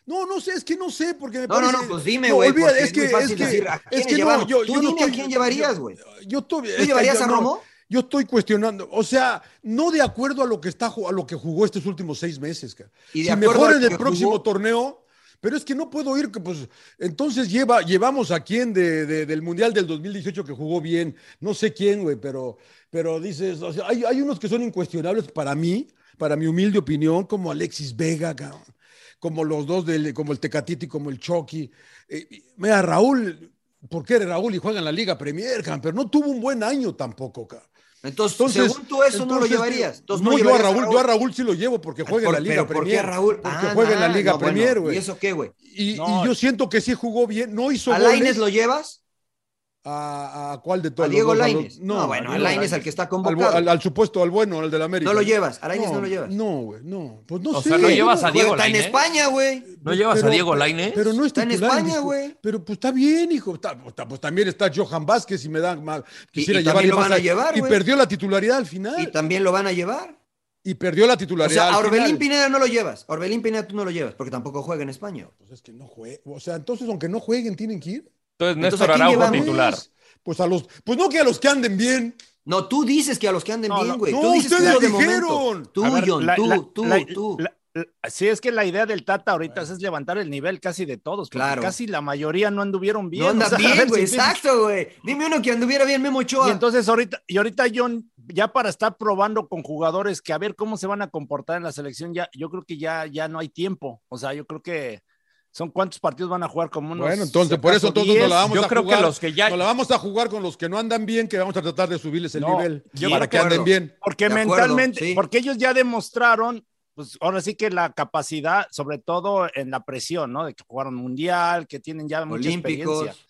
[SPEAKER 8] No, no sé, es que no sé, porque me
[SPEAKER 2] No, no,
[SPEAKER 8] parece-
[SPEAKER 2] no, pues dime, güey,
[SPEAKER 8] olvida,
[SPEAKER 2] porque
[SPEAKER 8] es que,
[SPEAKER 2] es muy
[SPEAKER 8] es
[SPEAKER 2] fácil
[SPEAKER 8] que,
[SPEAKER 2] decir, "Ah, ¿a
[SPEAKER 8] es
[SPEAKER 2] quiénes
[SPEAKER 8] que no,
[SPEAKER 2] llevamos?
[SPEAKER 8] yo,
[SPEAKER 2] Tú
[SPEAKER 8] yo no
[SPEAKER 2] dime a
[SPEAKER 8] estoy-
[SPEAKER 2] quién llevarías,
[SPEAKER 8] yo-
[SPEAKER 2] güey.
[SPEAKER 8] Yo, estoy-
[SPEAKER 2] ¿Tú
[SPEAKER 8] es que
[SPEAKER 2] llevarías
[SPEAKER 8] yo
[SPEAKER 2] a
[SPEAKER 8] no-
[SPEAKER 2] Romo?
[SPEAKER 8] yo estoy cuestionando, o sea, no de acuerdo a lo que está ju- a lo que jugó estos últimos seis meses, cara.
[SPEAKER 2] Y de
[SPEAKER 8] si
[SPEAKER 2] acuerdo
[SPEAKER 8] mejora
[SPEAKER 2] a
[SPEAKER 8] en
[SPEAKER 2] lo
[SPEAKER 8] el
[SPEAKER 2] que
[SPEAKER 8] próximo
[SPEAKER 2] jugó-
[SPEAKER 8] torneo, pero es que no puedo ir, que pues, entonces lleva, llevamos a quién de- de- del Mundial del 2018 que jugó bien, no sé quién, güey, pero, pero dices, o sea, hay, hay unos que son incuestionables para mí, para mi humilde opinión, como Alexis Vega, cabrón, como los dos, del, como el Tecatiti, como el Chucky. Eh, y- mira, Raúl, porque eres Raúl y juega en la Liga Premier, cabrón, pero no tuvo un buen año tampoco, cabrón.
[SPEAKER 2] Entonces, según tú, eso no lo llevarías. Entonces,
[SPEAKER 8] no,
[SPEAKER 2] no
[SPEAKER 8] yo a
[SPEAKER 2] llevarías a
[SPEAKER 8] Raúl,
[SPEAKER 2] Raúl.
[SPEAKER 8] yo a Raúl sí lo llevo porque juega en la
[SPEAKER 2] Por-
[SPEAKER 8] Liga
[SPEAKER 2] pero ¿por qué
[SPEAKER 8] Premier.
[SPEAKER 2] a Raúl?
[SPEAKER 8] Porque
[SPEAKER 2] Ah,
[SPEAKER 8] juega en la
[SPEAKER 2] nah,
[SPEAKER 8] Liga
[SPEAKER 2] no, bueno,
[SPEAKER 8] Premier, güey.
[SPEAKER 2] ¿y eso qué, güey?
[SPEAKER 8] Y, y
[SPEAKER 2] No.
[SPEAKER 8] yo siento que sí jugó bien, no hizo
[SPEAKER 2] ¿A
[SPEAKER 8] goles.
[SPEAKER 2] Lainez lo llevas?
[SPEAKER 8] ¿A, a cuál de todos?
[SPEAKER 2] ¿A
[SPEAKER 8] los
[SPEAKER 2] Diego
[SPEAKER 8] dos? ¿A los-
[SPEAKER 2] Lainez? No, bueno, a
[SPEAKER 8] Diego
[SPEAKER 2] Lainez al que está
[SPEAKER 8] bu-
[SPEAKER 2] convocado.
[SPEAKER 8] Al, al supuesto, al bueno, al del América.
[SPEAKER 2] No lo llevas, a Lainez no lo llevas.
[SPEAKER 8] No, güey, no. Pues no
[SPEAKER 9] O
[SPEAKER 8] sé.
[SPEAKER 9] sea, ¿no llevas a
[SPEAKER 8] Yo-
[SPEAKER 9] Diego
[SPEAKER 2] Está en
[SPEAKER 9] Lainez?
[SPEAKER 2] España, güey.
[SPEAKER 9] ¿No llevas a
[SPEAKER 8] Pero-
[SPEAKER 9] Diego
[SPEAKER 8] pero-
[SPEAKER 9] Lainez?
[SPEAKER 8] Pero no es
[SPEAKER 2] Está en
[SPEAKER 8] titular
[SPEAKER 2] España,
[SPEAKER 8] discu-
[SPEAKER 2] güey.
[SPEAKER 8] Pero pues está bien, hijo. Está- pues, está- pues, también está Johan Vázquez y me da mal. Quisiera
[SPEAKER 2] y
[SPEAKER 8] llevar
[SPEAKER 2] también lo
[SPEAKER 8] más
[SPEAKER 2] van a llevar,
[SPEAKER 8] Y
[SPEAKER 2] güey.
[SPEAKER 8] perdió la titularidad al final.
[SPEAKER 2] Y también lo van a llevar.
[SPEAKER 8] Y perdió la
[SPEAKER 2] O
[SPEAKER 8] titularidad.
[SPEAKER 2] sea, a
[SPEAKER 8] al
[SPEAKER 2] Orbelín
[SPEAKER 8] final.
[SPEAKER 2] Pineda no lo llevas. A Orbelín Pineda tú no lo llevas porque tampoco juega en España.
[SPEAKER 8] Pues es que no juega. O sea, entonces, aunque no jueguen, tienen que ir.
[SPEAKER 9] Entonces,
[SPEAKER 2] Entonces,
[SPEAKER 9] Néstor
[SPEAKER 2] ¿a quién
[SPEAKER 9] Araujo
[SPEAKER 2] llevamos?
[SPEAKER 9] titular.
[SPEAKER 8] Pues a los. Pues no que a los que anden bien.
[SPEAKER 2] No, tú dices que a los que anden bien, güey.
[SPEAKER 8] no,
[SPEAKER 2] tú dices que
[SPEAKER 8] ustedes
[SPEAKER 2] lo de
[SPEAKER 8] dijeron.
[SPEAKER 2] momento. Tú,
[SPEAKER 10] A ver,
[SPEAKER 2] John,
[SPEAKER 10] la-
[SPEAKER 2] tú,
[SPEAKER 10] la-
[SPEAKER 2] tú,
[SPEAKER 10] la-
[SPEAKER 2] tú.
[SPEAKER 10] la- la- sí, es que la idea del Tata ahorita es levantar el nivel casi de todos, porque
[SPEAKER 2] Claro.
[SPEAKER 10] casi la mayoría no anduvieron bien.
[SPEAKER 2] no
[SPEAKER 10] o
[SPEAKER 2] andas
[SPEAKER 10] sea, a
[SPEAKER 2] bien,
[SPEAKER 10] ver
[SPEAKER 2] güey.
[SPEAKER 10] si empiezas-
[SPEAKER 2] exacto, güey. Dime uno que anduviera bien, Memo Ochoa.
[SPEAKER 10] Y entonces ahorita, y ahorita John, ya para estar probando con jugadores que a ver cómo se van a comportar en la selección, ya, yo creo que ya, ya no hay tiempo. O sea, yo creo que son cuántos partidos van a jugar como unos.
[SPEAKER 8] Bueno, entonces
[SPEAKER 10] si
[SPEAKER 8] por eso
[SPEAKER 10] acaso,
[SPEAKER 8] todos nos
[SPEAKER 10] 10.
[SPEAKER 8] la vamos
[SPEAKER 9] Yo
[SPEAKER 8] a
[SPEAKER 9] creo que
[SPEAKER 8] jugar.
[SPEAKER 9] los que ya-
[SPEAKER 8] Nos la vamos a jugar con los que no andan bien, que vamos a tratar de subirles el
[SPEAKER 10] No,
[SPEAKER 8] nivel.
[SPEAKER 9] yo
[SPEAKER 8] para
[SPEAKER 9] de
[SPEAKER 8] que anden
[SPEAKER 9] acuerdo.
[SPEAKER 8] bien.
[SPEAKER 10] Porque
[SPEAKER 2] De acuerdo,
[SPEAKER 10] mentalmente,
[SPEAKER 2] sí.
[SPEAKER 10] porque ellos ya demostraron, pues ahora sí que la capacidad, sobre todo en la presión, ¿no? De que jugaron mundial, que tienen ya mucha
[SPEAKER 2] Olímpicos.
[SPEAKER 10] experiencia.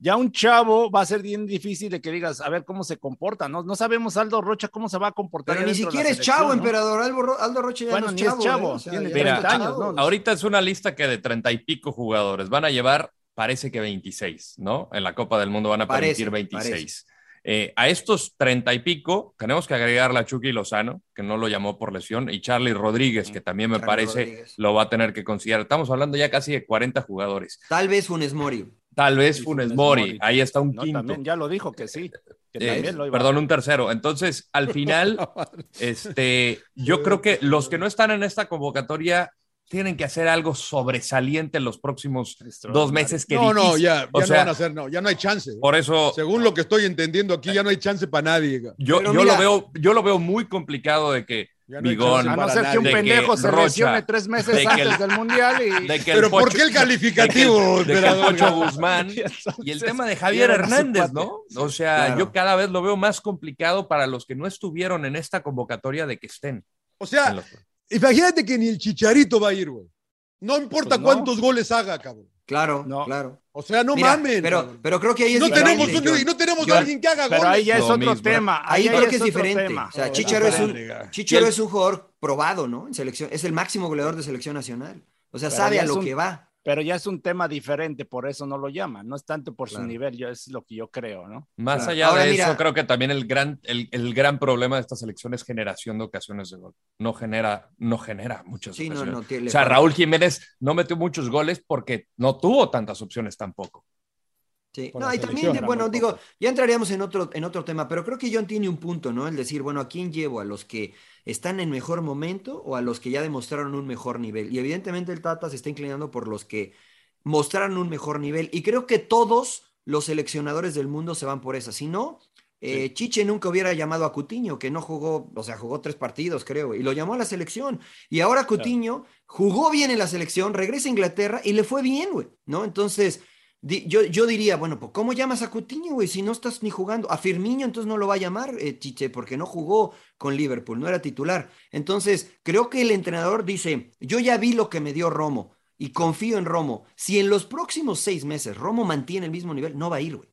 [SPEAKER 10] Ya un chavo va a ser bien difícil de que digas, a ver cómo se comporta, ¿no? No sabemos Aldo Rocha cómo se va a comportar.
[SPEAKER 2] Pero ni
[SPEAKER 10] ya dentro de la
[SPEAKER 2] siquiera es
[SPEAKER 10] selección,
[SPEAKER 2] chavo,
[SPEAKER 10] ¿no?
[SPEAKER 2] emperador. Aldo, Ro- Aldo Rocha ya
[SPEAKER 10] Bueno,
[SPEAKER 2] no es
[SPEAKER 10] ni es
[SPEAKER 2] chavo.
[SPEAKER 10] chavo,
[SPEAKER 2] ¿eh? O sea,
[SPEAKER 10] tiene
[SPEAKER 2] ya
[SPEAKER 10] 30
[SPEAKER 2] está
[SPEAKER 10] años,
[SPEAKER 2] chavo.
[SPEAKER 10] ¿no?
[SPEAKER 9] Ahorita es una lista que de treinta y pico jugadores van a llevar, parece que 26, ¿no? En la Copa del Mundo van a
[SPEAKER 2] Parece,
[SPEAKER 9] permitir 26. Eh, a estos treinta y pico tenemos que agregarle a Chucky Lozano, que no lo llamó por lesión, y Charlie Rodríguez, que también me
[SPEAKER 2] Charly
[SPEAKER 9] parece
[SPEAKER 2] Rodríguez.
[SPEAKER 9] lo va a tener que considerar. Estamos hablando ya casi de 40 jugadores.
[SPEAKER 2] Tal vez Funes Mori.
[SPEAKER 9] Tal vez
[SPEAKER 10] Y
[SPEAKER 9] Funes
[SPEAKER 10] Funes
[SPEAKER 9] Mori,
[SPEAKER 10] Mori.
[SPEAKER 9] ahí está un
[SPEAKER 10] No,
[SPEAKER 9] quinto.
[SPEAKER 10] también ya lo dijo que sí. que
[SPEAKER 9] Eh,
[SPEAKER 10] también lo iba a-
[SPEAKER 9] perdón, un tercero. Entonces, al final, este, yo creo que los que no están en esta convocatoria tienen que hacer algo sobresaliente en los próximos dos meses que
[SPEAKER 8] No, no,
[SPEAKER 9] dijiste.
[SPEAKER 8] ya, ya
[SPEAKER 9] O
[SPEAKER 8] no
[SPEAKER 9] sea,
[SPEAKER 8] van a hacer, no, ya no hay chance.
[SPEAKER 9] por eso
[SPEAKER 8] Según lo que estoy entendiendo aquí, ya no hay chance para nadie. güey.
[SPEAKER 9] yo,
[SPEAKER 2] Pero
[SPEAKER 9] yo
[SPEAKER 2] mira.
[SPEAKER 9] lo veo, yo lo veo muy complicado de que
[SPEAKER 8] Ya no hay
[SPEAKER 9] Bigón,
[SPEAKER 8] chance
[SPEAKER 10] A no
[SPEAKER 8] para
[SPEAKER 10] ser que un
[SPEAKER 8] nadie.
[SPEAKER 9] de que
[SPEAKER 10] pendejo se
[SPEAKER 9] Rocha,
[SPEAKER 10] lesione tres meses
[SPEAKER 9] de que
[SPEAKER 10] antes
[SPEAKER 9] el-
[SPEAKER 10] del mundial y.
[SPEAKER 9] de que el
[SPEAKER 8] Pero ¿por
[SPEAKER 9] Pocho-
[SPEAKER 8] qué el calificativo,
[SPEAKER 9] de que el
[SPEAKER 8] emperador?
[SPEAKER 9] Pocho Guzmán y el
[SPEAKER 10] Entonces,
[SPEAKER 9] tema de Javier
[SPEAKER 10] vieron a su
[SPEAKER 9] Hernández,
[SPEAKER 10] cuate.
[SPEAKER 9] ¿no? O sea,
[SPEAKER 2] claro.
[SPEAKER 9] yo cada vez lo veo más complicado para los que no estuvieron en esta convocatoria de que estén.
[SPEAKER 8] O
[SPEAKER 9] en
[SPEAKER 8] sea,
[SPEAKER 9] los-
[SPEAKER 8] imagínate que ni el chicharito va a ir, güey. No importa
[SPEAKER 10] Pues no.
[SPEAKER 8] cuántos goles haga, cabrón.
[SPEAKER 2] Claro,
[SPEAKER 10] No.
[SPEAKER 2] claro.
[SPEAKER 8] O sea, no
[SPEAKER 2] Mira,
[SPEAKER 8] mamen.
[SPEAKER 2] Pero,
[SPEAKER 8] cabrón.
[SPEAKER 2] pero creo que ahí es
[SPEAKER 8] no,
[SPEAKER 2] diferente,
[SPEAKER 8] tenemos un-
[SPEAKER 2] John.
[SPEAKER 8] no tenemos
[SPEAKER 2] Yo-
[SPEAKER 8] alguien que haga
[SPEAKER 10] Pero
[SPEAKER 8] goles.
[SPEAKER 10] ahí ya es
[SPEAKER 9] Lo
[SPEAKER 10] otro
[SPEAKER 9] mismo.
[SPEAKER 10] tema.
[SPEAKER 2] Ahí
[SPEAKER 10] ya
[SPEAKER 2] creo que es
[SPEAKER 10] otro
[SPEAKER 2] diferente.
[SPEAKER 10] tema.
[SPEAKER 2] O sea,
[SPEAKER 8] No,
[SPEAKER 2] Chicharo es un
[SPEAKER 8] verga.
[SPEAKER 2] Chicharo
[SPEAKER 9] Y el-
[SPEAKER 2] es un jugador probado, ¿no? En selección, es el máximo goleador de selección nacional. O sea,
[SPEAKER 10] Pero
[SPEAKER 2] sabe
[SPEAKER 10] ya
[SPEAKER 2] a
[SPEAKER 10] es
[SPEAKER 2] lo
[SPEAKER 10] un-
[SPEAKER 2] que va.
[SPEAKER 10] Pero ya es un tema diferente, por eso no lo llaman. No es tanto por
[SPEAKER 2] Claro.
[SPEAKER 10] su nivel, yo, es lo que yo creo, ¿no?
[SPEAKER 9] Más
[SPEAKER 2] Claro.
[SPEAKER 9] allá
[SPEAKER 2] Ahora,
[SPEAKER 9] de
[SPEAKER 2] mira-
[SPEAKER 9] eso, creo que también el gran, el, el gran problema de esta selección es generación de ocasiones de gol. No genera, no genera muchas
[SPEAKER 2] Sí, no,
[SPEAKER 9] ocasiones.
[SPEAKER 2] no tiene.
[SPEAKER 9] o sea, Raúl Jiménez no metió muchos goles porque no tuvo tantas opciones tampoco.
[SPEAKER 2] Sí.
[SPEAKER 8] Con
[SPEAKER 2] No,
[SPEAKER 8] la
[SPEAKER 2] y también,
[SPEAKER 8] selección.
[SPEAKER 2] de- bueno, digo, ya entraríamos en otro, en otro tema, pero creo que John tiene un punto, ¿no? El decir, bueno, ¿a quién llevo? ¿A los que están en mejor momento o a los que ya demostraron un mejor nivel? Y evidentemente el Tata se está inclinando por los que mostraron un mejor nivel. Y creo que todos los seleccionadores del mundo se van por esa. Si no, eh, Chiche nunca hubiera llamado a Cutiño, que no jugó, o sea, jugó tres partidos, creo, y lo llamó a la selección. Y ahora Cutiño jugó bien en la selección, regresa a Inglaterra y le fue bien, güey, ¿no? Entonces, Di- yo, yo diría, bueno, pues ¿cómo llamas a Coutinho, güey? Si no estás ni jugando. A Firmino entonces no lo va a llamar, eh, Chiche, porque no jugó con Liverpool, no era titular. Entonces, creo que el entrenador dice, yo ya vi lo que me dio Romo y confío en Romo. Si en los próximos seis meses Romo mantiene el mismo nivel, no va a ir, güey.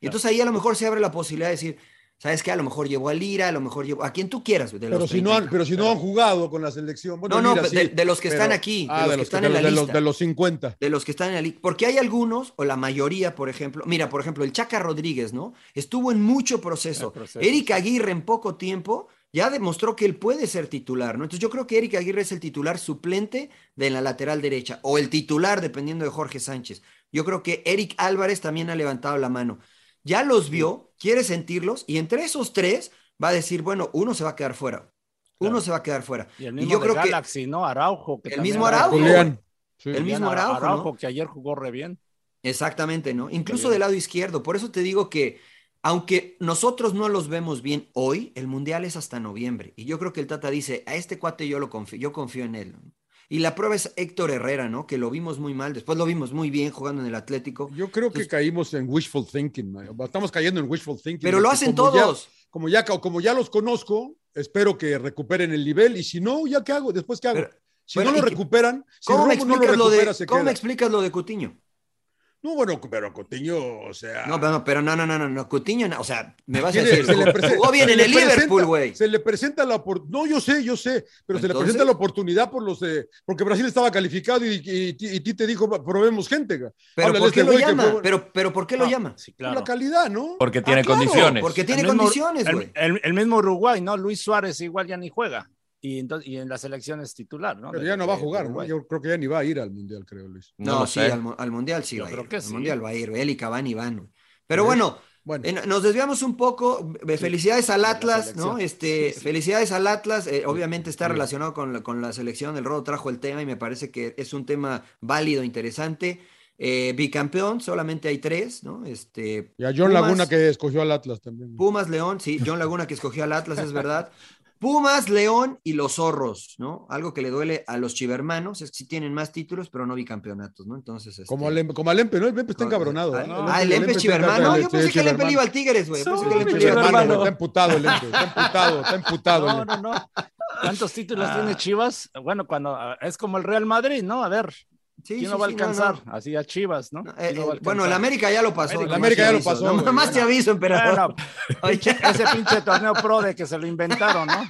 [SPEAKER 2] Y entonces ahí a lo mejor se abre la posibilidad de decir, ¿sabes qué? A lo mejor llevo a Lira, a lo mejor llevo a quien tú quieras, güey. de
[SPEAKER 8] Pero
[SPEAKER 2] los
[SPEAKER 8] si, no
[SPEAKER 2] 30.
[SPEAKER 8] han, pero si no han jugado con la selección. Bueno,
[SPEAKER 2] No, no,
[SPEAKER 8] mira,
[SPEAKER 2] de-
[SPEAKER 8] sí,
[SPEAKER 2] de los que
[SPEAKER 8] pero-
[SPEAKER 2] están aquí, de
[SPEAKER 8] Ah,
[SPEAKER 2] los
[SPEAKER 8] de
[SPEAKER 2] que
[SPEAKER 8] los
[SPEAKER 2] están
[SPEAKER 8] que-
[SPEAKER 2] en la
[SPEAKER 8] de los-
[SPEAKER 2] lista.
[SPEAKER 8] de los 50.
[SPEAKER 2] de los que están en la liga. Porque hay algunos, o la mayoría, por ejemplo, mira, por ejemplo, el Chaca Rodríguez, ¿no? Estuvo en mucho proceso. Eric Aguirre en poco tiempo ya demostró que él puede ser titular, ¿no? Entonces yo creo que Eric Aguirre es el titular suplente de la lateral derecha, o el titular, dependiendo de Jorge Sánchez. Yo creo que Eric Álvarez también ha levantado la mano. Ya los vio, quiere sentirlos, y entre esos tres va a decir, bueno, uno se va a quedar fuera. Uno se va a quedar fuera.
[SPEAKER 10] Y el
[SPEAKER 2] Y
[SPEAKER 10] mismo
[SPEAKER 2] yo
[SPEAKER 10] de
[SPEAKER 2] creo que
[SPEAKER 10] Galaxy, ¿no? Araujo. Que
[SPEAKER 2] el
[SPEAKER 10] también
[SPEAKER 2] mismo Araujo.
[SPEAKER 10] Julián.
[SPEAKER 2] El mismo
[SPEAKER 10] Julián
[SPEAKER 2] Araujo, ¿no?
[SPEAKER 10] que ayer jugó re bien.
[SPEAKER 2] Exactamente, ¿no? Incluso
[SPEAKER 10] bien.
[SPEAKER 2] del lado izquierdo. Por eso te digo que, aunque nosotros no los vemos bien hoy, el Mundial es hasta noviembre. Y yo creo que el Tata dice, a este cuate yo lo confío, yo confío en él. ¿no? Y la prueba es Héctor Herrera, ¿no? Que lo vimos muy mal, después lo vimos muy bien jugando en el Atlético.
[SPEAKER 8] Yo creo
[SPEAKER 2] pues,
[SPEAKER 8] que caímos en wishful thinking, Mayo. estamos cayendo en wishful thinking.
[SPEAKER 2] Pero lo
[SPEAKER 8] porque
[SPEAKER 2] hacen
[SPEAKER 8] como ya-
[SPEAKER 2] todos.
[SPEAKER 8] como, ya, ca- como ya los conozco, espero que recuperen el nivel y si no, ¿ya qué hago? ¿Después qué hago? si
[SPEAKER 2] bueno,
[SPEAKER 8] no lo
[SPEAKER 2] y-
[SPEAKER 8] recuperan, si
[SPEAKER 2] ¿Cómo, me
[SPEAKER 8] Romo no lo
[SPEAKER 2] explicas lo
[SPEAKER 8] recupera,
[SPEAKER 2] de,
[SPEAKER 8] se
[SPEAKER 2] ¿cómo me
[SPEAKER 8] queda.
[SPEAKER 2] explicas lo de Cutiño?
[SPEAKER 8] No, bueno, pero Coutinho, o sea...
[SPEAKER 2] No, pero no, pero no, no, no, no, no, Coutinho, no, o sea, me vas a
[SPEAKER 8] Tiene-
[SPEAKER 2] decir,
[SPEAKER 8] se le presen-
[SPEAKER 2] jugó bien
[SPEAKER 8] se
[SPEAKER 2] en
[SPEAKER 8] le
[SPEAKER 2] el
[SPEAKER 8] presenta-
[SPEAKER 2] Liverpool, güey.
[SPEAKER 8] Se le presenta la oportunidad. No, yo sé, yo sé, pero se le
[SPEAKER 2] Entonces-
[SPEAKER 8] presenta la oportunidad por los de- porque Brasil estaba calificado y, y, y Tite dijo, probemos gente. Pero
[SPEAKER 2] Pero ¿por qué lo llama? Pero, pero ¿por qué lo llama?
[SPEAKER 8] La calidad, ¿no?
[SPEAKER 9] Porque tiene condiciones.
[SPEAKER 2] Ah, porque tiene
[SPEAKER 10] El mismo-
[SPEAKER 2] condiciones,
[SPEAKER 10] el-
[SPEAKER 2] güey.
[SPEAKER 10] El, el mismo Uruguay, ¿no? Luis Suárez igual ya ni juega. Y, entonces, y en la selección es titular, ¿no?
[SPEAKER 8] Pero
[SPEAKER 10] De-
[SPEAKER 8] ya no va a
[SPEAKER 10] de
[SPEAKER 8] jugar, ¿no?
[SPEAKER 10] Uruguay.
[SPEAKER 8] Yo creo que ya ni va a ir al Mundial, creo, Luis.
[SPEAKER 2] No, sí, al, mu- al Mundial sí
[SPEAKER 10] Yo
[SPEAKER 2] va a ir.
[SPEAKER 10] creo que
[SPEAKER 2] al
[SPEAKER 10] sí.
[SPEAKER 2] Mundial va a ir. Él y Cavani van. güey. Pero
[SPEAKER 8] Ujú.
[SPEAKER 2] bueno,
[SPEAKER 8] Bueno.
[SPEAKER 2] eh, nos desviamos un poco. Eh, Felicidades al Atlas,
[SPEAKER 8] selección.
[SPEAKER 2] ¿no? Este, Felicidades al Atlas. Eh, obviamente está relacionado con la, con la selección. El Rodo trajo el tema y me parece que es un tema válido, interesante. Eh, bicampeón, solamente hay tres, ¿no? Este,
[SPEAKER 8] Y a John
[SPEAKER 2] Pumas-
[SPEAKER 8] Laguna que escogió al Atlas también.
[SPEAKER 2] Pumas, León, sí, John Laguna que escogió al Atlas, es verdad. Pumas, León y los zorros, ¿no? Algo que le duele a los chivermanos es que sí tienen más títulos, pero no bicampeonatos, ¿no? Entonces, este,
[SPEAKER 8] Como al, Empe- como al Empe, ¿no? El Empe está encabronado. ¿eh?
[SPEAKER 2] Ah, el Empe es chivermano. Yo pensé que el Empe le iba al Tigres, güey. Pensé que el Empe le iba al
[SPEAKER 8] Chivermano,
[SPEAKER 2] Tigres.
[SPEAKER 8] Está emputado el Empe, está emputado, está emputado. el
[SPEAKER 10] No,
[SPEAKER 8] Empe.
[SPEAKER 10] no, no. ¿Cuántos títulos
[SPEAKER 2] Ah.
[SPEAKER 10] tiene Chivas? Bueno, cuando ah, es como el Real Madrid, ¿no? A ver,
[SPEAKER 2] Sí,
[SPEAKER 10] ¿quién
[SPEAKER 2] sí,
[SPEAKER 10] lo va a
[SPEAKER 2] sí, no,
[SPEAKER 10] alcanzar?
[SPEAKER 2] no.
[SPEAKER 10] Así a Chivas, ¿no?
[SPEAKER 2] Eh,
[SPEAKER 10] ¿Quién lo va a
[SPEAKER 2] eh, bueno, el
[SPEAKER 10] alcanzar?
[SPEAKER 2] América ya lo pasó.
[SPEAKER 10] América,
[SPEAKER 2] nomás
[SPEAKER 8] América
[SPEAKER 2] te
[SPEAKER 8] ya lo
[SPEAKER 2] aviso.
[SPEAKER 8] pasó,
[SPEAKER 2] No,
[SPEAKER 8] güey.
[SPEAKER 2] Nomás te aviso, emperador.
[SPEAKER 10] Bueno, ese pinche torneo pro de que se lo inventaron, ¿no?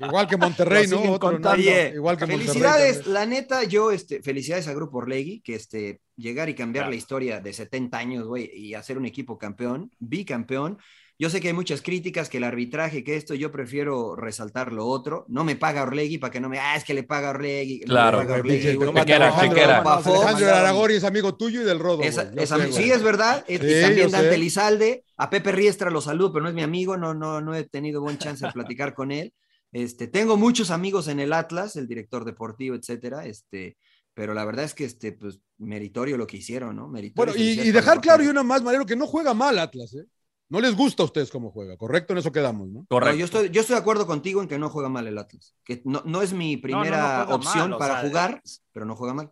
[SPEAKER 8] Igual que Monterrey,
[SPEAKER 10] Lo
[SPEAKER 8] ¿no?
[SPEAKER 10] siguen
[SPEAKER 8] Otro, ¿no?
[SPEAKER 10] contando.
[SPEAKER 2] Oye,
[SPEAKER 8] Igual que Monterrey.
[SPEAKER 2] Felicidades, la neta, yo, este, felicidades a Grupo Orlegui, que este, llegar y cambiar
[SPEAKER 10] Claro.
[SPEAKER 2] la historia de 70 años, güey, y hacer un equipo campeón, bicampeón. Yo sé que hay muchas críticas, que el arbitraje, que esto, yo prefiero resaltar lo otro. No me paga Orlegui para que no me, ah, es que le paga Orlegui. no
[SPEAKER 9] Claro,
[SPEAKER 2] le paga
[SPEAKER 9] güey,
[SPEAKER 2] Orlegui,
[SPEAKER 9] pinche
[SPEAKER 2] güey,
[SPEAKER 9] chequera,
[SPEAKER 2] Alejandro
[SPEAKER 9] chequera.
[SPEAKER 2] Pafo,
[SPEAKER 8] Alejandro Aragori es amigo tuyo y del Rodo.
[SPEAKER 2] esa-
[SPEAKER 8] güey. Yo
[SPEAKER 2] esa-
[SPEAKER 8] sé, güey.
[SPEAKER 2] sí, es verdad. Es- y
[SPEAKER 8] Sí,
[SPEAKER 2] también
[SPEAKER 8] yo
[SPEAKER 2] Dante
[SPEAKER 8] sé.
[SPEAKER 2] Lizalde. A Pepe Riestra lo saludo, pero no es mi amigo. No, no, no he tenido buen chance de platicar con él. Este, tengo muchos amigos en el Atlas, el director deportivo, etcétera. Este, pero la verdad es que este, pues, meritorio lo que hicieron, ¿no? Meritorio
[SPEAKER 8] Bueno, y,
[SPEAKER 2] felicidades
[SPEAKER 8] y
[SPEAKER 2] para
[SPEAKER 8] dejar
[SPEAKER 2] los
[SPEAKER 8] claro y
[SPEAKER 2] jugadores.
[SPEAKER 8] una más, Mariano, que no juega mal Atlas, ¿eh? No les gusta a ustedes cómo juega, ¿correcto? En eso quedamos, ¿no?
[SPEAKER 2] No,
[SPEAKER 9] Correcto.
[SPEAKER 2] yo, estoy, yo estoy de acuerdo contigo en que no juega mal el Atlas. Que no, no es mi primera
[SPEAKER 10] juega
[SPEAKER 2] opción
[SPEAKER 10] mal, o
[SPEAKER 2] para
[SPEAKER 10] sea,
[SPEAKER 2] jugar, pero no juega mal.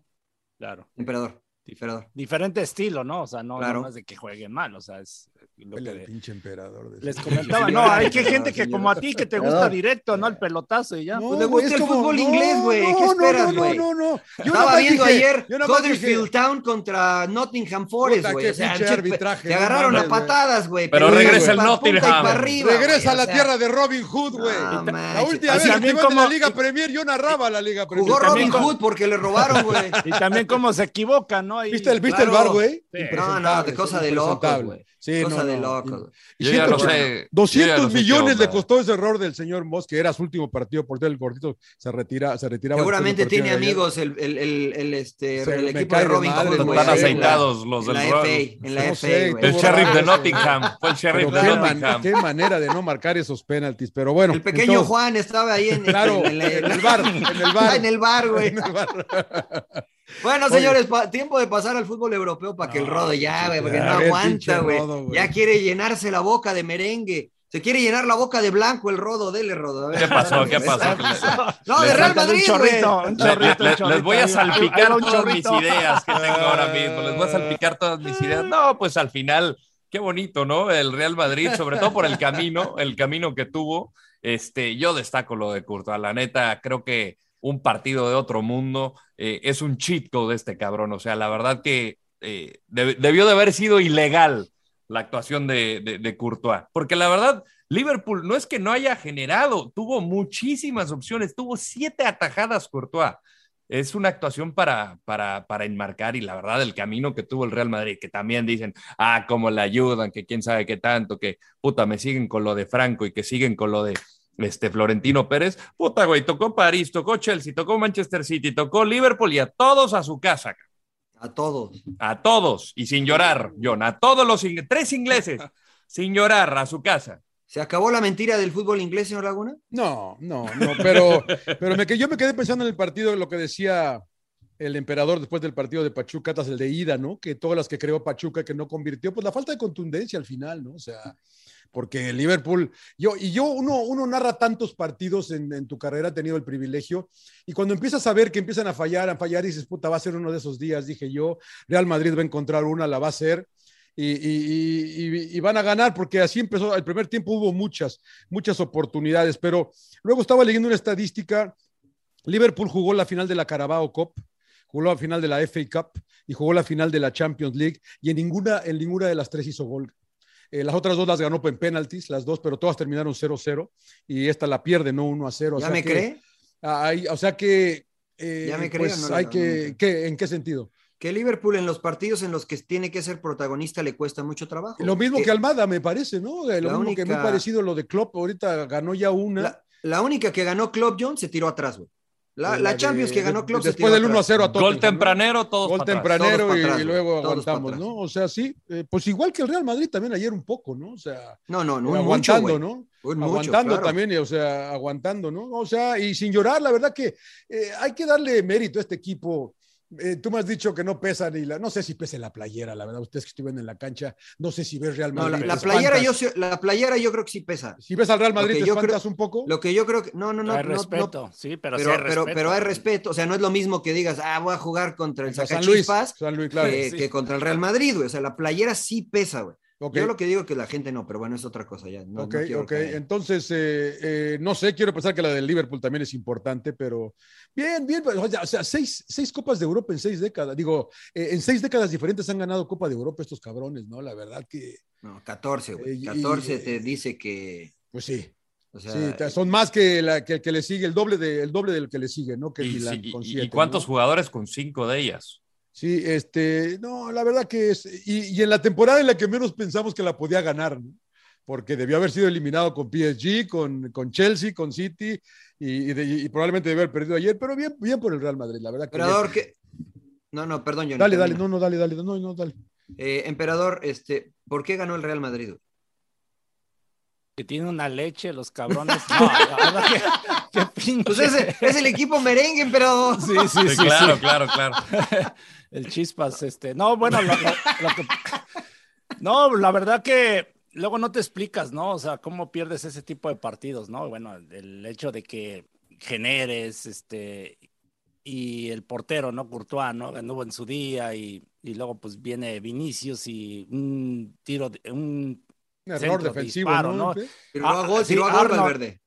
[SPEAKER 10] Claro.
[SPEAKER 2] Emperador. Emperador.
[SPEAKER 10] Diferente estilo, ¿no? O sea, no,
[SPEAKER 2] Claro.
[SPEAKER 10] no es de que jueguen mal, o sea, es lo
[SPEAKER 8] Huele al
[SPEAKER 10] que
[SPEAKER 8] pinche emperador. de-
[SPEAKER 10] les comentaba. No, hay que gente que como a ti que te gusta
[SPEAKER 8] Claro.
[SPEAKER 10] directo, ¿no? El pelotazo y ya.
[SPEAKER 8] No,
[SPEAKER 10] pues,
[SPEAKER 2] te
[SPEAKER 8] güey,
[SPEAKER 2] gusta
[SPEAKER 8] es
[SPEAKER 2] el fútbol inglés, güey, ¿qué esperas, güey?
[SPEAKER 8] No, no, no, no. Yo nada
[SPEAKER 2] Estaba
[SPEAKER 8] más
[SPEAKER 2] viendo
[SPEAKER 8] dije-
[SPEAKER 2] ayer
[SPEAKER 8] yo nada más dije-
[SPEAKER 2] Huddersfield Town contra Nottingham Forest,
[SPEAKER 8] Puta,
[SPEAKER 2] güey.
[SPEAKER 8] qué
[SPEAKER 2] O sea,
[SPEAKER 8] pinche
[SPEAKER 2] che,
[SPEAKER 8] arbitraje,
[SPEAKER 2] Te
[SPEAKER 8] no
[SPEAKER 2] agarraron a
[SPEAKER 8] mames, güey.
[SPEAKER 2] patadas, güey.
[SPEAKER 9] Pero
[SPEAKER 2] Pelota
[SPEAKER 9] regresa el
[SPEAKER 2] pa' punta y
[SPEAKER 9] Nottingham.
[SPEAKER 2] pa' arriba,
[SPEAKER 8] Regresa
[SPEAKER 2] güey,
[SPEAKER 8] a
[SPEAKER 2] o
[SPEAKER 8] la
[SPEAKER 2] sea, Ah,
[SPEAKER 8] tierra de Robin Hood, güey.
[SPEAKER 2] no
[SPEAKER 8] la
[SPEAKER 2] manches.
[SPEAKER 8] última
[SPEAKER 2] Así
[SPEAKER 8] vez que
[SPEAKER 10] también
[SPEAKER 8] estuve en
[SPEAKER 10] como-
[SPEAKER 8] la Liga Premier, yo narraba la Liga Premier.
[SPEAKER 2] Jugó
[SPEAKER 10] Y también
[SPEAKER 2] Robin
[SPEAKER 10] con-
[SPEAKER 2] Hood porque le robaron, güey.
[SPEAKER 10] Y también cómo se equivoca, ¿no? Ahí-
[SPEAKER 8] ¿Viste el, viste el
[SPEAKER 2] Claro.
[SPEAKER 8] bar, güey?
[SPEAKER 10] Sí.
[SPEAKER 2] No, no, de cosa de locos, güey.
[SPEAKER 8] Sí,
[SPEAKER 2] Cosa
[SPEAKER 8] no,
[SPEAKER 2] de
[SPEAKER 8] no.
[SPEAKER 2] locos, güey.
[SPEAKER 8] Y
[SPEAKER 9] Yo ya lo
[SPEAKER 8] 180
[SPEAKER 9] sé. yo ya lo
[SPEAKER 8] 200
[SPEAKER 9] sé qué
[SPEAKER 8] millones
[SPEAKER 9] onda.
[SPEAKER 8] le costó ese error del señor Moss, que era su último partido por ser el gordito, se retira, se retiraba. después del
[SPEAKER 2] Seguramente
[SPEAKER 8] partido
[SPEAKER 2] tiene
[SPEAKER 8] de ayer.
[SPEAKER 2] amigos el, el, el, el, este,
[SPEAKER 8] Se
[SPEAKER 2] el
[SPEAKER 8] me
[SPEAKER 2] equipo
[SPEAKER 8] cae
[SPEAKER 2] de
[SPEAKER 8] de
[SPEAKER 2] Robin
[SPEAKER 8] madre,
[SPEAKER 2] Hood,
[SPEAKER 8] no
[SPEAKER 2] güey.
[SPEAKER 9] Están
[SPEAKER 8] sé,
[SPEAKER 9] aceitados los
[SPEAKER 2] En
[SPEAKER 9] del
[SPEAKER 2] la
[SPEAKER 9] Rob.
[SPEAKER 2] FA, en la
[SPEAKER 8] No
[SPEAKER 2] FA,
[SPEAKER 8] sé,
[SPEAKER 2] güey.
[SPEAKER 9] El sheriff de
[SPEAKER 8] Borracho.
[SPEAKER 9] Nottingham. Fue el
[SPEAKER 8] Pero
[SPEAKER 9] sheriff de
[SPEAKER 8] qué, man-
[SPEAKER 9] Nottingham.
[SPEAKER 8] qué manera de no marcar esos penaltis, pero bueno.
[SPEAKER 2] El pequeño
[SPEAKER 8] entonces,
[SPEAKER 2] Juan estaba ahí en,
[SPEAKER 8] Claro,
[SPEAKER 2] en,
[SPEAKER 8] en el bar, en el bar.
[SPEAKER 2] Ah, en el bar, güey.
[SPEAKER 8] en el bar.
[SPEAKER 2] Bueno,
[SPEAKER 8] Oye.
[SPEAKER 2] señores, pa- tiempo de pasar al fútbol europeo para que el rodo ya, güey, porque
[SPEAKER 8] ya,
[SPEAKER 2] no
[SPEAKER 8] a ver, pinche
[SPEAKER 2] aguanta, güey.
[SPEAKER 8] Rodo, güey.
[SPEAKER 2] Ya quiere llenarse la boca de merengue. Se quiere llenar la boca de blanco el rodo, dele rodo. A ver.
[SPEAKER 9] ¿Qué pasó? ¿Qué pasó?
[SPEAKER 2] No, de
[SPEAKER 9] Les-
[SPEAKER 2] Real Madrid.
[SPEAKER 9] les-
[SPEAKER 2] güey.
[SPEAKER 9] les- les- Les voy a salpicar
[SPEAKER 10] Ahí va un
[SPEAKER 9] todas mis
[SPEAKER 10] chorrito. Ah.
[SPEAKER 9] ideas que tengo ahora mismo. Les voy a salpicar todas mis ideas. No, pues al final, qué bonito, ¿no? El Real Madrid, sobre todo por el camino, el camino que tuvo. Este, yo destaco lo de Courtois. La neta, creo que un partido de otro mundo eh, es un cheat code de este cabrón. O sea, la verdad que eh, deb- debió de haber sido ilegal la actuación de, de, de Courtois. Porque la verdad, Liverpool no es que no haya generado, tuvo muchísimas opciones, tuvo siete atajadas Courtois. Es una actuación para, para, para enmarcar y la verdad el camino que tuvo el Real Madrid, que también dicen, ah, cómo le ayudan, que quién sabe qué tanto, que puta, me siguen con lo de Franco y que siguen con lo de este Florentino Pérez. Puta, güey, tocó París, tocó Chelsea, tocó Manchester City, tocó Liverpool y a todos a su casa.
[SPEAKER 2] A todos.
[SPEAKER 9] A todos, y sin llorar, John, a todos los ing- tres ingleses, sin llorar, a su casa.
[SPEAKER 2] ¿Se acabó la mentira del fútbol inglés, señor Laguna?
[SPEAKER 8] No, no, no, pero, pero me que- yo me quedé pensando en el partido, lo que decía el emperador después del partido de Pachuca, tras el de ida, ¿no? Que todas las que creó Pachuca que no convirtió, pues la falta de contundencia al final, ¿no? O sea, porque el Liverpool, yo, y yo, uno, uno narra tantos partidos en, en tu carrera, he tenido el privilegio, y cuando empiezas a ver que empiezan a fallar, a fallar, y dices, puta, va a ser uno de esos días, dije yo, Real Madrid va a encontrar una, la va a hacer, y, y- y- y- y van a ganar, porque así empezó, el primer tiempo hubo muchas, muchas oportunidades, pero luego estaba leyendo una estadística, Liverpool jugó la final de la Carabao Cup, jugó la final de la FA Cup y jugó la final de la Champions League, y en ninguna, en ninguna de las tres hizo gol. Eh, las otras dos las ganó en penaltis, las dos, pero todas terminaron 0-0 y esta la pierde, no 1-0. o
[SPEAKER 2] ¿Ya
[SPEAKER 8] sea
[SPEAKER 2] me
[SPEAKER 8] que-
[SPEAKER 2] cree?
[SPEAKER 8] Ay, o sea que. eh,
[SPEAKER 2] ¿Ya me cree
[SPEAKER 8] pues
[SPEAKER 2] o no le-
[SPEAKER 8] hay
[SPEAKER 2] no me
[SPEAKER 8] que, ¿qué? ¿En qué sentido?
[SPEAKER 2] Que Liverpool en los partidos en los que tiene que ser protagonista le cuesta mucho trabajo.
[SPEAKER 8] Lo mismo que Almada, me parece, ¿no? Eh, Lo
[SPEAKER 2] Eh, La
[SPEAKER 8] mismo que muy
[SPEAKER 2] única-
[SPEAKER 8] parecido a lo de Klopp, ahorita ganó ya una.
[SPEAKER 2] La, la única que ganó Club Jones se tiró atrás, güey. La,
[SPEAKER 8] Eh,
[SPEAKER 2] la
[SPEAKER 8] la
[SPEAKER 2] Champions
[SPEAKER 8] de-
[SPEAKER 2] que ganó
[SPEAKER 8] de-
[SPEAKER 2] Club
[SPEAKER 8] después del 1 a 0 a Tottenham,
[SPEAKER 9] Gol
[SPEAKER 8] ¿no?
[SPEAKER 9] tempranero, todos
[SPEAKER 8] Gol
[SPEAKER 9] para atrás.
[SPEAKER 8] tempranero
[SPEAKER 2] Todos
[SPEAKER 8] y,
[SPEAKER 2] pa' atrás,
[SPEAKER 8] y luego
[SPEAKER 2] todos pa'
[SPEAKER 8] aguantamos,
[SPEAKER 2] atrás.
[SPEAKER 8] ¿no? O sea, sí, eh, pues igual que el Real Madrid también ayer un poco, ¿no? O sea,
[SPEAKER 2] No, no, no.
[SPEAKER 8] eh,
[SPEAKER 2] un mucho,
[SPEAKER 8] aguantando,
[SPEAKER 2] güey.
[SPEAKER 8] ¿no?
[SPEAKER 2] Un mucho,
[SPEAKER 8] aguantando
[SPEAKER 2] claro.
[SPEAKER 8] también, y, o sea, aguantando, ¿no? O sea, y sin llorar, la verdad que eh, hay que darle mérito a este equipo. Eh, tú me has dicho que no pesa ni la, no sé si pese la playera, la verdad, ustedes que estuvieron en la cancha, no sé si ves Real
[SPEAKER 2] No,
[SPEAKER 8] Madrid.
[SPEAKER 2] la,
[SPEAKER 8] te
[SPEAKER 2] la playera
[SPEAKER 8] espantas.
[SPEAKER 2] yo, sí- la playera yo creo que sí pesa.
[SPEAKER 8] Si ves al Real Madrid,
[SPEAKER 2] Lo que
[SPEAKER 8] te
[SPEAKER 2] yo creo-
[SPEAKER 8] espantas un poco.
[SPEAKER 2] Lo que yo creo que. No, no, no.
[SPEAKER 10] Hay
[SPEAKER 2] no- no-
[SPEAKER 10] respeto, sí, pero, sí
[SPEAKER 2] pero,
[SPEAKER 10] hay
[SPEAKER 2] pero-
[SPEAKER 10] respeto.
[SPEAKER 2] pero hay respeto. O sea, no es lo mismo que digas, ah, voy a jugar contra el
[SPEAKER 8] Contra San Luis,
[SPEAKER 2] Sacachispas
[SPEAKER 8] San Luis, claro.
[SPEAKER 2] que,
[SPEAKER 8] Sí.
[SPEAKER 2] eh, que contra el Real Madrid, güey. O sea, la playera sí pesa, güey.
[SPEAKER 8] Ok.
[SPEAKER 2] Yo lo que digo que la gente no, pero bueno, es otra cosa ya. No,
[SPEAKER 8] ok,
[SPEAKER 2] no quiero
[SPEAKER 8] ok.
[SPEAKER 2] caer.
[SPEAKER 8] Entonces, eh, eh, no sé, quiero pensar que la del Liverpool también es importante, pero bien, bien. O sea, o sea, seis, seis Copas de Europa en seis décadas. Digo, eh, en seis décadas diferentes han ganado Copa de Europa estos cabrones, ¿no? La verdad que,
[SPEAKER 2] No, 14,
[SPEAKER 8] Eh,
[SPEAKER 2] güey.
[SPEAKER 8] y-
[SPEAKER 2] 14
[SPEAKER 8] y-
[SPEAKER 2] te dice que.
[SPEAKER 8] pues sí,
[SPEAKER 2] O sea, eh,
[SPEAKER 8] sí, ta- son más que, la, que el que le sigue, el doble, de, el doble del que le sigue, ¿no? Que el
[SPEAKER 9] Y,
[SPEAKER 8] Milan,
[SPEAKER 9] sí,
[SPEAKER 8] con
[SPEAKER 9] y- y
[SPEAKER 8] siete,
[SPEAKER 9] cuántos
[SPEAKER 8] ¿no?
[SPEAKER 9] jugadores con cinco de ellas?
[SPEAKER 8] Sí, este, no, la verdad que es, y, y en la temporada en la que menos pensamos que la podía ganar, ¿no? porque debió haber sido eliminado con PSG, con, con Chelsea, con City, y, y de- y probablemente debió haber perdido ayer, pero bien, bien por el Real Madrid, la verdad que bien.
[SPEAKER 2] emperador, que. No, no, perdón, yo
[SPEAKER 8] Dale, dale, no, no, dale, dale, no, no, dale.
[SPEAKER 2] emperador, este, ¿por qué ganó el Real Madrid? güey?
[SPEAKER 10] Que tiene una leche, los cabrones. No, la verdad que, qué pinche.
[SPEAKER 2] Pues ese- es el equipo merengue, emperador.
[SPEAKER 10] Sí, sí, sí,
[SPEAKER 9] claro,
[SPEAKER 10] sí.
[SPEAKER 9] claro, claro.
[SPEAKER 10] El chispas, este. No, bueno, lo- lo- lo que- no, la verdad que luego no te explicas, ¿no? O sea, cómo pierdes ese tipo de partidos, ¿no? Bueno, el hecho de que generes, este, y el portero, ¿no? Courtois, ¿no? Anduvo en su día y, y luego pues viene Vinicius y un tiro, de- un
[SPEAKER 8] Un error
[SPEAKER 10] centro,
[SPEAKER 8] defensivo,
[SPEAKER 10] disparo,
[SPEAKER 8] ¿no?
[SPEAKER 2] Tiró a
[SPEAKER 8] Ah,
[SPEAKER 2] gol,
[SPEAKER 10] sí,
[SPEAKER 2] tiró a gol
[SPEAKER 10] Arnold-
[SPEAKER 2] Valverde.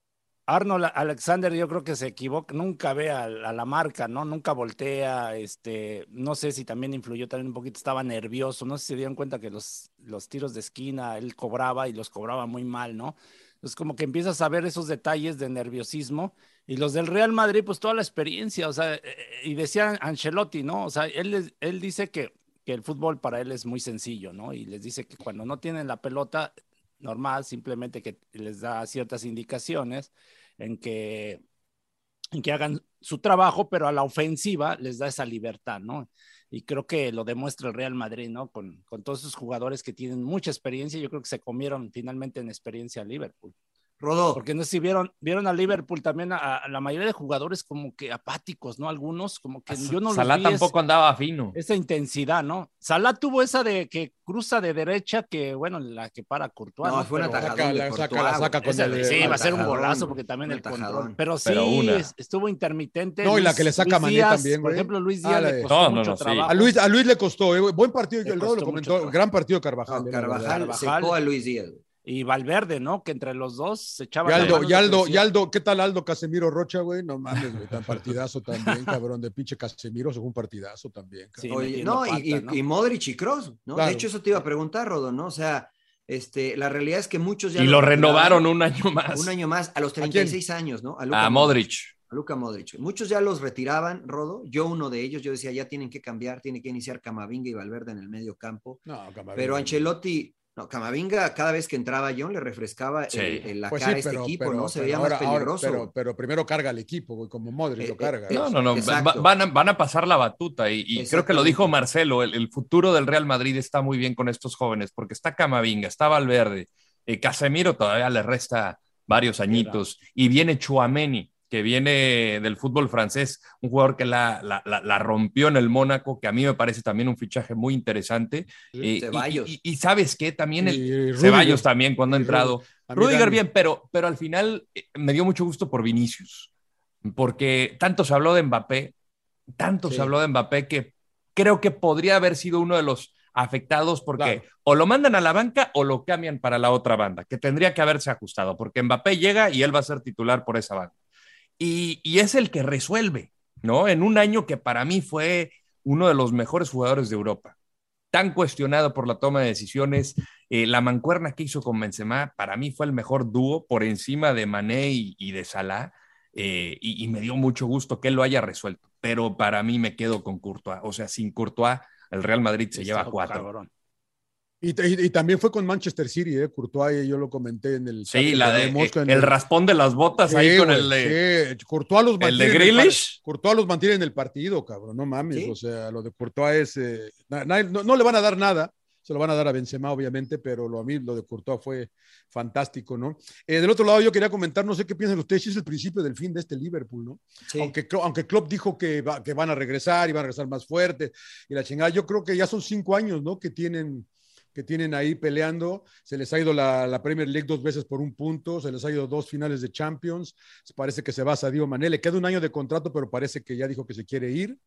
[SPEAKER 10] Arnold Alexander, yo creo que se equivoca, nunca ve a, a la marca, ¿no? Nunca voltea, este, no sé si también influyó también un poquito, estaba nervioso, no sé si se dieron cuenta que los, los tiros de esquina él cobraba y los cobraba muy mal, ¿no? Entonces como que empiezas a ver esos detalles de nerviosismo y los del Real Madrid, pues toda la experiencia, o sea, eh, eh, y decía Ancelotti, ¿no? O sea, él, les- él dice que, que el fútbol para él es muy sencillo, ¿no? Y les dice que cuando no tienen la pelota, normal, simplemente que les da ciertas indicaciones en que, en que hagan su trabajo, pero a la ofensiva les da esa libertad, ¿no? Y creo que lo demuestra el Real Madrid, ¿no? Con, con todos esos jugadores que tienen mucha experiencia, yo creo que se comieron finalmente en experiencia a Liverpool. Porque no sé si vieron, vieron a Liverpool también, a, a la mayoría de jugadores como que apáticos, ¿no? Algunos como que yo no los
[SPEAKER 9] Ah, Salah
[SPEAKER 10] vi
[SPEAKER 9] tampoco andaba fino.
[SPEAKER 10] esa intensidad, ¿no? Salah tuvo esa de que cruza de derecha, que bueno, la que para Courtois.
[SPEAKER 2] No, fue un
[SPEAKER 10] Pero-
[SPEAKER 2] atajadón Saca, de la saca, Courtois, la saca güey. con
[SPEAKER 10] Esa-
[SPEAKER 2] el-
[SPEAKER 10] Sí,
[SPEAKER 2] un
[SPEAKER 10] va a ser un
[SPEAKER 2] atajadón,
[SPEAKER 10] golazo porque también
[SPEAKER 2] un
[SPEAKER 10] el
[SPEAKER 2] atajadón.
[SPEAKER 10] control. Pero sí,
[SPEAKER 8] Pero una.
[SPEAKER 10] es- estuvo intermitente.
[SPEAKER 8] No, y la
[SPEAKER 10] Luis-
[SPEAKER 8] que le saca
[SPEAKER 10] Luis
[SPEAKER 8] a Mané
[SPEAKER 10] Díaz,
[SPEAKER 8] también, güey.
[SPEAKER 10] Por ejemplo, Luis
[SPEAKER 8] Ah,
[SPEAKER 10] Díaz
[SPEAKER 8] la
[SPEAKER 10] le
[SPEAKER 8] de-
[SPEAKER 10] costó mucho trabajo.
[SPEAKER 8] A Luis, a Luis le costó, eh, güey. Buen partido,
[SPEAKER 10] Le
[SPEAKER 8] el Rodo lo
[SPEAKER 10] costó mucho
[SPEAKER 8] comentó. Gran partido Carvajal. eh, la verdad.
[SPEAKER 2] Díaz.
[SPEAKER 10] Y Valverde, ¿no? Que entre los dos se echaban.
[SPEAKER 8] Y
[SPEAKER 10] las
[SPEAKER 8] Aldo,
[SPEAKER 10] manos
[SPEAKER 8] y
[SPEAKER 10] de
[SPEAKER 8] Aldo,
[SPEAKER 10] presión.
[SPEAKER 8] y Aldo, ¿qué tal Aldo Casemiro Rocha, güey? No mames, güey, tan partidazo también, cabrón, de pinche Casemiro, según partidazo también. cabrón.
[SPEAKER 2] Oye, no, y- y, y Modric y Cross, ¿no?
[SPEAKER 8] Claro.
[SPEAKER 2] De hecho, eso te iba a preguntar, Rodo, ¿no? O sea, este, la realidad es que muchos ya.
[SPEAKER 9] Y lo renovaron un año más.
[SPEAKER 2] Un año más, a los
[SPEAKER 9] quién?
[SPEAKER 2] 36 años, ¿no?
[SPEAKER 9] A Modric.
[SPEAKER 2] A Luca Modric. Muchos ya los retiraban, Rodo. Yo, uno de ellos, yo decía, ya tienen que cambiar, tiene que iniciar Camavinga y Valverde en el medio campo.
[SPEAKER 8] No, Camavinga.
[SPEAKER 2] Pero Ancelotti, no, Camavinga, cada vez que entraba John, le refrescaba
[SPEAKER 8] Sí.
[SPEAKER 2] el- el- la
[SPEAKER 8] Pues sí,
[SPEAKER 2] cara a este
[SPEAKER 8] pero-
[SPEAKER 2] equipo,
[SPEAKER 8] pero-
[SPEAKER 2] ¿no? Se
[SPEAKER 8] pero
[SPEAKER 2] veía
[SPEAKER 8] ahora-
[SPEAKER 2] más
[SPEAKER 8] ahora-
[SPEAKER 2] peligroso. Eh,
[SPEAKER 8] pero, pero primero carga el equipo, güey, como Modric lo carga.
[SPEAKER 9] No,
[SPEAKER 8] güey.
[SPEAKER 9] no, no. va- van, a, van a pasar la batuta y, y creo que lo dijo Marcelo, el, el futuro del Real Madrid está muy bien con estos jóvenes porque está Camavinga, está Valverde, eh, Casemiro todavía le resta varios añitos y viene Chuameni que viene del fútbol francés, un jugador que la, la- la- la rompió en el Mónaco, que a mí me parece también un fichaje muy interesante. Eh, y-
[SPEAKER 2] Ceballos.
[SPEAKER 9] Y, y sabes qué, también el
[SPEAKER 8] Y Rüdiger.
[SPEAKER 9] Ceballos también cuando ha
[SPEAKER 8] Y
[SPEAKER 9] entrado.
[SPEAKER 8] Rüdiger. A mí
[SPEAKER 9] Rudiger
[SPEAKER 8] Dani-
[SPEAKER 9] bien, pero, pero al final eh, me dio mucho gusto por Vinicius porque tanto se habló de Mbappé, tanto
[SPEAKER 8] Sí.
[SPEAKER 9] se habló de Mbappé que creo que podría haber sido uno de los afectados porque o lo mandan a la banca o lo cambian para la otra banda, que tendría que haberse ajustado, porque Mbappé llega y él va a ser titular por esa banda. Y, y es el que resuelve, ¿no? En un año que para mí fue uno de los mejores jugadores de Europa, tan cuestionado por la toma de decisiones, eh, la mancuerna que hizo con Benzema, para mí fue el mejor dúo por encima de Mané y, y de Salah. Eh, y, y me dio mucho gusto que él lo haya resuelto. Pero para mí me quedo con Courtois. O sea, sin Courtois, el Real Madrid se lleva cuatro.
[SPEAKER 8] Y, y- y también fue con Manchester City, eh, Courtois, yo lo comenté en el.
[SPEAKER 9] Sí, la de, eh,
[SPEAKER 8] Mosca, en
[SPEAKER 9] el, raspón de las botas
[SPEAKER 8] Sí,
[SPEAKER 9] ahí con
[SPEAKER 8] güey,
[SPEAKER 9] el de.
[SPEAKER 8] sí, Courtois los
[SPEAKER 9] el
[SPEAKER 8] mantiene
[SPEAKER 9] de
[SPEAKER 8] en par-
[SPEAKER 9] Grealish.
[SPEAKER 8] Courtois los mantiene en el partido, cabrón, no mames. O sea, lo de Courtois es. eh, na- na- no, no le van a dar nada, se lo van a dar a Benzema, obviamente, pero lo, a mí lo de Courtois fue fantástico, ¿no? Eh, del otro lado, yo quería comentar, no sé qué piensan ustedes, si es el principio del fin de este Liverpool, ¿no? Aunque, Klo- aunque Klopp dijo que, va- que van a regresar y van a regresar más fuertes y la chingada, yo creo que ya son cinco años, ¿no? Que tienen que tienen ahí peleando. Se les ha ido la, la Premier League dos veces por un punto, se les ha ido dos finales de Champions. Parece que se va Sadio Mané. Le queda un año de contrato, pero parece que ya dijo que se quiere ir.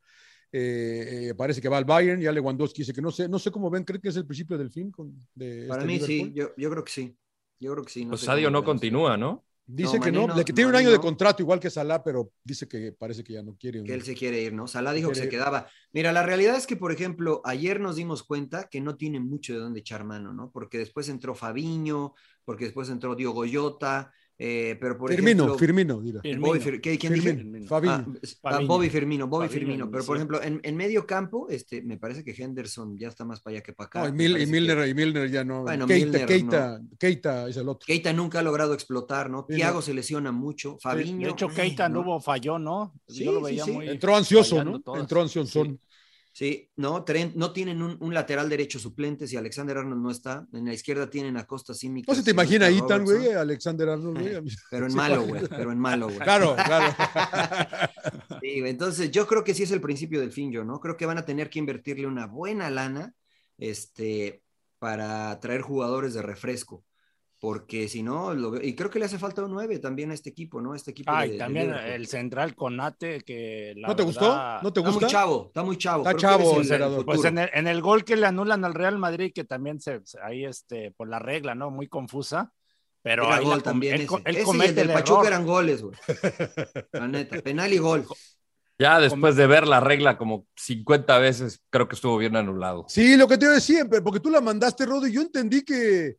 [SPEAKER 8] Eh, eh, parece que va al Bayern, ya Lewandowski dice que no sé, no sé cómo ven, creen que es el principio del fin con- de
[SPEAKER 2] Para
[SPEAKER 8] este
[SPEAKER 2] mí sí,
[SPEAKER 8] Liverpool?
[SPEAKER 2] yo, yo creo que sí. Yo creo que sí. no
[SPEAKER 9] Pues
[SPEAKER 2] sé
[SPEAKER 9] Sadio
[SPEAKER 2] cómo
[SPEAKER 9] no
[SPEAKER 2] lo vean.
[SPEAKER 9] continúa, ¿no?
[SPEAKER 8] Dice
[SPEAKER 2] No,
[SPEAKER 8] que
[SPEAKER 2] Mané
[SPEAKER 8] no,
[SPEAKER 2] no,
[SPEAKER 8] le que tiene un
[SPEAKER 2] Mané
[SPEAKER 8] año de
[SPEAKER 2] no.
[SPEAKER 8] contrato igual que Salah, pero dice que parece que ya no quiere.
[SPEAKER 2] Que él se quiere ir, ¿no? Salah
[SPEAKER 8] Se
[SPEAKER 2] dijo que se
[SPEAKER 8] quiere ir.
[SPEAKER 2] quedaba. Mira, la realidad es que, por ejemplo, ayer nos dimos cuenta que no tiene mucho de dónde echar mano, ¿no? Porque después entró Fabiño, porque después entró Diogo Jota, eh, pero por
[SPEAKER 8] Firmino,
[SPEAKER 2] ejemplo...
[SPEAKER 8] Firmino, dirá.
[SPEAKER 2] Bobby Fir- ¿qué- ¿Quién
[SPEAKER 8] Firmino,
[SPEAKER 2] dije?
[SPEAKER 8] Fabiño.
[SPEAKER 2] Ah, es- ah,
[SPEAKER 8] Fabiño.
[SPEAKER 2] Bobby Firmino, Bobby
[SPEAKER 8] Fabiño,
[SPEAKER 2] Firmino. Pero,
[SPEAKER 8] sí.
[SPEAKER 2] por ejemplo, en, en medio campo, este, me parece que Henderson ya está más para allá que para acá.
[SPEAKER 8] No, y,
[SPEAKER 2] Me
[SPEAKER 8] Mil- y
[SPEAKER 2] parece
[SPEAKER 8] Milner,
[SPEAKER 2] que-
[SPEAKER 8] y Milner ya no.
[SPEAKER 2] Bueno,
[SPEAKER 8] Keita,
[SPEAKER 2] Milner,
[SPEAKER 8] Keita, Keita es el otro.
[SPEAKER 2] Keita nunca ha logrado explotar, ¿no?
[SPEAKER 8] Sí,
[SPEAKER 2] Thiago
[SPEAKER 8] no.
[SPEAKER 2] se lesiona mucho, Fabiño...
[SPEAKER 10] De hecho,
[SPEAKER 2] eh,
[SPEAKER 10] Keita
[SPEAKER 2] ¿no?
[SPEAKER 10] anduvo falló, ¿no?
[SPEAKER 2] Sí,
[SPEAKER 10] Yo lo
[SPEAKER 2] sí,
[SPEAKER 10] veía
[SPEAKER 2] sí.
[SPEAKER 10] muy.
[SPEAKER 8] Entró ansioso,
[SPEAKER 10] fallando
[SPEAKER 8] ¿no?
[SPEAKER 10] todas.
[SPEAKER 8] Entró ansiosón.
[SPEAKER 2] Sí, no, Trent, no tienen un, un lateral derecho suplente si Alexander Arnold no está. En la izquierda tienen a Costa Simic.
[SPEAKER 8] No se te imagina ahí tan, güey, Alexander Arnold, güey.
[SPEAKER 2] Pero en
[SPEAKER 8] Sí,
[SPEAKER 2] malo,
[SPEAKER 8] imagínate.
[SPEAKER 2] güey, pero en malo, güey.
[SPEAKER 8] Claro, claro.
[SPEAKER 2] Sí, entonces yo creo que sí es el principio del fin, yo, ¿no? Creo que van a tener que invertirle una buena lana este, para traer jugadores de refresco. Porque si no, lo veo- y creo que le hace falta un 9 también a este equipo, ¿no? Este equipo.
[SPEAKER 10] Ah,
[SPEAKER 2] de-
[SPEAKER 10] y
[SPEAKER 2] de
[SPEAKER 10] también
[SPEAKER 2] Liverpool.
[SPEAKER 10] el central Conate que la
[SPEAKER 8] ¿No te gustó?
[SPEAKER 10] verdad-
[SPEAKER 8] ¿No te gusta?
[SPEAKER 2] Está muy chavo, está muy chavo.
[SPEAKER 8] Está
[SPEAKER 2] Creo que
[SPEAKER 8] chavo,
[SPEAKER 2] es el- el
[SPEAKER 8] Gerardo.
[SPEAKER 10] Pues
[SPEAKER 2] futuro.
[SPEAKER 10] en el, en el gol que le anulan al Real Madrid, que también se, se- ahí este, por la regla, ¿no? Muy confusa. Pero
[SPEAKER 2] Era
[SPEAKER 10] ahí la
[SPEAKER 2] gol
[SPEAKER 10] com-
[SPEAKER 2] también.
[SPEAKER 10] él,
[SPEAKER 2] ese.
[SPEAKER 10] co- él
[SPEAKER 2] Ese y
[SPEAKER 10] comete
[SPEAKER 2] el del
[SPEAKER 10] el
[SPEAKER 2] Pachuca
[SPEAKER 10] error.
[SPEAKER 2] eran goles, güey. La neta, penal y gol.
[SPEAKER 9] Ya después de ver la regla como 50 veces, creo que estuvo bien anulado.
[SPEAKER 8] Sí, lo que te decía, pero porque tú la mandaste, Rodo, y yo entendí que,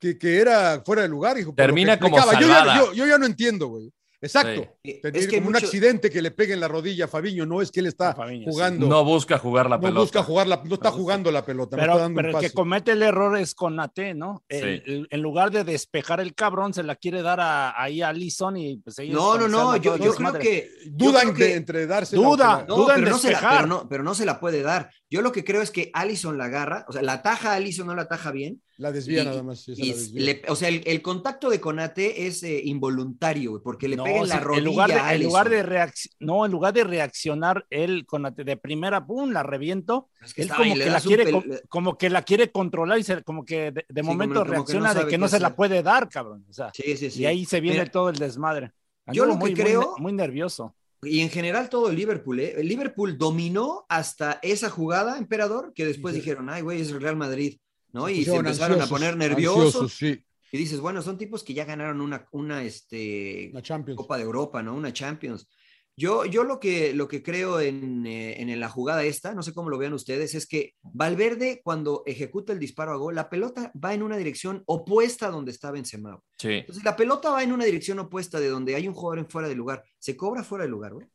[SPEAKER 8] que, que era fuera de lugar, hijo. por lo que
[SPEAKER 9] Termina como
[SPEAKER 8] explicaba. Yo ya-
[SPEAKER 9] salvada.
[SPEAKER 8] Yo, yo ya no entiendo, güey. Exacto. Tendría
[SPEAKER 2] Es que
[SPEAKER 8] como un
[SPEAKER 2] mucho-
[SPEAKER 8] accidente que le pegue en la rodilla a Fabiño, no es que él está jugando.
[SPEAKER 9] No busca jugar la
[SPEAKER 8] no
[SPEAKER 9] pelota.
[SPEAKER 8] busca jugar la, no está jugando la pelota, no
[SPEAKER 10] Pero,
[SPEAKER 8] está dando
[SPEAKER 10] pero
[SPEAKER 8] un
[SPEAKER 10] el que
[SPEAKER 8] pase.
[SPEAKER 10] comete el error es con AT, ¿no?
[SPEAKER 9] Sí.
[SPEAKER 10] El- el- en lugar de despejar el cabrón, se la quiere dar a, ahí a Lison y pues ellos
[SPEAKER 2] No, no, no,
[SPEAKER 10] comenzando
[SPEAKER 2] yo,
[SPEAKER 10] todo
[SPEAKER 2] yo
[SPEAKER 10] el
[SPEAKER 2] creo
[SPEAKER 10] desmadre.
[SPEAKER 2] que...
[SPEAKER 8] Dudan
[SPEAKER 2] yo creo
[SPEAKER 8] de- entre darse
[SPEAKER 10] Duda,
[SPEAKER 2] No,
[SPEAKER 10] duda en
[SPEAKER 2] pero, no se la,
[SPEAKER 10] despejar.
[SPEAKER 2] pero no, pero no se la puede dar. Yo lo que creo es que Allison la agarra, o sea, la ataja a Allison, no la ataja bien.
[SPEAKER 8] La desvía
[SPEAKER 2] Y-
[SPEAKER 8] nada más. sí, se
[SPEAKER 2] y
[SPEAKER 8] la desvía.
[SPEAKER 2] le- o sea, el, el contacto de Conate es eh, involuntario, güey, porque le
[SPEAKER 10] No,
[SPEAKER 2] pega en la
[SPEAKER 10] sí,
[SPEAKER 2] rodilla
[SPEAKER 10] en lugar de,
[SPEAKER 2] a
[SPEAKER 10] en
[SPEAKER 2] Allison.
[SPEAKER 10] lugar de reacc- no, en lugar de reaccionar él con la, de primera, pum, la reviento.
[SPEAKER 2] Es que
[SPEAKER 10] él
[SPEAKER 2] estaba
[SPEAKER 10] como
[SPEAKER 2] ahí, le
[SPEAKER 10] que la
[SPEAKER 2] das un
[SPEAKER 10] quiere,
[SPEAKER 2] pel-
[SPEAKER 10] co- como que la quiere controlar y se, como que de, de
[SPEAKER 2] como-
[SPEAKER 10] momento
[SPEAKER 2] como que no
[SPEAKER 10] reacciona de
[SPEAKER 2] sabe
[SPEAKER 10] que
[SPEAKER 2] qué
[SPEAKER 10] no se la
[SPEAKER 2] hacer.
[SPEAKER 10] puede dar, cabrón. O sea,
[SPEAKER 2] Sí, sí, sí.
[SPEAKER 10] y ahí se viene
[SPEAKER 2] Mira,
[SPEAKER 10] todo el desmadre.
[SPEAKER 2] yo
[SPEAKER 10] Anduvo
[SPEAKER 2] lo que
[SPEAKER 10] muy- muy
[SPEAKER 2] creo-
[SPEAKER 10] ne- muy nervioso.
[SPEAKER 2] Y en general todo el Liverpool, ¿eh? El Liverpool dominó hasta esa jugada, emperador, que después
[SPEAKER 8] Sí, sí.
[SPEAKER 2] dijeron, ay, güey, es el Real Madrid, ¿no?
[SPEAKER 8] Se
[SPEAKER 2] Y se
[SPEAKER 8] pusieron
[SPEAKER 2] empezaron a
[SPEAKER 8] ansiosos,
[SPEAKER 2] poner nerviosos.
[SPEAKER 8] ansiosos, sí.
[SPEAKER 2] Y dices, bueno, son tipos que ya ganaron una, una, este,
[SPEAKER 8] La Champions.
[SPEAKER 2] Copa de Europa, ¿no? Una Champions. Yo, yo lo, que, lo que creo en, eh, en la jugada esta, no sé cómo lo vean ustedes, es que Valverde cuando ejecuta el disparo a gol, la pelota va en una dirección opuesta a donde está Benzema.
[SPEAKER 9] Sí.
[SPEAKER 2] Entonces la pelota va en una dirección opuesta de donde hay un jugador en fuera de lugar. Se cobra fuera de lugar, güey.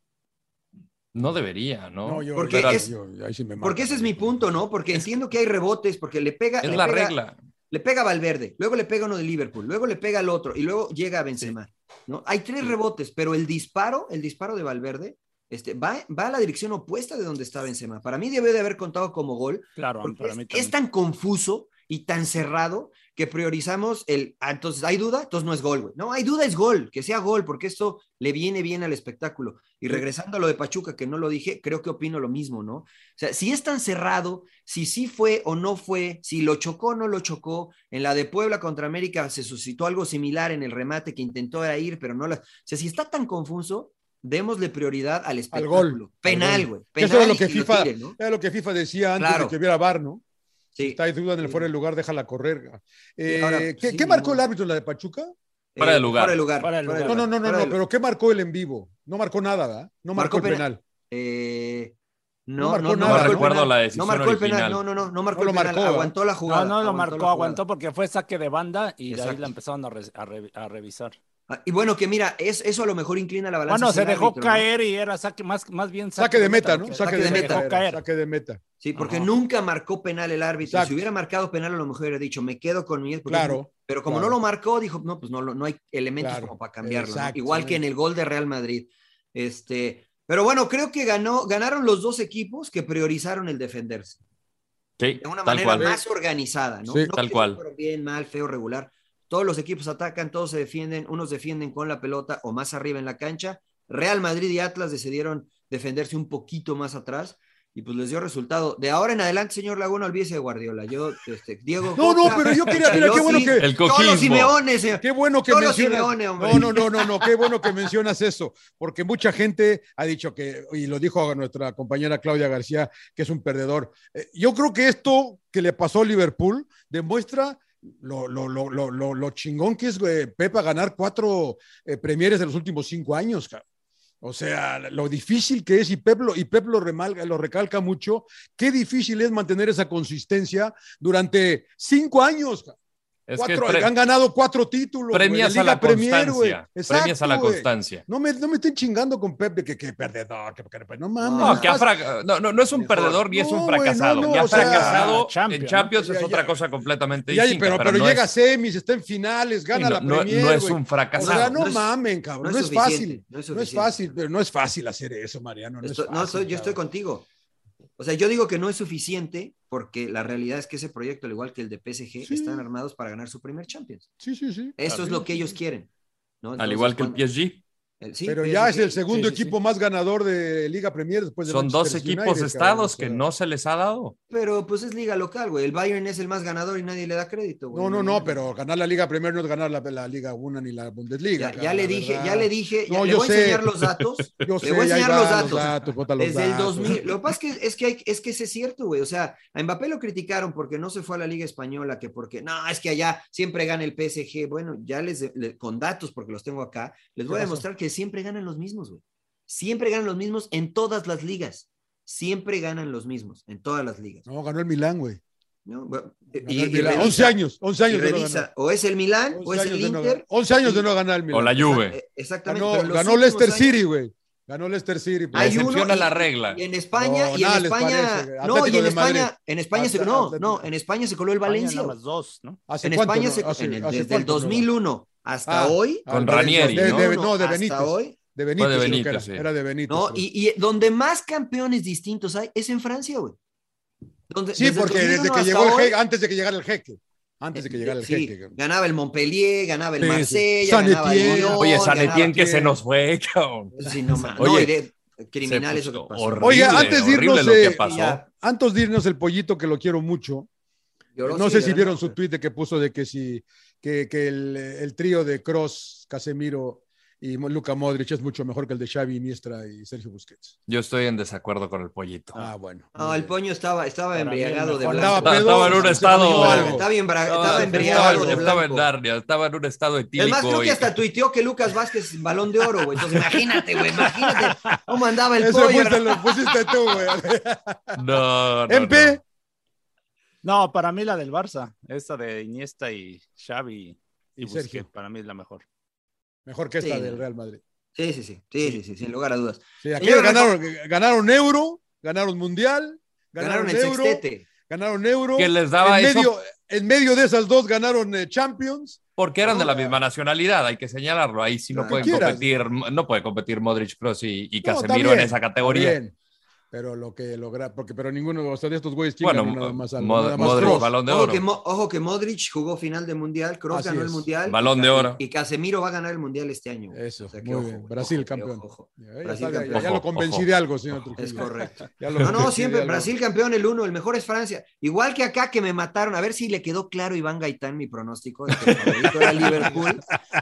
[SPEAKER 9] No debería, ¿no?
[SPEAKER 8] No, yo,
[SPEAKER 2] Porque
[SPEAKER 8] yo-
[SPEAKER 2] es-
[SPEAKER 8] yo- ahí sí me
[SPEAKER 2] Porque
[SPEAKER 8] mata.
[SPEAKER 2] ese es mi punto, ¿no? Porque entiendo que hay rebotes, porque le pega...
[SPEAKER 9] es
[SPEAKER 2] le
[SPEAKER 9] la
[SPEAKER 2] pega-
[SPEAKER 9] regla.
[SPEAKER 2] Le pega a Valverde, luego le pega uno de Liverpool, luego le pega al otro y luego llega a Benzema. ¿no? Hay tres rebotes, pero el disparo, el disparo de Valverde, este, va, va a la dirección opuesta de donde está Benzema. Para mí debió de haber contado como gol,
[SPEAKER 10] Claro,
[SPEAKER 2] porque
[SPEAKER 10] para
[SPEAKER 2] es,
[SPEAKER 10] mí
[SPEAKER 2] es
[SPEAKER 10] también.
[SPEAKER 2] tan confuso y tan cerrado que priorizamos el, ah, entonces hay duda, entonces no es gol, güey. No, hay duda, es gol, que sea gol, porque esto le viene bien al espectáculo. Y regresando a lo de Pachuca, que no lo dije, creo que opino lo mismo, ¿no? O sea, si es tan cerrado, si sí fue o no fue, si lo chocó o no lo chocó, en la de Puebla contra América se suscitó algo similar en el remate que intentó era ir, pero no la... O sea, si está tan confuso, démosle prioridad al
[SPEAKER 8] al
[SPEAKER 2] espectáculo.
[SPEAKER 8] gol. Al
[SPEAKER 2] Penal,
[SPEAKER 8] gol.
[SPEAKER 2] güey.
[SPEAKER 8] Que
[SPEAKER 2] Penal
[SPEAKER 8] Eso era lo
[SPEAKER 2] y
[SPEAKER 8] que,
[SPEAKER 2] que lo
[SPEAKER 8] FIFA,
[SPEAKER 2] tiren, ¿no?
[SPEAKER 8] era lo que FIFA decía antes
[SPEAKER 2] Claro.
[SPEAKER 8] de que hubiera VAR, ¿no?
[SPEAKER 2] Sí.
[SPEAKER 8] Está ahí duda en el fuera de lugar, déjala correr. Eh,
[SPEAKER 2] ahora,
[SPEAKER 8] ¿qué,
[SPEAKER 2] sí,
[SPEAKER 8] qué marcó
[SPEAKER 2] no.
[SPEAKER 8] el árbitro en la de Pachuca?
[SPEAKER 9] Fuera de lugar.
[SPEAKER 2] Eh, Fuera de lugar.
[SPEAKER 10] Fuera de
[SPEAKER 2] fuera de
[SPEAKER 8] No, no, no, no,
[SPEAKER 2] fuera
[SPEAKER 8] no,
[SPEAKER 2] de-
[SPEAKER 8] pero ¿qué marcó el en vivo? No marcó nada, ¿verdad? No
[SPEAKER 2] Marcó
[SPEAKER 8] marcó, el
[SPEAKER 2] pena-
[SPEAKER 8] penal.
[SPEAKER 2] Eh,
[SPEAKER 8] No
[SPEAKER 2] no,
[SPEAKER 8] marcó
[SPEAKER 2] no, no
[SPEAKER 8] nada,
[SPEAKER 2] marcó
[SPEAKER 8] ¿no?
[SPEAKER 2] el
[SPEAKER 9] Recuerdo
[SPEAKER 2] penal.
[SPEAKER 9] la
[SPEAKER 2] no
[SPEAKER 9] decisión
[SPEAKER 2] marcó el penal,
[SPEAKER 9] original.
[SPEAKER 2] no, no, no, no marcó
[SPEAKER 8] No lo
[SPEAKER 2] el penal,
[SPEAKER 8] marcó, ¿eh?
[SPEAKER 2] aguantó la
[SPEAKER 10] No,
[SPEAKER 2] jugada.
[SPEAKER 10] no lo
[SPEAKER 2] aguantó la
[SPEAKER 10] marcó,
[SPEAKER 2] jugada.
[SPEAKER 10] aguantó porque fue saque de banda y de ahí
[SPEAKER 2] Exacto.
[SPEAKER 10] la empezaron a, re- a re- a revisar.
[SPEAKER 2] Ah, Y bueno, que mira, es, eso a lo mejor inclina la balanza.
[SPEAKER 10] Bueno, Ah, se
[SPEAKER 2] hacia el
[SPEAKER 10] dejó
[SPEAKER 2] árbitro, ¿no?
[SPEAKER 10] caer y era saque, más, más bien
[SPEAKER 8] Saque de meta, ¿no?
[SPEAKER 10] que-
[SPEAKER 8] Saque de
[SPEAKER 2] de
[SPEAKER 8] meta.
[SPEAKER 10] dejó
[SPEAKER 8] era,
[SPEAKER 10] caer.
[SPEAKER 8] Saque de meta.
[SPEAKER 2] Sí, porque
[SPEAKER 10] Ajá.
[SPEAKER 2] nunca marcó penal el árbitro.
[SPEAKER 8] Exacto.
[SPEAKER 2] Si hubiera marcado penal, a lo mejor hubiera dicho, me quedo con mi. porque-
[SPEAKER 8] Claro.
[SPEAKER 2] Pero como
[SPEAKER 8] claro.
[SPEAKER 2] no lo marcó, dijo, no, pues no, lo- no hay elementos
[SPEAKER 8] Claro,
[SPEAKER 2] como para cambiarlo. ¿no?
[SPEAKER 8] exacto,
[SPEAKER 2] Igual que en el gol de Real Madrid. Este, pero bueno, creo que ganó, ganaron los dos equipos que priorizaron el defenderse.
[SPEAKER 9] Sí,
[SPEAKER 2] de una
[SPEAKER 9] tal
[SPEAKER 2] manera
[SPEAKER 9] cual.
[SPEAKER 2] más organizada, ¿no?
[SPEAKER 8] Sí,
[SPEAKER 2] No
[SPEAKER 9] tal
[SPEAKER 2] que
[SPEAKER 9] cual.
[SPEAKER 2] fueron Bien, mal, feo, regular. Todos los equipos atacan, todos se defienden, unos defienden con la pelota o más arriba en la cancha. Real Madrid y Atlas decidieron defenderse un poquito más atrás y pues les dio resultado. De ahora en adelante, señor Laguna, olvídese de Guardiola. Yo, este, Diego.
[SPEAKER 8] No, no, pero yo quería- mira, qué bueno que-
[SPEAKER 9] El
[SPEAKER 2] Todos los
[SPEAKER 9] cojismo.
[SPEAKER 2] Simeones, señor.
[SPEAKER 8] Qué bueno que
[SPEAKER 2] Solo
[SPEAKER 8] mencionas.
[SPEAKER 2] Simeone, hombre.
[SPEAKER 8] no, no, no, no, no, qué bueno que mencionas eso, porque mucha gente ha dicho que, y lo dijo nuestra compañera Claudia García, que es un perdedor. Eh, yo creo que esto que le pasó a Liverpool demuestra lo, lo, lo, lo, lo, lo chingón que es eh, Pepa ganar cuatro eh, premieres en los últimos cinco años, cabrón. O sea, lo difícil que es, y Pep lo, y Pep lo, remalga- lo recalca mucho, qué difícil es mantener esa consistencia durante cinco años. cabrón.
[SPEAKER 9] Es que
[SPEAKER 8] Cuatro-
[SPEAKER 9] pre-
[SPEAKER 8] han ganado cuatro títulos. güey, de
[SPEAKER 9] premias a
[SPEAKER 8] Liga
[SPEAKER 9] la
[SPEAKER 8] Premier, güey.
[SPEAKER 9] constancia.
[SPEAKER 8] Exacto,
[SPEAKER 9] Premias a la
[SPEAKER 8] güey.
[SPEAKER 9] constancia.
[SPEAKER 8] No me, no me estén chingando con Pep de que, que perdedor, que, que- no mames.
[SPEAKER 9] No, que ha
[SPEAKER 8] estás-
[SPEAKER 9] fraca- no, no, no es un
[SPEAKER 2] Mejor.
[SPEAKER 9] perdedor ni es
[SPEAKER 8] No,
[SPEAKER 9] un
[SPEAKER 8] güey,
[SPEAKER 9] fracasado.
[SPEAKER 8] no, no,
[SPEAKER 9] ya
[SPEAKER 8] o sea,
[SPEAKER 9] fracasado
[SPEAKER 10] Champions,
[SPEAKER 9] en Champions
[SPEAKER 8] ¿no?
[SPEAKER 9] es
[SPEAKER 8] Ya,
[SPEAKER 9] otra
[SPEAKER 8] ya.
[SPEAKER 9] cosa completamente
[SPEAKER 8] Ya,
[SPEAKER 9] distinta.
[SPEAKER 8] pero, pero,
[SPEAKER 9] no
[SPEAKER 8] llega a
[SPEAKER 9] es-
[SPEAKER 8] semis, está en finales, gana
[SPEAKER 9] no-
[SPEAKER 8] la
[SPEAKER 9] no-
[SPEAKER 8] Premier.
[SPEAKER 9] no es
[SPEAKER 8] güey.
[SPEAKER 9] un
[SPEAKER 8] O sea,
[SPEAKER 9] fracasado.
[SPEAKER 8] no,
[SPEAKER 2] No es-
[SPEAKER 8] mamen, cabrón. No es,
[SPEAKER 2] suficiente,
[SPEAKER 8] fácil.
[SPEAKER 2] No es,
[SPEAKER 8] No es
[SPEAKER 2] suficiente.
[SPEAKER 8] fácil, pero no es fácil hacer eso, Mariano. No,
[SPEAKER 2] Esto-
[SPEAKER 8] es
[SPEAKER 2] no,
[SPEAKER 8] fácil,
[SPEAKER 2] soy- yo estoy
[SPEAKER 8] cabrón.
[SPEAKER 2] contigo. O sea, yo digo que no es suficiente porque la realidad es que ese proyecto, al igual que el de PSG,
[SPEAKER 8] Sí.
[SPEAKER 2] están armados para ganar su primer Champions.
[SPEAKER 8] Sí, sí, sí.
[SPEAKER 2] Eso es
[SPEAKER 8] Sí,
[SPEAKER 2] lo que
[SPEAKER 8] sí,
[SPEAKER 2] ellos
[SPEAKER 8] sí.
[SPEAKER 2] quieren. ¿no?
[SPEAKER 9] Al
[SPEAKER 2] Entonces,
[SPEAKER 9] igual que el
[SPEAKER 2] cuando-
[SPEAKER 9] PSG.
[SPEAKER 2] el- sí,
[SPEAKER 8] Pero
[SPEAKER 2] PSG,
[SPEAKER 8] ya es el
[SPEAKER 2] sí,
[SPEAKER 8] segundo
[SPEAKER 2] sí, sí.
[SPEAKER 8] equipo más ganador de Liga Premier después Pues de
[SPEAKER 9] Son dos
[SPEAKER 8] Manchester
[SPEAKER 9] equipos
[SPEAKER 8] United,
[SPEAKER 9] estados que
[SPEAKER 8] cabrón, o
[SPEAKER 9] no se les ha dado.
[SPEAKER 2] Pero pues es liga local, güey. El Bayern es el más ganador y nadie le da crédito.
[SPEAKER 8] sea.
[SPEAKER 2] güey.
[SPEAKER 8] No, no, no, pero ganar la Liga Premier no es ganar la, la Liga 1 ni la Bundesliga.
[SPEAKER 2] Ya, ya
[SPEAKER 8] cabrón,
[SPEAKER 2] le
[SPEAKER 8] la
[SPEAKER 2] dije, ya
[SPEAKER 8] verdad.
[SPEAKER 2] le dije, ya
[SPEAKER 8] No,
[SPEAKER 2] le
[SPEAKER 8] yo
[SPEAKER 2] voy a
[SPEAKER 8] sé.
[SPEAKER 2] enseñar los datos. le
[SPEAKER 8] Yo
[SPEAKER 2] voy a
[SPEAKER 8] sé, ahí
[SPEAKER 2] enseñar los
[SPEAKER 8] van
[SPEAKER 2] datos.
[SPEAKER 8] bota los
[SPEAKER 2] Desde el
[SPEAKER 8] datos.
[SPEAKER 2] 2000. Lo que pasa es que, es que, hay- es que ese es cierto, güey. O sea, a Mbappé lo criticaron porque no se fue a la Liga Española, que porque, no, es que allá siempre gana el PSG. Bueno, ya les, le- con datos, porque los tengo acá, les voy a
[SPEAKER 8] pasó?
[SPEAKER 2] demostrar que siempre ganan los mismos, güey. Siempre ganan los mismos en todas las ligas. Siempre ganan los mismos en todas las ligas.
[SPEAKER 8] No, ganó el Milán, güey.
[SPEAKER 2] ¿no? Bueno, eh,
[SPEAKER 8] Y, Milán, 11 años, 11 años
[SPEAKER 2] y
[SPEAKER 8] de no
[SPEAKER 2] revisa,
[SPEAKER 8] ganar.
[SPEAKER 2] o es el Milán, o
[SPEAKER 8] 11
[SPEAKER 2] es el
[SPEAKER 8] años de no
[SPEAKER 2] Inter.
[SPEAKER 8] ganar. 11 años de no ganar el Milán.
[SPEAKER 9] O la Juve.
[SPEAKER 2] Eh, Exactamente.
[SPEAKER 8] Ganó,
[SPEAKER 2] pero en los
[SPEAKER 8] ganó
[SPEAKER 2] últimos
[SPEAKER 8] Leicester
[SPEAKER 2] años-
[SPEAKER 8] City, güey. Ganó Leicester City. pues. por
[SPEAKER 2] Hay
[SPEAKER 8] ejemplo.
[SPEAKER 2] uno y- Y en España,
[SPEAKER 8] No,
[SPEAKER 2] y en
[SPEAKER 8] nada les
[SPEAKER 2] España, no,
[SPEAKER 8] parece.
[SPEAKER 2] y
[SPEAKER 8] Atlético
[SPEAKER 2] en
[SPEAKER 8] de Madrid.
[SPEAKER 2] España, en España se,
[SPEAKER 8] Atl-
[SPEAKER 2] no,
[SPEAKER 8] Atlético.
[SPEAKER 2] no, en España se coló el Valencia.
[SPEAKER 10] nada más dos, ¿no?
[SPEAKER 8] ¿Hace
[SPEAKER 2] En
[SPEAKER 8] cuánto
[SPEAKER 2] España
[SPEAKER 8] no?
[SPEAKER 2] se,
[SPEAKER 8] Hace-
[SPEAKER 2] en el-
[SPEAKER 8] hace
[SPEAKER 2] desde el
[SPEAKER 8] cuánto no?
[SPEAKER 2] 2001 hasta
[SPEAKER 8] Ah,
[SPEAKER 2] hoy.
[SPEAKER 9] Con
[SPEAKER 8] de- de-
[SPEAKER 9] Ranieri,
[SPEAKER 8] de-
[SPEAKER 9] ¿no?
[SPEAKER 8] de- no, de
[SPEAKER 2] Hasta
[SPEAKER 8] Benítez.
[SPEAKER 2] hoy.
[SPEAKER 8] De Benítez, creo que
[SPEAKER 9] Benítez,
[SPEAKER 8] era.
[SPEAKER 9] sí.
[SPEAKER 8] Era de Benítez.
[SPEAKER 2] No,
[SPEAKER 8] güey.
[SPEAKER 2] y, y donde más campeones distintos hay es en Francia, güey. Donde-
[SPEAKER 8] sí,
[SPEAKER 2] desde el
[SPEAKER 8] porque desde
[SPEAKER 2] 2001
[SPEAKER 8] que
[SPEAKER 2] hasta
[SPEAKER 8] llegó el
[SPEAKER 2] hoy, eh,
[SPEAKER 8] jeque, antes de que llegara el jeque. Antes de que llegara el
[SPEAKER 2] sí,
[SPEAKER 8] jeque. güey.
[SPEAKER 2] ganaba el Montpellier, ganaba el
[SPEAKER 8] Sí, sí.
[SPEAKER 2] Marsella,
[SPEAKER 8] San
[SPEAKER 2] ganaba el
[SPEAKER 8] Etienne.
[SPEAKER 2] Lyon,
[SPEAKER 9] Oye, San
[SPEAKER 2] ganaba-
[SPEAKER 9] Etienne que se
[SPEAKER 8] Etienne.
[SPEAKER 9] nos fue, cabrón.
[SPEAKER 2] Sí, no, ma-
[SPEAKER 9] Oye,
[SPEAKER 2] no, y de- criminal
[SPEAKER 9] Se
[SPEAKER 2] eso que
[SPEAKER 9] puso
[SPEAKER 2] pasó.
[SPEAKER 9] horrible,
[SPEAKER 8] Oiga, antes de
[SPEAKER 9] horrible
[SPEAKER 8] irnos,
[SPEAKER 9] lo que
[SPEAKER 8] eh,
[SPEAKER 9] pasó.
[SPEAKER 2] ya.
[SPEAKER 8] Antes de irnos el pollito, que lo quiero mucho.
[SPEAKER 2] Lloró,
[SPEAKER 8] no
[SPEAKER 2] sí,
[SPEAKER 8] sé si
[SPEAKER 2] lloró.
[SPEAKER 8] vieron su tweet de que puso de que si que, que el, el trío de Cross, Casemiro y Luca Modric es mucho mejor que el de Xavi, Iniestra y Sergio Busquets.
[SPEAKER 9] Yo estoy en desacuerdo con el pollito.
[SPEAKER 8] Ah, bueno.
[SPEAKER 2] No, el poño estaba, estaba
[SPEAKER 10] Para mí el
[SPEAKER 2] embriagado de
[SPEAKER 10] mejor.
[SPEAKER 2] blanco.
[SPEAKER 8] Andaba pedo,
[SPEAKER 9] estaba en un
[SPEAKER 8] se
[SPEAKER 9] estado-
[SPEAKER 8] comió algo.
[SPEAKER 2] Estaba, embra- estaba
[SPEAKER 9] Estaba-
[SPEAKER 2] embriagado
[SPEAKER 9] estaba-
[SPEAKER 2] de
[SPEAKER 9] Estaba en
[SPEAKER 2] blanco.
[SPEAKER 9] Narnia, estaba en un estado etílico.
[SPEAKER 2] Es más, creo
[SPEAKER 9] y-
[SPEAKER 2] que hasta tuiteó que Lucas Vázquez es balón de oro, güey. Entonces, imagínate, güey, imagínate cómo andaba el
[SPEAKER 8] Eso
[SPEAKER 2] pollo.
[SPEAKER 8] fuiste, lo pusiste tú, güey.
[SPEAKER 9] No, no,
[SPEAKER 8] MP,
[SPEAKER 9] no.
[SPEAKER 10] No, para mí la del Barça, esta de Iniesta y Xavi y,
[SPEAKER 8] Y
[SPEAKER 10] Busquets,
[SPEAKER 8] Sergio.
[SPEAKER 10] para mí es la mejor.
[SPEAKER 8] mejor que esta
[SPEAKER 2] Sí.
[SPEAKER 8] del Real Madrid.
[SPEAKER 2] Sí, sí, sí, sí, sí, sí, sin lugar a dudas.
[SPEAKER 8] Sí, aquí
[SPEAKER 2] Señor,
[SPEAKER 8] ganaron, ganaron euro, ganaron mundial, ganaron,
[SPEAKER 2] Ganaron el
[SPEAKER 8] euro,
[SPEAKER 2] sextete.
[SPEAKER 8] ganaron euro.
[SPEAKER 9] Que les daba
[SPEAKER 8] en
[SPEAKER 9] eso.
[SPEAKER 8] Medio, en medio de esas dos ganaron eh, Champions.
[SPEAKER 9] Porque eran de la
[SPEAKER 8] No,
[SPEAKER 9] misma nacionalidad, hay que señalarlo. Ahí sí no
[SPEAKER 2] Claro.
[SPEAKER 9] pueden
[SPEAKER 8] Quieras.
[SPEAKER 9] competir, no puede competir Modric, Kroos y, y
[SPEAKER 8] No, está
[SPEAKER 9] Casemiro en
[SPEAKER 8] bien,
[SPEAKER 9] esa
[SPEAKER 8] Está
[SPEAKER 9] categoría.
[SPEAKER 8] bien, Pero lo que logra, porque pero ninguno o sea, de estos güeyes
[SPEAKER 9] Bueno,
[SPEAKER 8] chingan nada más al
[SPEAKER 9] Mod-
[SPEAKER 8] nada más
[SPEAKER 9] Modric,
[SPEAKER 8] Kroos.
[SPEAKER 9] balón de
[SPEAKER 2] Ojo
[SPEAKER 9] oro.
[SPEAKER 2] que, Mo- ojo que Modric jugó final de mundial, Kroos
[SPEAKER 8] Así
[SPEAKER 2] ganó el
[SPEAKER 8] es.
[SPEAKER 2] mundial.
[SPEAKER 9] Balón de oro.
[SPEAKER 2] Y Casemiro va a ganar el mundial este año. güey.
[SPEAKER 8] Eso,
[SPEAKER 2] O sea, que
[SPEAKER 8] muy
[SPEAKER 2] ojo,
[SPEAKER 8] bien.
[SPEAKER 2] güey,
[SPEAKER 8] Brasil
[SPEAKER 2] ojo,
[SPEAKER 8] campeón.
[SPEAKER 2] ojo, ojo.
[SPEAKER 8] Ya, ya
[SPEAKER 2] Brasil
[SPEAKER 8] sabe, ya-
[SPEAKER 2] campeón.
[SPEAKER 8] ya lo convencí de algo, señor
[SPEAKER 2] Es
[SPEAKER 8] Trujillo.
[SPEAKER 2] correcto.
[SPEAKER 8] Ya lo
[SPEAKER 2] No, no,
[SPEAKER 8] convencí de
[SPEAKER 2] siempre
[SPEAKER 8] algo.
[SPEAKER 2] Brasil campeón el uno, el mejor es Francia. Igual que acá que me mataron, a ver si le quedó claro a Iván Gaitán mi pronóstico de que el favorito era Liverpool,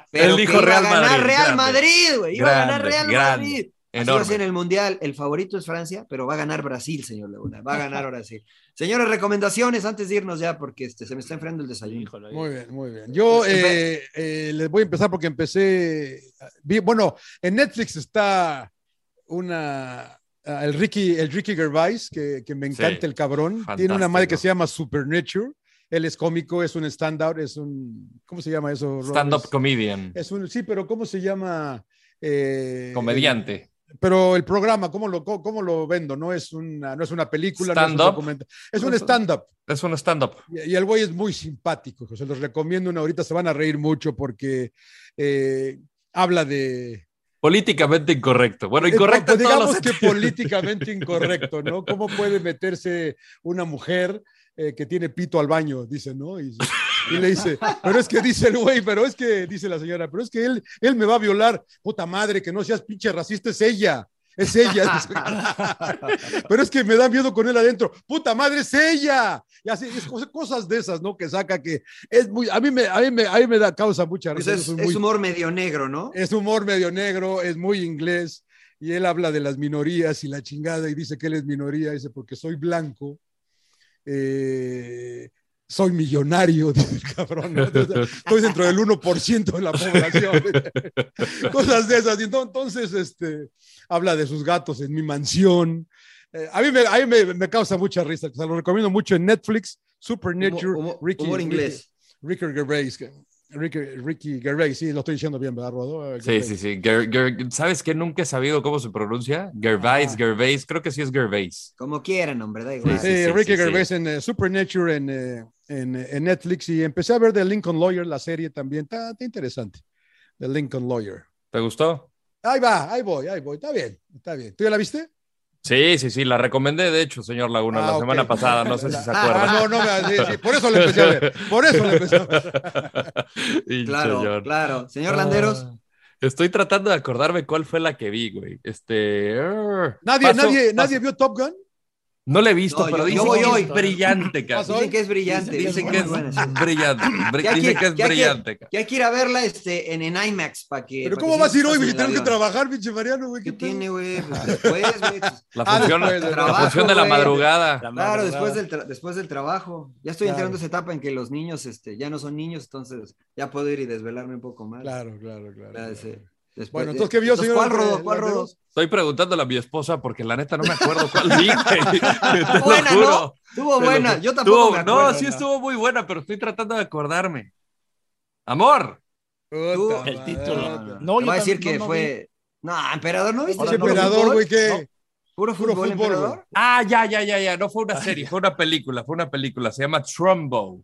[SPEAKER 2] pero
[SPEAKER 9] Él dijo
[SPEAKER 2] que iba
[SPEAKER 9] Real
[SPEAKER 2] a ganar
[SPEAKER 9] Madrid,
[SPEAKER 2] Real
[SPEAKER 9] grande.
[SPEAKER 2] Madrid, güey, iba a ganar
[SPEAKER 9] Grande,
[SPEAKER 2] Real
[SPEAKER 9] grande,
[SPEAKER 2] Madrid. Así va a
[SPEAKER 9] Enorme.
[SPEAKER 2] ser en el Mundial, el favorito es Francia, pero va a ganar Brasil, señor Laguna, va a ganar Brasil. Señores, recomendaciones antes de irnos ya, porque este, se me está enfriando el desayuno.
[SPEAKER 10] Híjole,
[SPEAKER 8] Muy bien, muy bien. Yo eh, eh, les voy a empezar porque empecé. vi- bueno, en Netflix está una. ah, El Ricky, el Ricky Gervais, que, que me encanta
[SPEAKER 9] Sí,
[SPEAKER 8] el cabrón. Tiene una
[SPEAKER 9] fantástico.
[SPEAKER 8] madre que se llama Supernature. Él es cómico, es un stand-out, es un. ¿Cómo se llama eso? Rob?
[SPEAKER 9] Stand-up
[SPEAKER 8] Es-
[SPEAKER 9] comedian,
[SPEAKER 8] Es un, sí, pero ¿cómo se llama? Eh,
[SPEAKER 9] comediante.
[SPEAKER 8] el- pero el programa, ¿cómo lo, cómo, cómo lo vendo? No es una, no es una película, no es un
[SPEAKER 9] Stand-up.
[SPEAKER 8] documental. Es un stand-up.
[SPEAKER 9] Es un stand-up.
[SPEAKER 8] Y, y el güey es muy simpático, se los recomiendo una ahorita, se van a reír mucho porque eh, habla de...
[SPEAKER 9] Políticamente incorrecto. Bueno, incorrecto
[SPEAKER 8] Eh,
[SPEAKER 9] en todos los
[SPEAKER 8] digamos que
[SPEAKER 9] sentidos.
[SPEAKER 8] políticamente incorrecto, ¿no? ¿Cómo puede meterse una mujer eh, que tiene pito al baño? Dice, ¿no? Y, y le dice, pero es que dice el güey, pero es que, dice la señora, pero es que él, él me va a violar, puta madre, que no seas pinche racista, es ella. Es ella. Pero es que me da miedo con él adentro. Puta madre, es ella. Y así, es cosa- cosas de esas, ¿no? Que saca que es muy. A mí me, a mí me, a mí me da causa mucha
[SPEAKER 2] Pues
[SPEAKER 8] risa.
[SPEAKER 2] es,
[SPEAKER 8] Yo soy
[SPEAKER 2] es
[SPEAKER 8] muy- Eh,
[SPEAKER 2] humor medio negro, ¿no?
[SPEAKER 8] es humor medio negro, es muy inglés. Y él habla de las minorías y la chingada y dice que él es minoría. Dice, porque soy blanco. eh, soy millonario, dice el cabrón. ¿no? Entonces, estoy dentro del 1% de la población. Cosas de esas. Y ento- Entonces, este, habla de sus gatos en mi mansión. Eh, a mí, me, a mí me, me causa mucha risa. Se lo recomiendo mucho en Netflix, Supernature,
[SPEAKER 2] Humor- humor-
[SPEAKER 8] Ricky,
[SPEAKER 2] humor
[SPEAKER 8] Ricky-
[SPEAKER 2] inglés.
[SPEAKER 8] Ricky Gervais. que- Ricky, Ricky Gervais, sí, lo estoy diciendo bien, ¿verdad, Rodo?
[SPEAKER 9] Sí, sí, sí. Ger- Ger- ¿Sabes que nunca he sabido cómo se pronuncia? Gervais,
[SPEAKER 8] Ah.
[SPEAKER 9] Gervais, creo que sí es Gervais.
[SPEAKER 2] Como quieran, hombre, da igual.
[SPEAKER 9] Sí, sí, sí,
[SPEAKER 8] Ricky
[SPEAKER 9] sí,
[SPEAKER 8] Gervais en eh, Supernature en, eh, en, eh, en Netflix y empecé a ver The Lincoln Lawyer, la serie también, está, está interesante. The Lincoln Lawyer.
[SPEAKER 9] ¿Te gustó?
[SPEAKER 8] Ahí va, ahí voy, ahí voy, está bien, está bien. ¿Tú ya la viste?
[SPEAKER 9] Sí, sí, sí, la recomendé, de hecho, señor Laguna,
[SPEAKER 8] Ah,
[SPEAKER 9] la
[SPEAKER 8] ok.
[SPEAKER 9] semana pasada, no sé si se
[SPEAKER 8] Ah, no,
[SPEAKER 9] acuerda.
[SPEAKER 8] no, me- sí, sí, por eso la empecé a ver, por eso la empecé a ver.
[SPEAKER 9] Y
[SPEAKER 2] Claro,
[SPEAKER 9] señor.
[SPEAKER 2] claro. Señor Landeros.
[SPEAKER 9] Ah, Estoy tratando de acordarme cuál fue la que vi, güey. Este. err,
[SPEAKER 8] Nadie,
[SPEAKER 9] paso,
[SPEAKER 8] nadie,
[SPEAKER 9] paso.
[SPEAKER 8] nadie vio Top Gun.
[SPEAKER 9] No la he visto,
[SPEAKER 2] No, yo- yo
[SPEAKER 9] pero dicen
[SPEAKER 2] voy
[SPEAKER 9] que
[SPEAKER 2] hoy.
[SPEAKER 9] es brillante, cara.
[SPEAKER 8] Paso.
[SPEAKER 2] Dicen que es brillante.
[SPEAKER 8] Dicen que es
[SPEAKER 9] Dicen que es
[SPEAKER 2] muy buena, sí.
[SPEAKER 9] brillante. bri-
[SPEAKER 2] Ya
[SPEAKER 9] Dicen
[SPEAKER 2] quiere-
[SPEAKER 9] que es
[SPEAKER 2] ya quiere-
[SPEAKER 9] brillante, cara.
[SPEAKER 2] Ya hay que ir a verla este, en, en IMAX para que.
[SPEAKER 8] Pero
[SPEAKER 2] pa'
[SPEAKER 8] ¿cómo
[SPEAKER 2] que
[SPEAKER 8] vas a ir hoy?
[SPEAKER 2] sientas
[SPEAKER 8] güey?
[SPEAKER 2] el
[SPEAKER 8] Tengo que
[SPEAKER 2] avión.
[SPEAKER 8] trabajar, pinche Mariano, güey.
[SPEAKER 2] ¿Qué
[SPEAKER 8] ¿qué pedo?
[SPEAKER 2] tiene, güey? Pues después, güey. pues,
[SPEAKER 9] La
[SPEAKER 8] Ah,
[SPEAKER 9] función,
[SPEAKER 8] después del
[SPEAKER 9] la
[SPEAKER 2] trabajo,
[SPEAKER 9] función de la
[SPEAKER 2] güey.
[SPEAKER 9] madrugada.
[SPEAKER 2] Claro, después del, tra- después del trabajo. Ya estoy
[SPEAKER 8] Claro.
[SPEAKER 2] entrando a esa etapa en que los niños este, ya no son niños, entonces ya puedo ir y desvelarme un poco más.
[SPEAKER 8] Claro, claro, claro.
[SPEAKER 2] Ya
[SPEAKER 8] claro.
[SPEAKER 2] sé. Después
[SPEAKER 8] Bueno,
[SPEAKER 2] de-
[SPEAKER 8] entonces, ¿qué vio, señor?
[SPEAKER 2] ¿Cuál rodó? ¿Cuál rodó?
[SPEAKER 9] Estoy preguntándole a mi esposa porque la neta no me acuerdo cuál dije. Te lo
[SPEAKER 2] Buena, ¿no?
[SPEAKER 9] juro.
[SPEAKER 2] Estuvo
[SPEAKER 9] Te lo
[SPEAKER 2] buena,
[SPEAKER 9] juro.
[SPEAKER 2] yo tampoco
[SPEAKER 9] Estuvo-
[SPEAKER 2] me acuerdo,
[SPEAKER 9] No, sí
[SPEAKER 2] no.
[SPEAKER 9] estuvo muy buena, pero estoy tratando de acordarme. Amor.
[SPEAKER 10] el
[SPEAKER 2] título.
[SPEAKER 10] No,
[SPEAKER 2] Te
[SPEAKER 10] yo
[SPEAKER 2] voy a decir que
[SPEAKER 10] también- no, no
[SPEAKER 2] fue. No, emperador, ¿no viste?
[SPEAKER 8] Ese
[SPEAKER 2] ¿Puro
[SPEAKER 8] emperador,
[SPEAKER 2] fútbol?
[SPEAKER 8] güey, que.
[SPEAKER 2] No, Puro fútbol, emperador.
[SPEAKER 9] Ah, ya, ya, ya, ya. No fue una serie, fue una película, fue una película. Se llama Trumbo.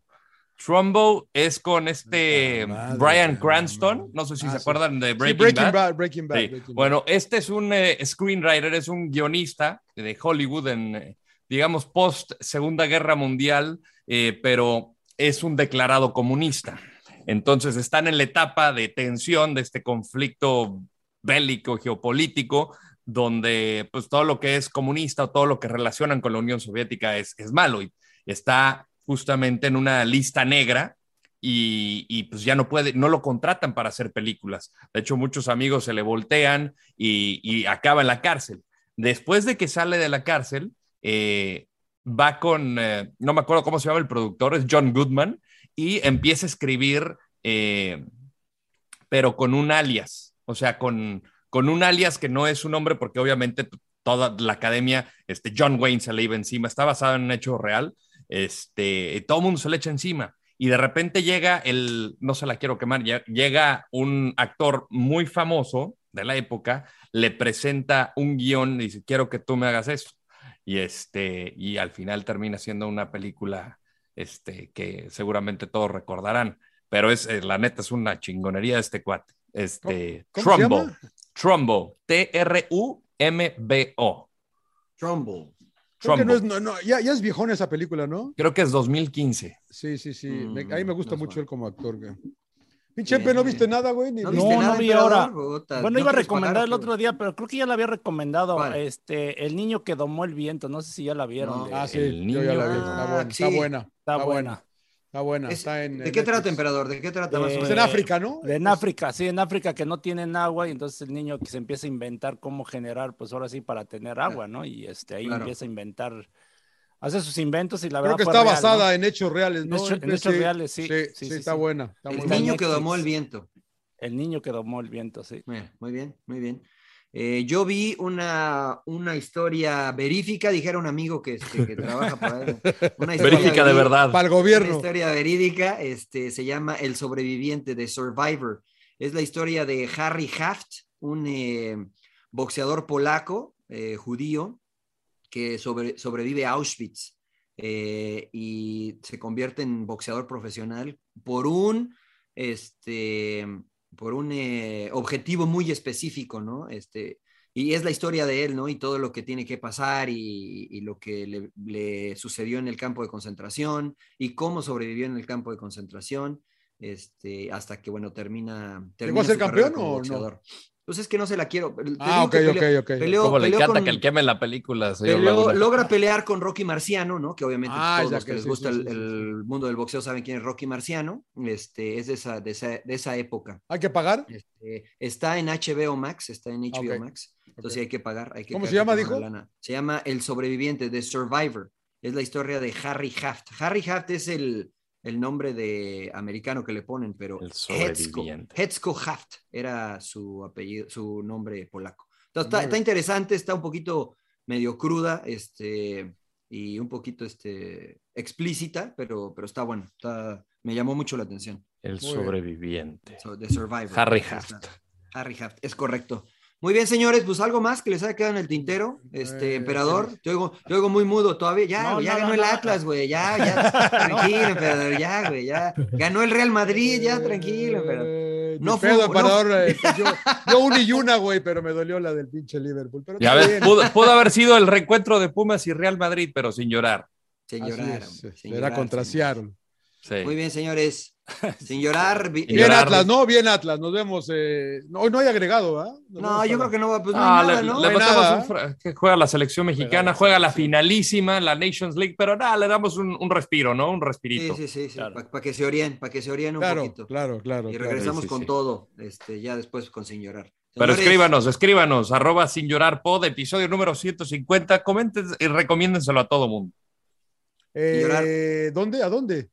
[SPEAKER 9] Trumbo es con este Brian Cranston. No sé si
[SPEAKER 2] Ah,
[SPEAKER 9] se acuerdan de Breaking, Bad.
[SPEAKER 8] Breaking Bad.
[SPEAKER 9] Sí.
[SPEAKER 8] Breaking Bad.
[SPEAKER 9] Bueno, este es un eh, screenwriter, es un guionista de Hollywood en, eh, digamos, post Segunda Guerra Mundial, eh, pero es un declarado comunista. Entonces están en la etapa de tensión de este conflicto bélico, geopolítico, donde pues todo lo que es comunista o todo lo que relacionan con la Unión Soviética es, es malo y está justamente en una lista negra y, y, pues ya no puede, no lo contratan para hacer películas. De hecho, muchos amigos se le voltean y, y acaba en la cárcel. Después de que sale de la cárcel, eh, va con, eh, no me acuerdo cómo se llama el productor, es John Goodman, y empieza a escribir, eh, pero con un alias, o sea, con, con un alias que no es su nombre, porque obviamente t- toda la academia, este John Wayne se le iba encima, está basado en un hecho real, este, y todo el mundo se le echa encima. Y de repente llega el, no se la quiero quemar, ya- llega un actor muy famoso de la época, le presenta un guión y dice, quiero que tú me hagas esto. Y, este, y al final termina siendo una película este, que seguramente todos recordarán. Pero es, eh, la neta, es una chingonería de este cuate. Este,
[SPEAKER 8] cómo se
[SPEAKER 9] Trumbo.
[SPEAKER 8] llama?
[SPEAKER 9] Trumbo. T-R-U-M-B-O.
[SPEAKER 2] Trumbo.
[SPEAKER 8] Creo que
[SPEAKER 9] Trumbo.
[SPEAKER 8] no es, no, no, ya, ya es viejón esa película, ¿no?
[SPEAKER 9] Creo que es 2015.
[SPEAKER 8] Sí, sí, sí.
[SPEAKER 9] Mm,
[SPEAKER 8] Me- a mí me gusta mucho él como actor, güey. Pinche
[SPEAKER 9] Bien,
[SPEAKER 8] Pepe, ¿no
[SPEAKER 9] bien.
[SPEAKER 8] viste nada, güey? Ni-
[SPEAKER 10] No,
[SPEAKER 8] viste
[SPEAKER 10] no
[SPEAKER 8] nada,
[SPEAKER 10] vi
[SPEAKER 8] emperador,
[SPEAKER 10] ahora.
[SPEAKER 8] puta.
[SPEAKER 10] Bueno,
[SPEAKER 8] ¿No
[SPEAKER 10] iba a
[SPEAKER 8] quieres
[SPEAKER 10] recomendar
[SPEAKER 8] pagar,
[SPEAKER 10] el
[SPEAKER 8] qué,
[SPEAKER 10] otro día, pero creo que ya la había recomendado.
[SPEAKER 8] ¿Cuál?
[SPEAKER 10] Este, el niño que domó el viento. No sé si ya la vieron.
[SPEAKER 8] No.
[SPEAKER 10] de-
[SPEAKER 8] Ah, sí,
[SPEAKER 9] El
[SPEAKER 8] yo ya la vi.
[SPEAKER 9] niño.
[SPEAKER 8] Está
[SPEAKER 9] Ah,
[SPEAKER 8] buena.
[SPEAKER 10] sí.
[SPEAKER 8] Está buena.
[SPEAKER 10] Está
[SPEAKER 8] Está buena.
[SPEAKER 10] buena.
[SPEAKER 8] Está buena.
[SPEAKER 10] Es-
[SPEAKER 8] Está en,
[SPEAKER 2] ¿De
[SPEAKER 8] en
[SPEAKER 2] qué trata,
[SPEAKER 8] Netflix.
[SPEAKER 2] emperador? ¿De qué trata
[SPEAKER 10] de-
[SPEAKER 2] más o menos?
[SPEAKER 8] en África, ¿no?
[SPEAKER 10] de en África, sí, en África que no tienen agua y entonces el niño que se empieza a inventar cómo generar, pues ahora sí, para tener agua, ¿no? Y este, ahí
[SPEAKER 8] Claro.
[SPEAKER 10] empieza a inventar, hace sus inventos y la
[SPEAKER 8] Creo
[SPEAKER 10] verdad
[SPEAKER 8] que
[SPEAKER 10] fue
[SPEAKER 8] está
[SPEAKER 10] real, ¿no?
[SPEAKER 8] basada en hechos reales, ¿no?
[SPEAKER 10] En hecho- en
[SPEAKER 8] Sí,
[SPEAKER 10] hechos reales, sí.
[SPEAKER 8] Sí,
[SPEAKER 10] Sí, sí,
[SPEAKER 8] está
[SPEAKER 10] sí.
[SPEAKER 8] buena. Está
[SPEAKER 10] El
[SPEAKER 8] muy
[SPEAKER 2] El
[SPEAKER 8] buena.
[SPEAKER 2] niño que
[SPEAKER 10] Netflix.
[SPEAKER 2] domó el viento.
[SPEAKER 10] El niño que domó el viento, sí.
[SPEAKER 2] Mira, muy bien, muy bien. Eh, yo vi una, una historia verífica, dijera un amigo que, este, que trabaja para una historia
[SPEAKER 9] Verífica de
[SPEAKER 2] verí-
[SPEAKER 9] verdad.
[SPEAKER 8] Para el gobierno.
[SPEAKER 2] Una historia verídica, este, se llama El sobreviviente de Survivor. Es la historia de Harry Haft, un eh, boxeador polaco, eh, judío, que sobre- sobrevive a Auschwitz eh, y se convierte en boxeador profesional por un, este, por un eh, objetivo muy específico, ¿no? Este, y es la historia de él, ¿no? Y todo lo que tiene que pasar y, y lo que le, le sucedió en el campo de concentración y cómo sobrevivió en el campo de concentración, este, hasta que, bueno, termina... termina
[SPEAKER 8] ser
[SPEAKER 2] su carrera
[SPEAKER 8] campeón
[SPEAKER 2] como
[SPEAKER 8] o no?
[SPEAKER 2] boxeador. Pues es que no se la quiero. Te
[SPEAKER 8] Ah,
[SPEAKER 2] digo que
[SPEAKER 8] ok,
[SPEAKER 2] peleó-
[SPEAKER 8] ok, ok.
[SPEAKER 2] peleó-
[SPEAKER 9] Como le
[SPEAKER 2] peleó
[SPEAKER 9] encanta
[SPEAKER 2] con-
[SPEAKER 9] que le quemen la película, señor
[SPEAKER 2] Peleó-
[SPEAKER 9] Laguna.
[SPEAKER 2] logra pelear con Rocky Marciano, ¿no? Que obviamente
[SPEAKER 8] Ah,
[SPEAKER 2] todos
[SPEAKER 8] ya
[SPEAKER 2] los que
[SPEAKER 8] que
[SPEAKER 2] les
[SPEAKER 8] sí,
[SPEAKER 2] gusta
[SPEAKER 8] sí,
[SPEAKER 2] el,
[SPEAKER 8] sí, sí,
[SPEAKER 2] el mundo del boxeo saben quién es Rocky Marciano. Este, es de esa, de esa, de esa época.
[SPEAKER 8] ¿Hay que pagar?
[SPEAKER 2] Este, está en HBO Max, está en HBO
[SPEAKER 8] ok.
[SPEAKER 2] Max. Entonces hay que pagar. Hay que
[SPEAKER 8] ¿Cómo se
[SPEAKER 2] quedarse
[SPEAKER 8] llama,
[SPEAKER 2] con
[SPEAKER 8] dijo?
[SPEAKER 2] la lana. Se llama El sobreviviente, The Survivor. Es la historia de Harry Haft. Harry Haft es el, el nombre de americano que le ponen, pero Hetzko,
[SPEAKER 9] sobreviviente.
[SPEAKER 2] Hetzko Haft era su apellido, su nombre polaco. Entonces, está,
[SPEAKER 8] Muy
[SPEAKER 2] está
[SPEAKER 8] bien.
[SPEAKER 2] interesante, está un poquito medio cruda, este, y un poquito este, explícita, pero, pero está bueno. Está, me llamó mucho la atención.
[SPEAKER 9] El
[SPEAKER 2] bien.
[SPEAKER 9] sobreviviente.
[SPEAKER 2] So, The Survivor.
[SPEAKER 9] Harry
[SPEAKER 2] Ahí está.
[SPEAKER 9] Haft.
[SPEAKER 2] Harry Haft, es correcto. Muy bien, señores, pues algo más que les haya quedado en el tintero, este
[SPEAKER 8] Eh,
[SPEAKER 2] emperador. Te oigo, te oigo muy mudo todavía. Ya,
[SPEAKER 10] No,
[SPEAKER 2] güey, ya
[SPEAKER 10] no,
[SPEAKER 2] ganó
[SPEAKER 10] no,
[SPEAKER 2] el
[SPEAKER 10] no.
[SPEAKER 2] Atlas, güey. Ya, ya. Tranquilo, emperador. Ya, güey, ya. Ganó el Real Madrid, ya, tranquilo, emperador.
[SPEAKER 8] Eh,
[SPEAKER 2] No
[SPEAKER 8] ni pedo,
[SPEAKER 2] fue-
[SPEAKER 8] emperador. eh, pues yo, yo una y una, güey, pero me dolió la del pinche Liverpool. Pero
[SPEAKER 9] Ya
[SPEAKER 8] está
[SPEAKER 9] ves,
[SPEAKER 8] bien.
[SPEAKER 9] pudo, pudo haber sido el reencuentro de Pumas y Real Madrid, pero sin llorar.
[SPEAKER 2] Sin
[SPEAKER 8] Así
[SPEAKER 2] llorar.
[SPEAKER 8] es, este,
[SPEAKER 2] hombre,
[SPEAKER 8] se
[SPEAKER 2] sin
[SPEAKER 8] la
[SPEAKER 2] llorar,
[SPEAKER 8] contrasearon.
[SPEAKER 9] Sí.
[SPEAKER 2] sin- Muy bien, señores. Sin llorar. vi-
[SPEAKER 9] Sin
[SPEAKER 8] Bien
[SPEAKER 9] llorar.
[SPEAKER 8] Atlas, ¿no? Bien Atlas. Nos vemos. eh, no, hoy no hay agregado, ¿ah?
[SPEAKER 2] No, yo creo que no va, pues no,
[SPEAKER 9] Ah,
[SPEAKER 2] hay
[SPEAKER 9] le,
[SPEAKER 2] nada, ¿no?
[SPEAKER 9] le
[SPEAKER 8] No hay
[SPEAKER 9] metemos
[SPEAKER 8] nada,
[SPEAKER 9] un
[SPEAKER 8] ¿eh?
[SPEAKER 9] fra- que juega la selección mexicana, juega la finalísima, la Nations League, pero nada, le damos un, un respiro, ¿no? Un
[SPEAKER 2] Sí,
[SPEAKER 9] respirito.
[SPEAKER 2] sí, sí, Para que se orien, para que se orien un
[SPEAKER 8] Claro,
[SPEAKER 2] poquito.
[SPEAKER 8] claro, claro.
[SPEAKER 2] Y
[SPEAKER 8] claro.
[SPEAKER 2] regresamos
[SPEAKER 9] Sí, sí,
[SPEAKER 2] con
[SPEAKER 9] sí.
[SPEAKER 2] todo, este, ya después con sin llorar.
[SPEAKER 9] Pero
[SPEAKER 2] Señores,
[SPEAKER 9] escríbanos, escríbanos, arroba sin llorar pod, episodio número 150, comenten y recomiéndenselo a todo mundo.
[SPEAKER 8] Eh, ¿Dónde? ¿A dónde?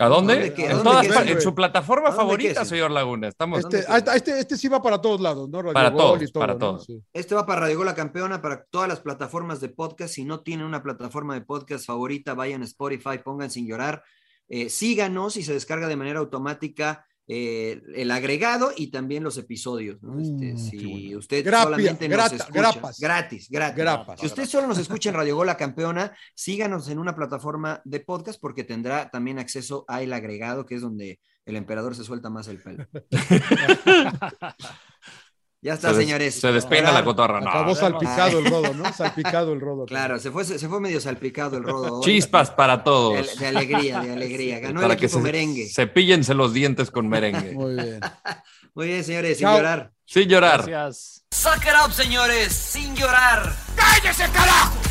[SPEAKER 9] ¿A dónde?
[SPEAKER 8] ¿Dónde qué?
[SPEAKER 9] En,
[SPEAKER 8] ¿A dónde
[SPEAKER 9] todas
[SPEAKER 8] qué,
[SPEAKER 9] par-
[SPEAKER 8] güey?
[SPEAKER 9] en su plataforma
[SPEAKER 8] ¿A dónde qué,
[SPEAKER 9] favorita,
[SPEAKER 8] sí?
[SPEAKER 9] señor Laguna. Estamos.
[SPEAKER 8] Este, ah, este, este sí va para todos lados, ¿no? Radio
[SPEAKER 9] Para
[SPEAKER 8] Gol
[SPEAKER 9] todos,
[SPEAKER 8] y todo,
[SPEAKER 9] para
[SPEAKER 8] ¿no?
[SPEAKER 9] todos.
[SPEAKER 8] Sí.
[SPEAKER 2] Este va para Radio Gol La Campeona, para todas las plataformas de podcast. Si no tienen una plataforma de podcast favorita, vayan a Spotify, pongan sin llorar. Eh, síganos y se descarga de manera automática eh, el agregado y también los episodios. ¿no? Este,
[SPEAKER 8] Uh,
[SPEAKER 2] si usted
[SPEAKER 8] Grapia,
[SPEAKER 2] solamente nos
[SPEAKER 8] grata,
[SPEAKER 2] escucha,
[SPEAKER 8] grapas.
[SPEAKER 2] gratis, gratis.
[SPEAKER 8] Grapas.
[SPEAKER 2] Si usted solo nos escucha en Radio Gol La Campeona, síganos en una plataforma de podcast porque tendrá también acceso a el agregado, que es donde el emperador se suelta más el pelo. ya está,
[SPEAKER 9] Se des-
[SPEAKER 2] señores.
[SPEAKER 9] se despeina la
[SPEAKER 2] Gerardo.
[SPEAKER 9] cotorra, no.
[SPEAKER 8] Acabó salpicado el rodo, ¿no? Salpicado el rodo.
[SPEAKER 2] Claro, se fue, se fue medio salpicado el rodo. hoy.
[SPEAKER 9] Chispas para
[SPEAKER 2] De,
[SPEAKER 9] todos.
[SPEAKER 2] de alegría, de alegría. Ganó
[SPEAKER 9] Para
[SPEAKER 2] el
[SPEAKER 9] que
[SPEAKER 2] equipo
[SPEAKER 9] se-
[SPEAKER 2] merengue.
[SPEAKER 9] Cepíllense los dientes con merengue.
[SPEAKER 8] Muy bien.
[SPEAKER 2] Muy bien, señores,
[SPEAKER 9] Chao.
[SPEAKER 2] sin llorar.
[SPEAKER 9] Sin llorar.
[SPEAKER 2] Suck it up, señores, sin llorar.
[SPEAKER 7] ¡Cállese, carajo!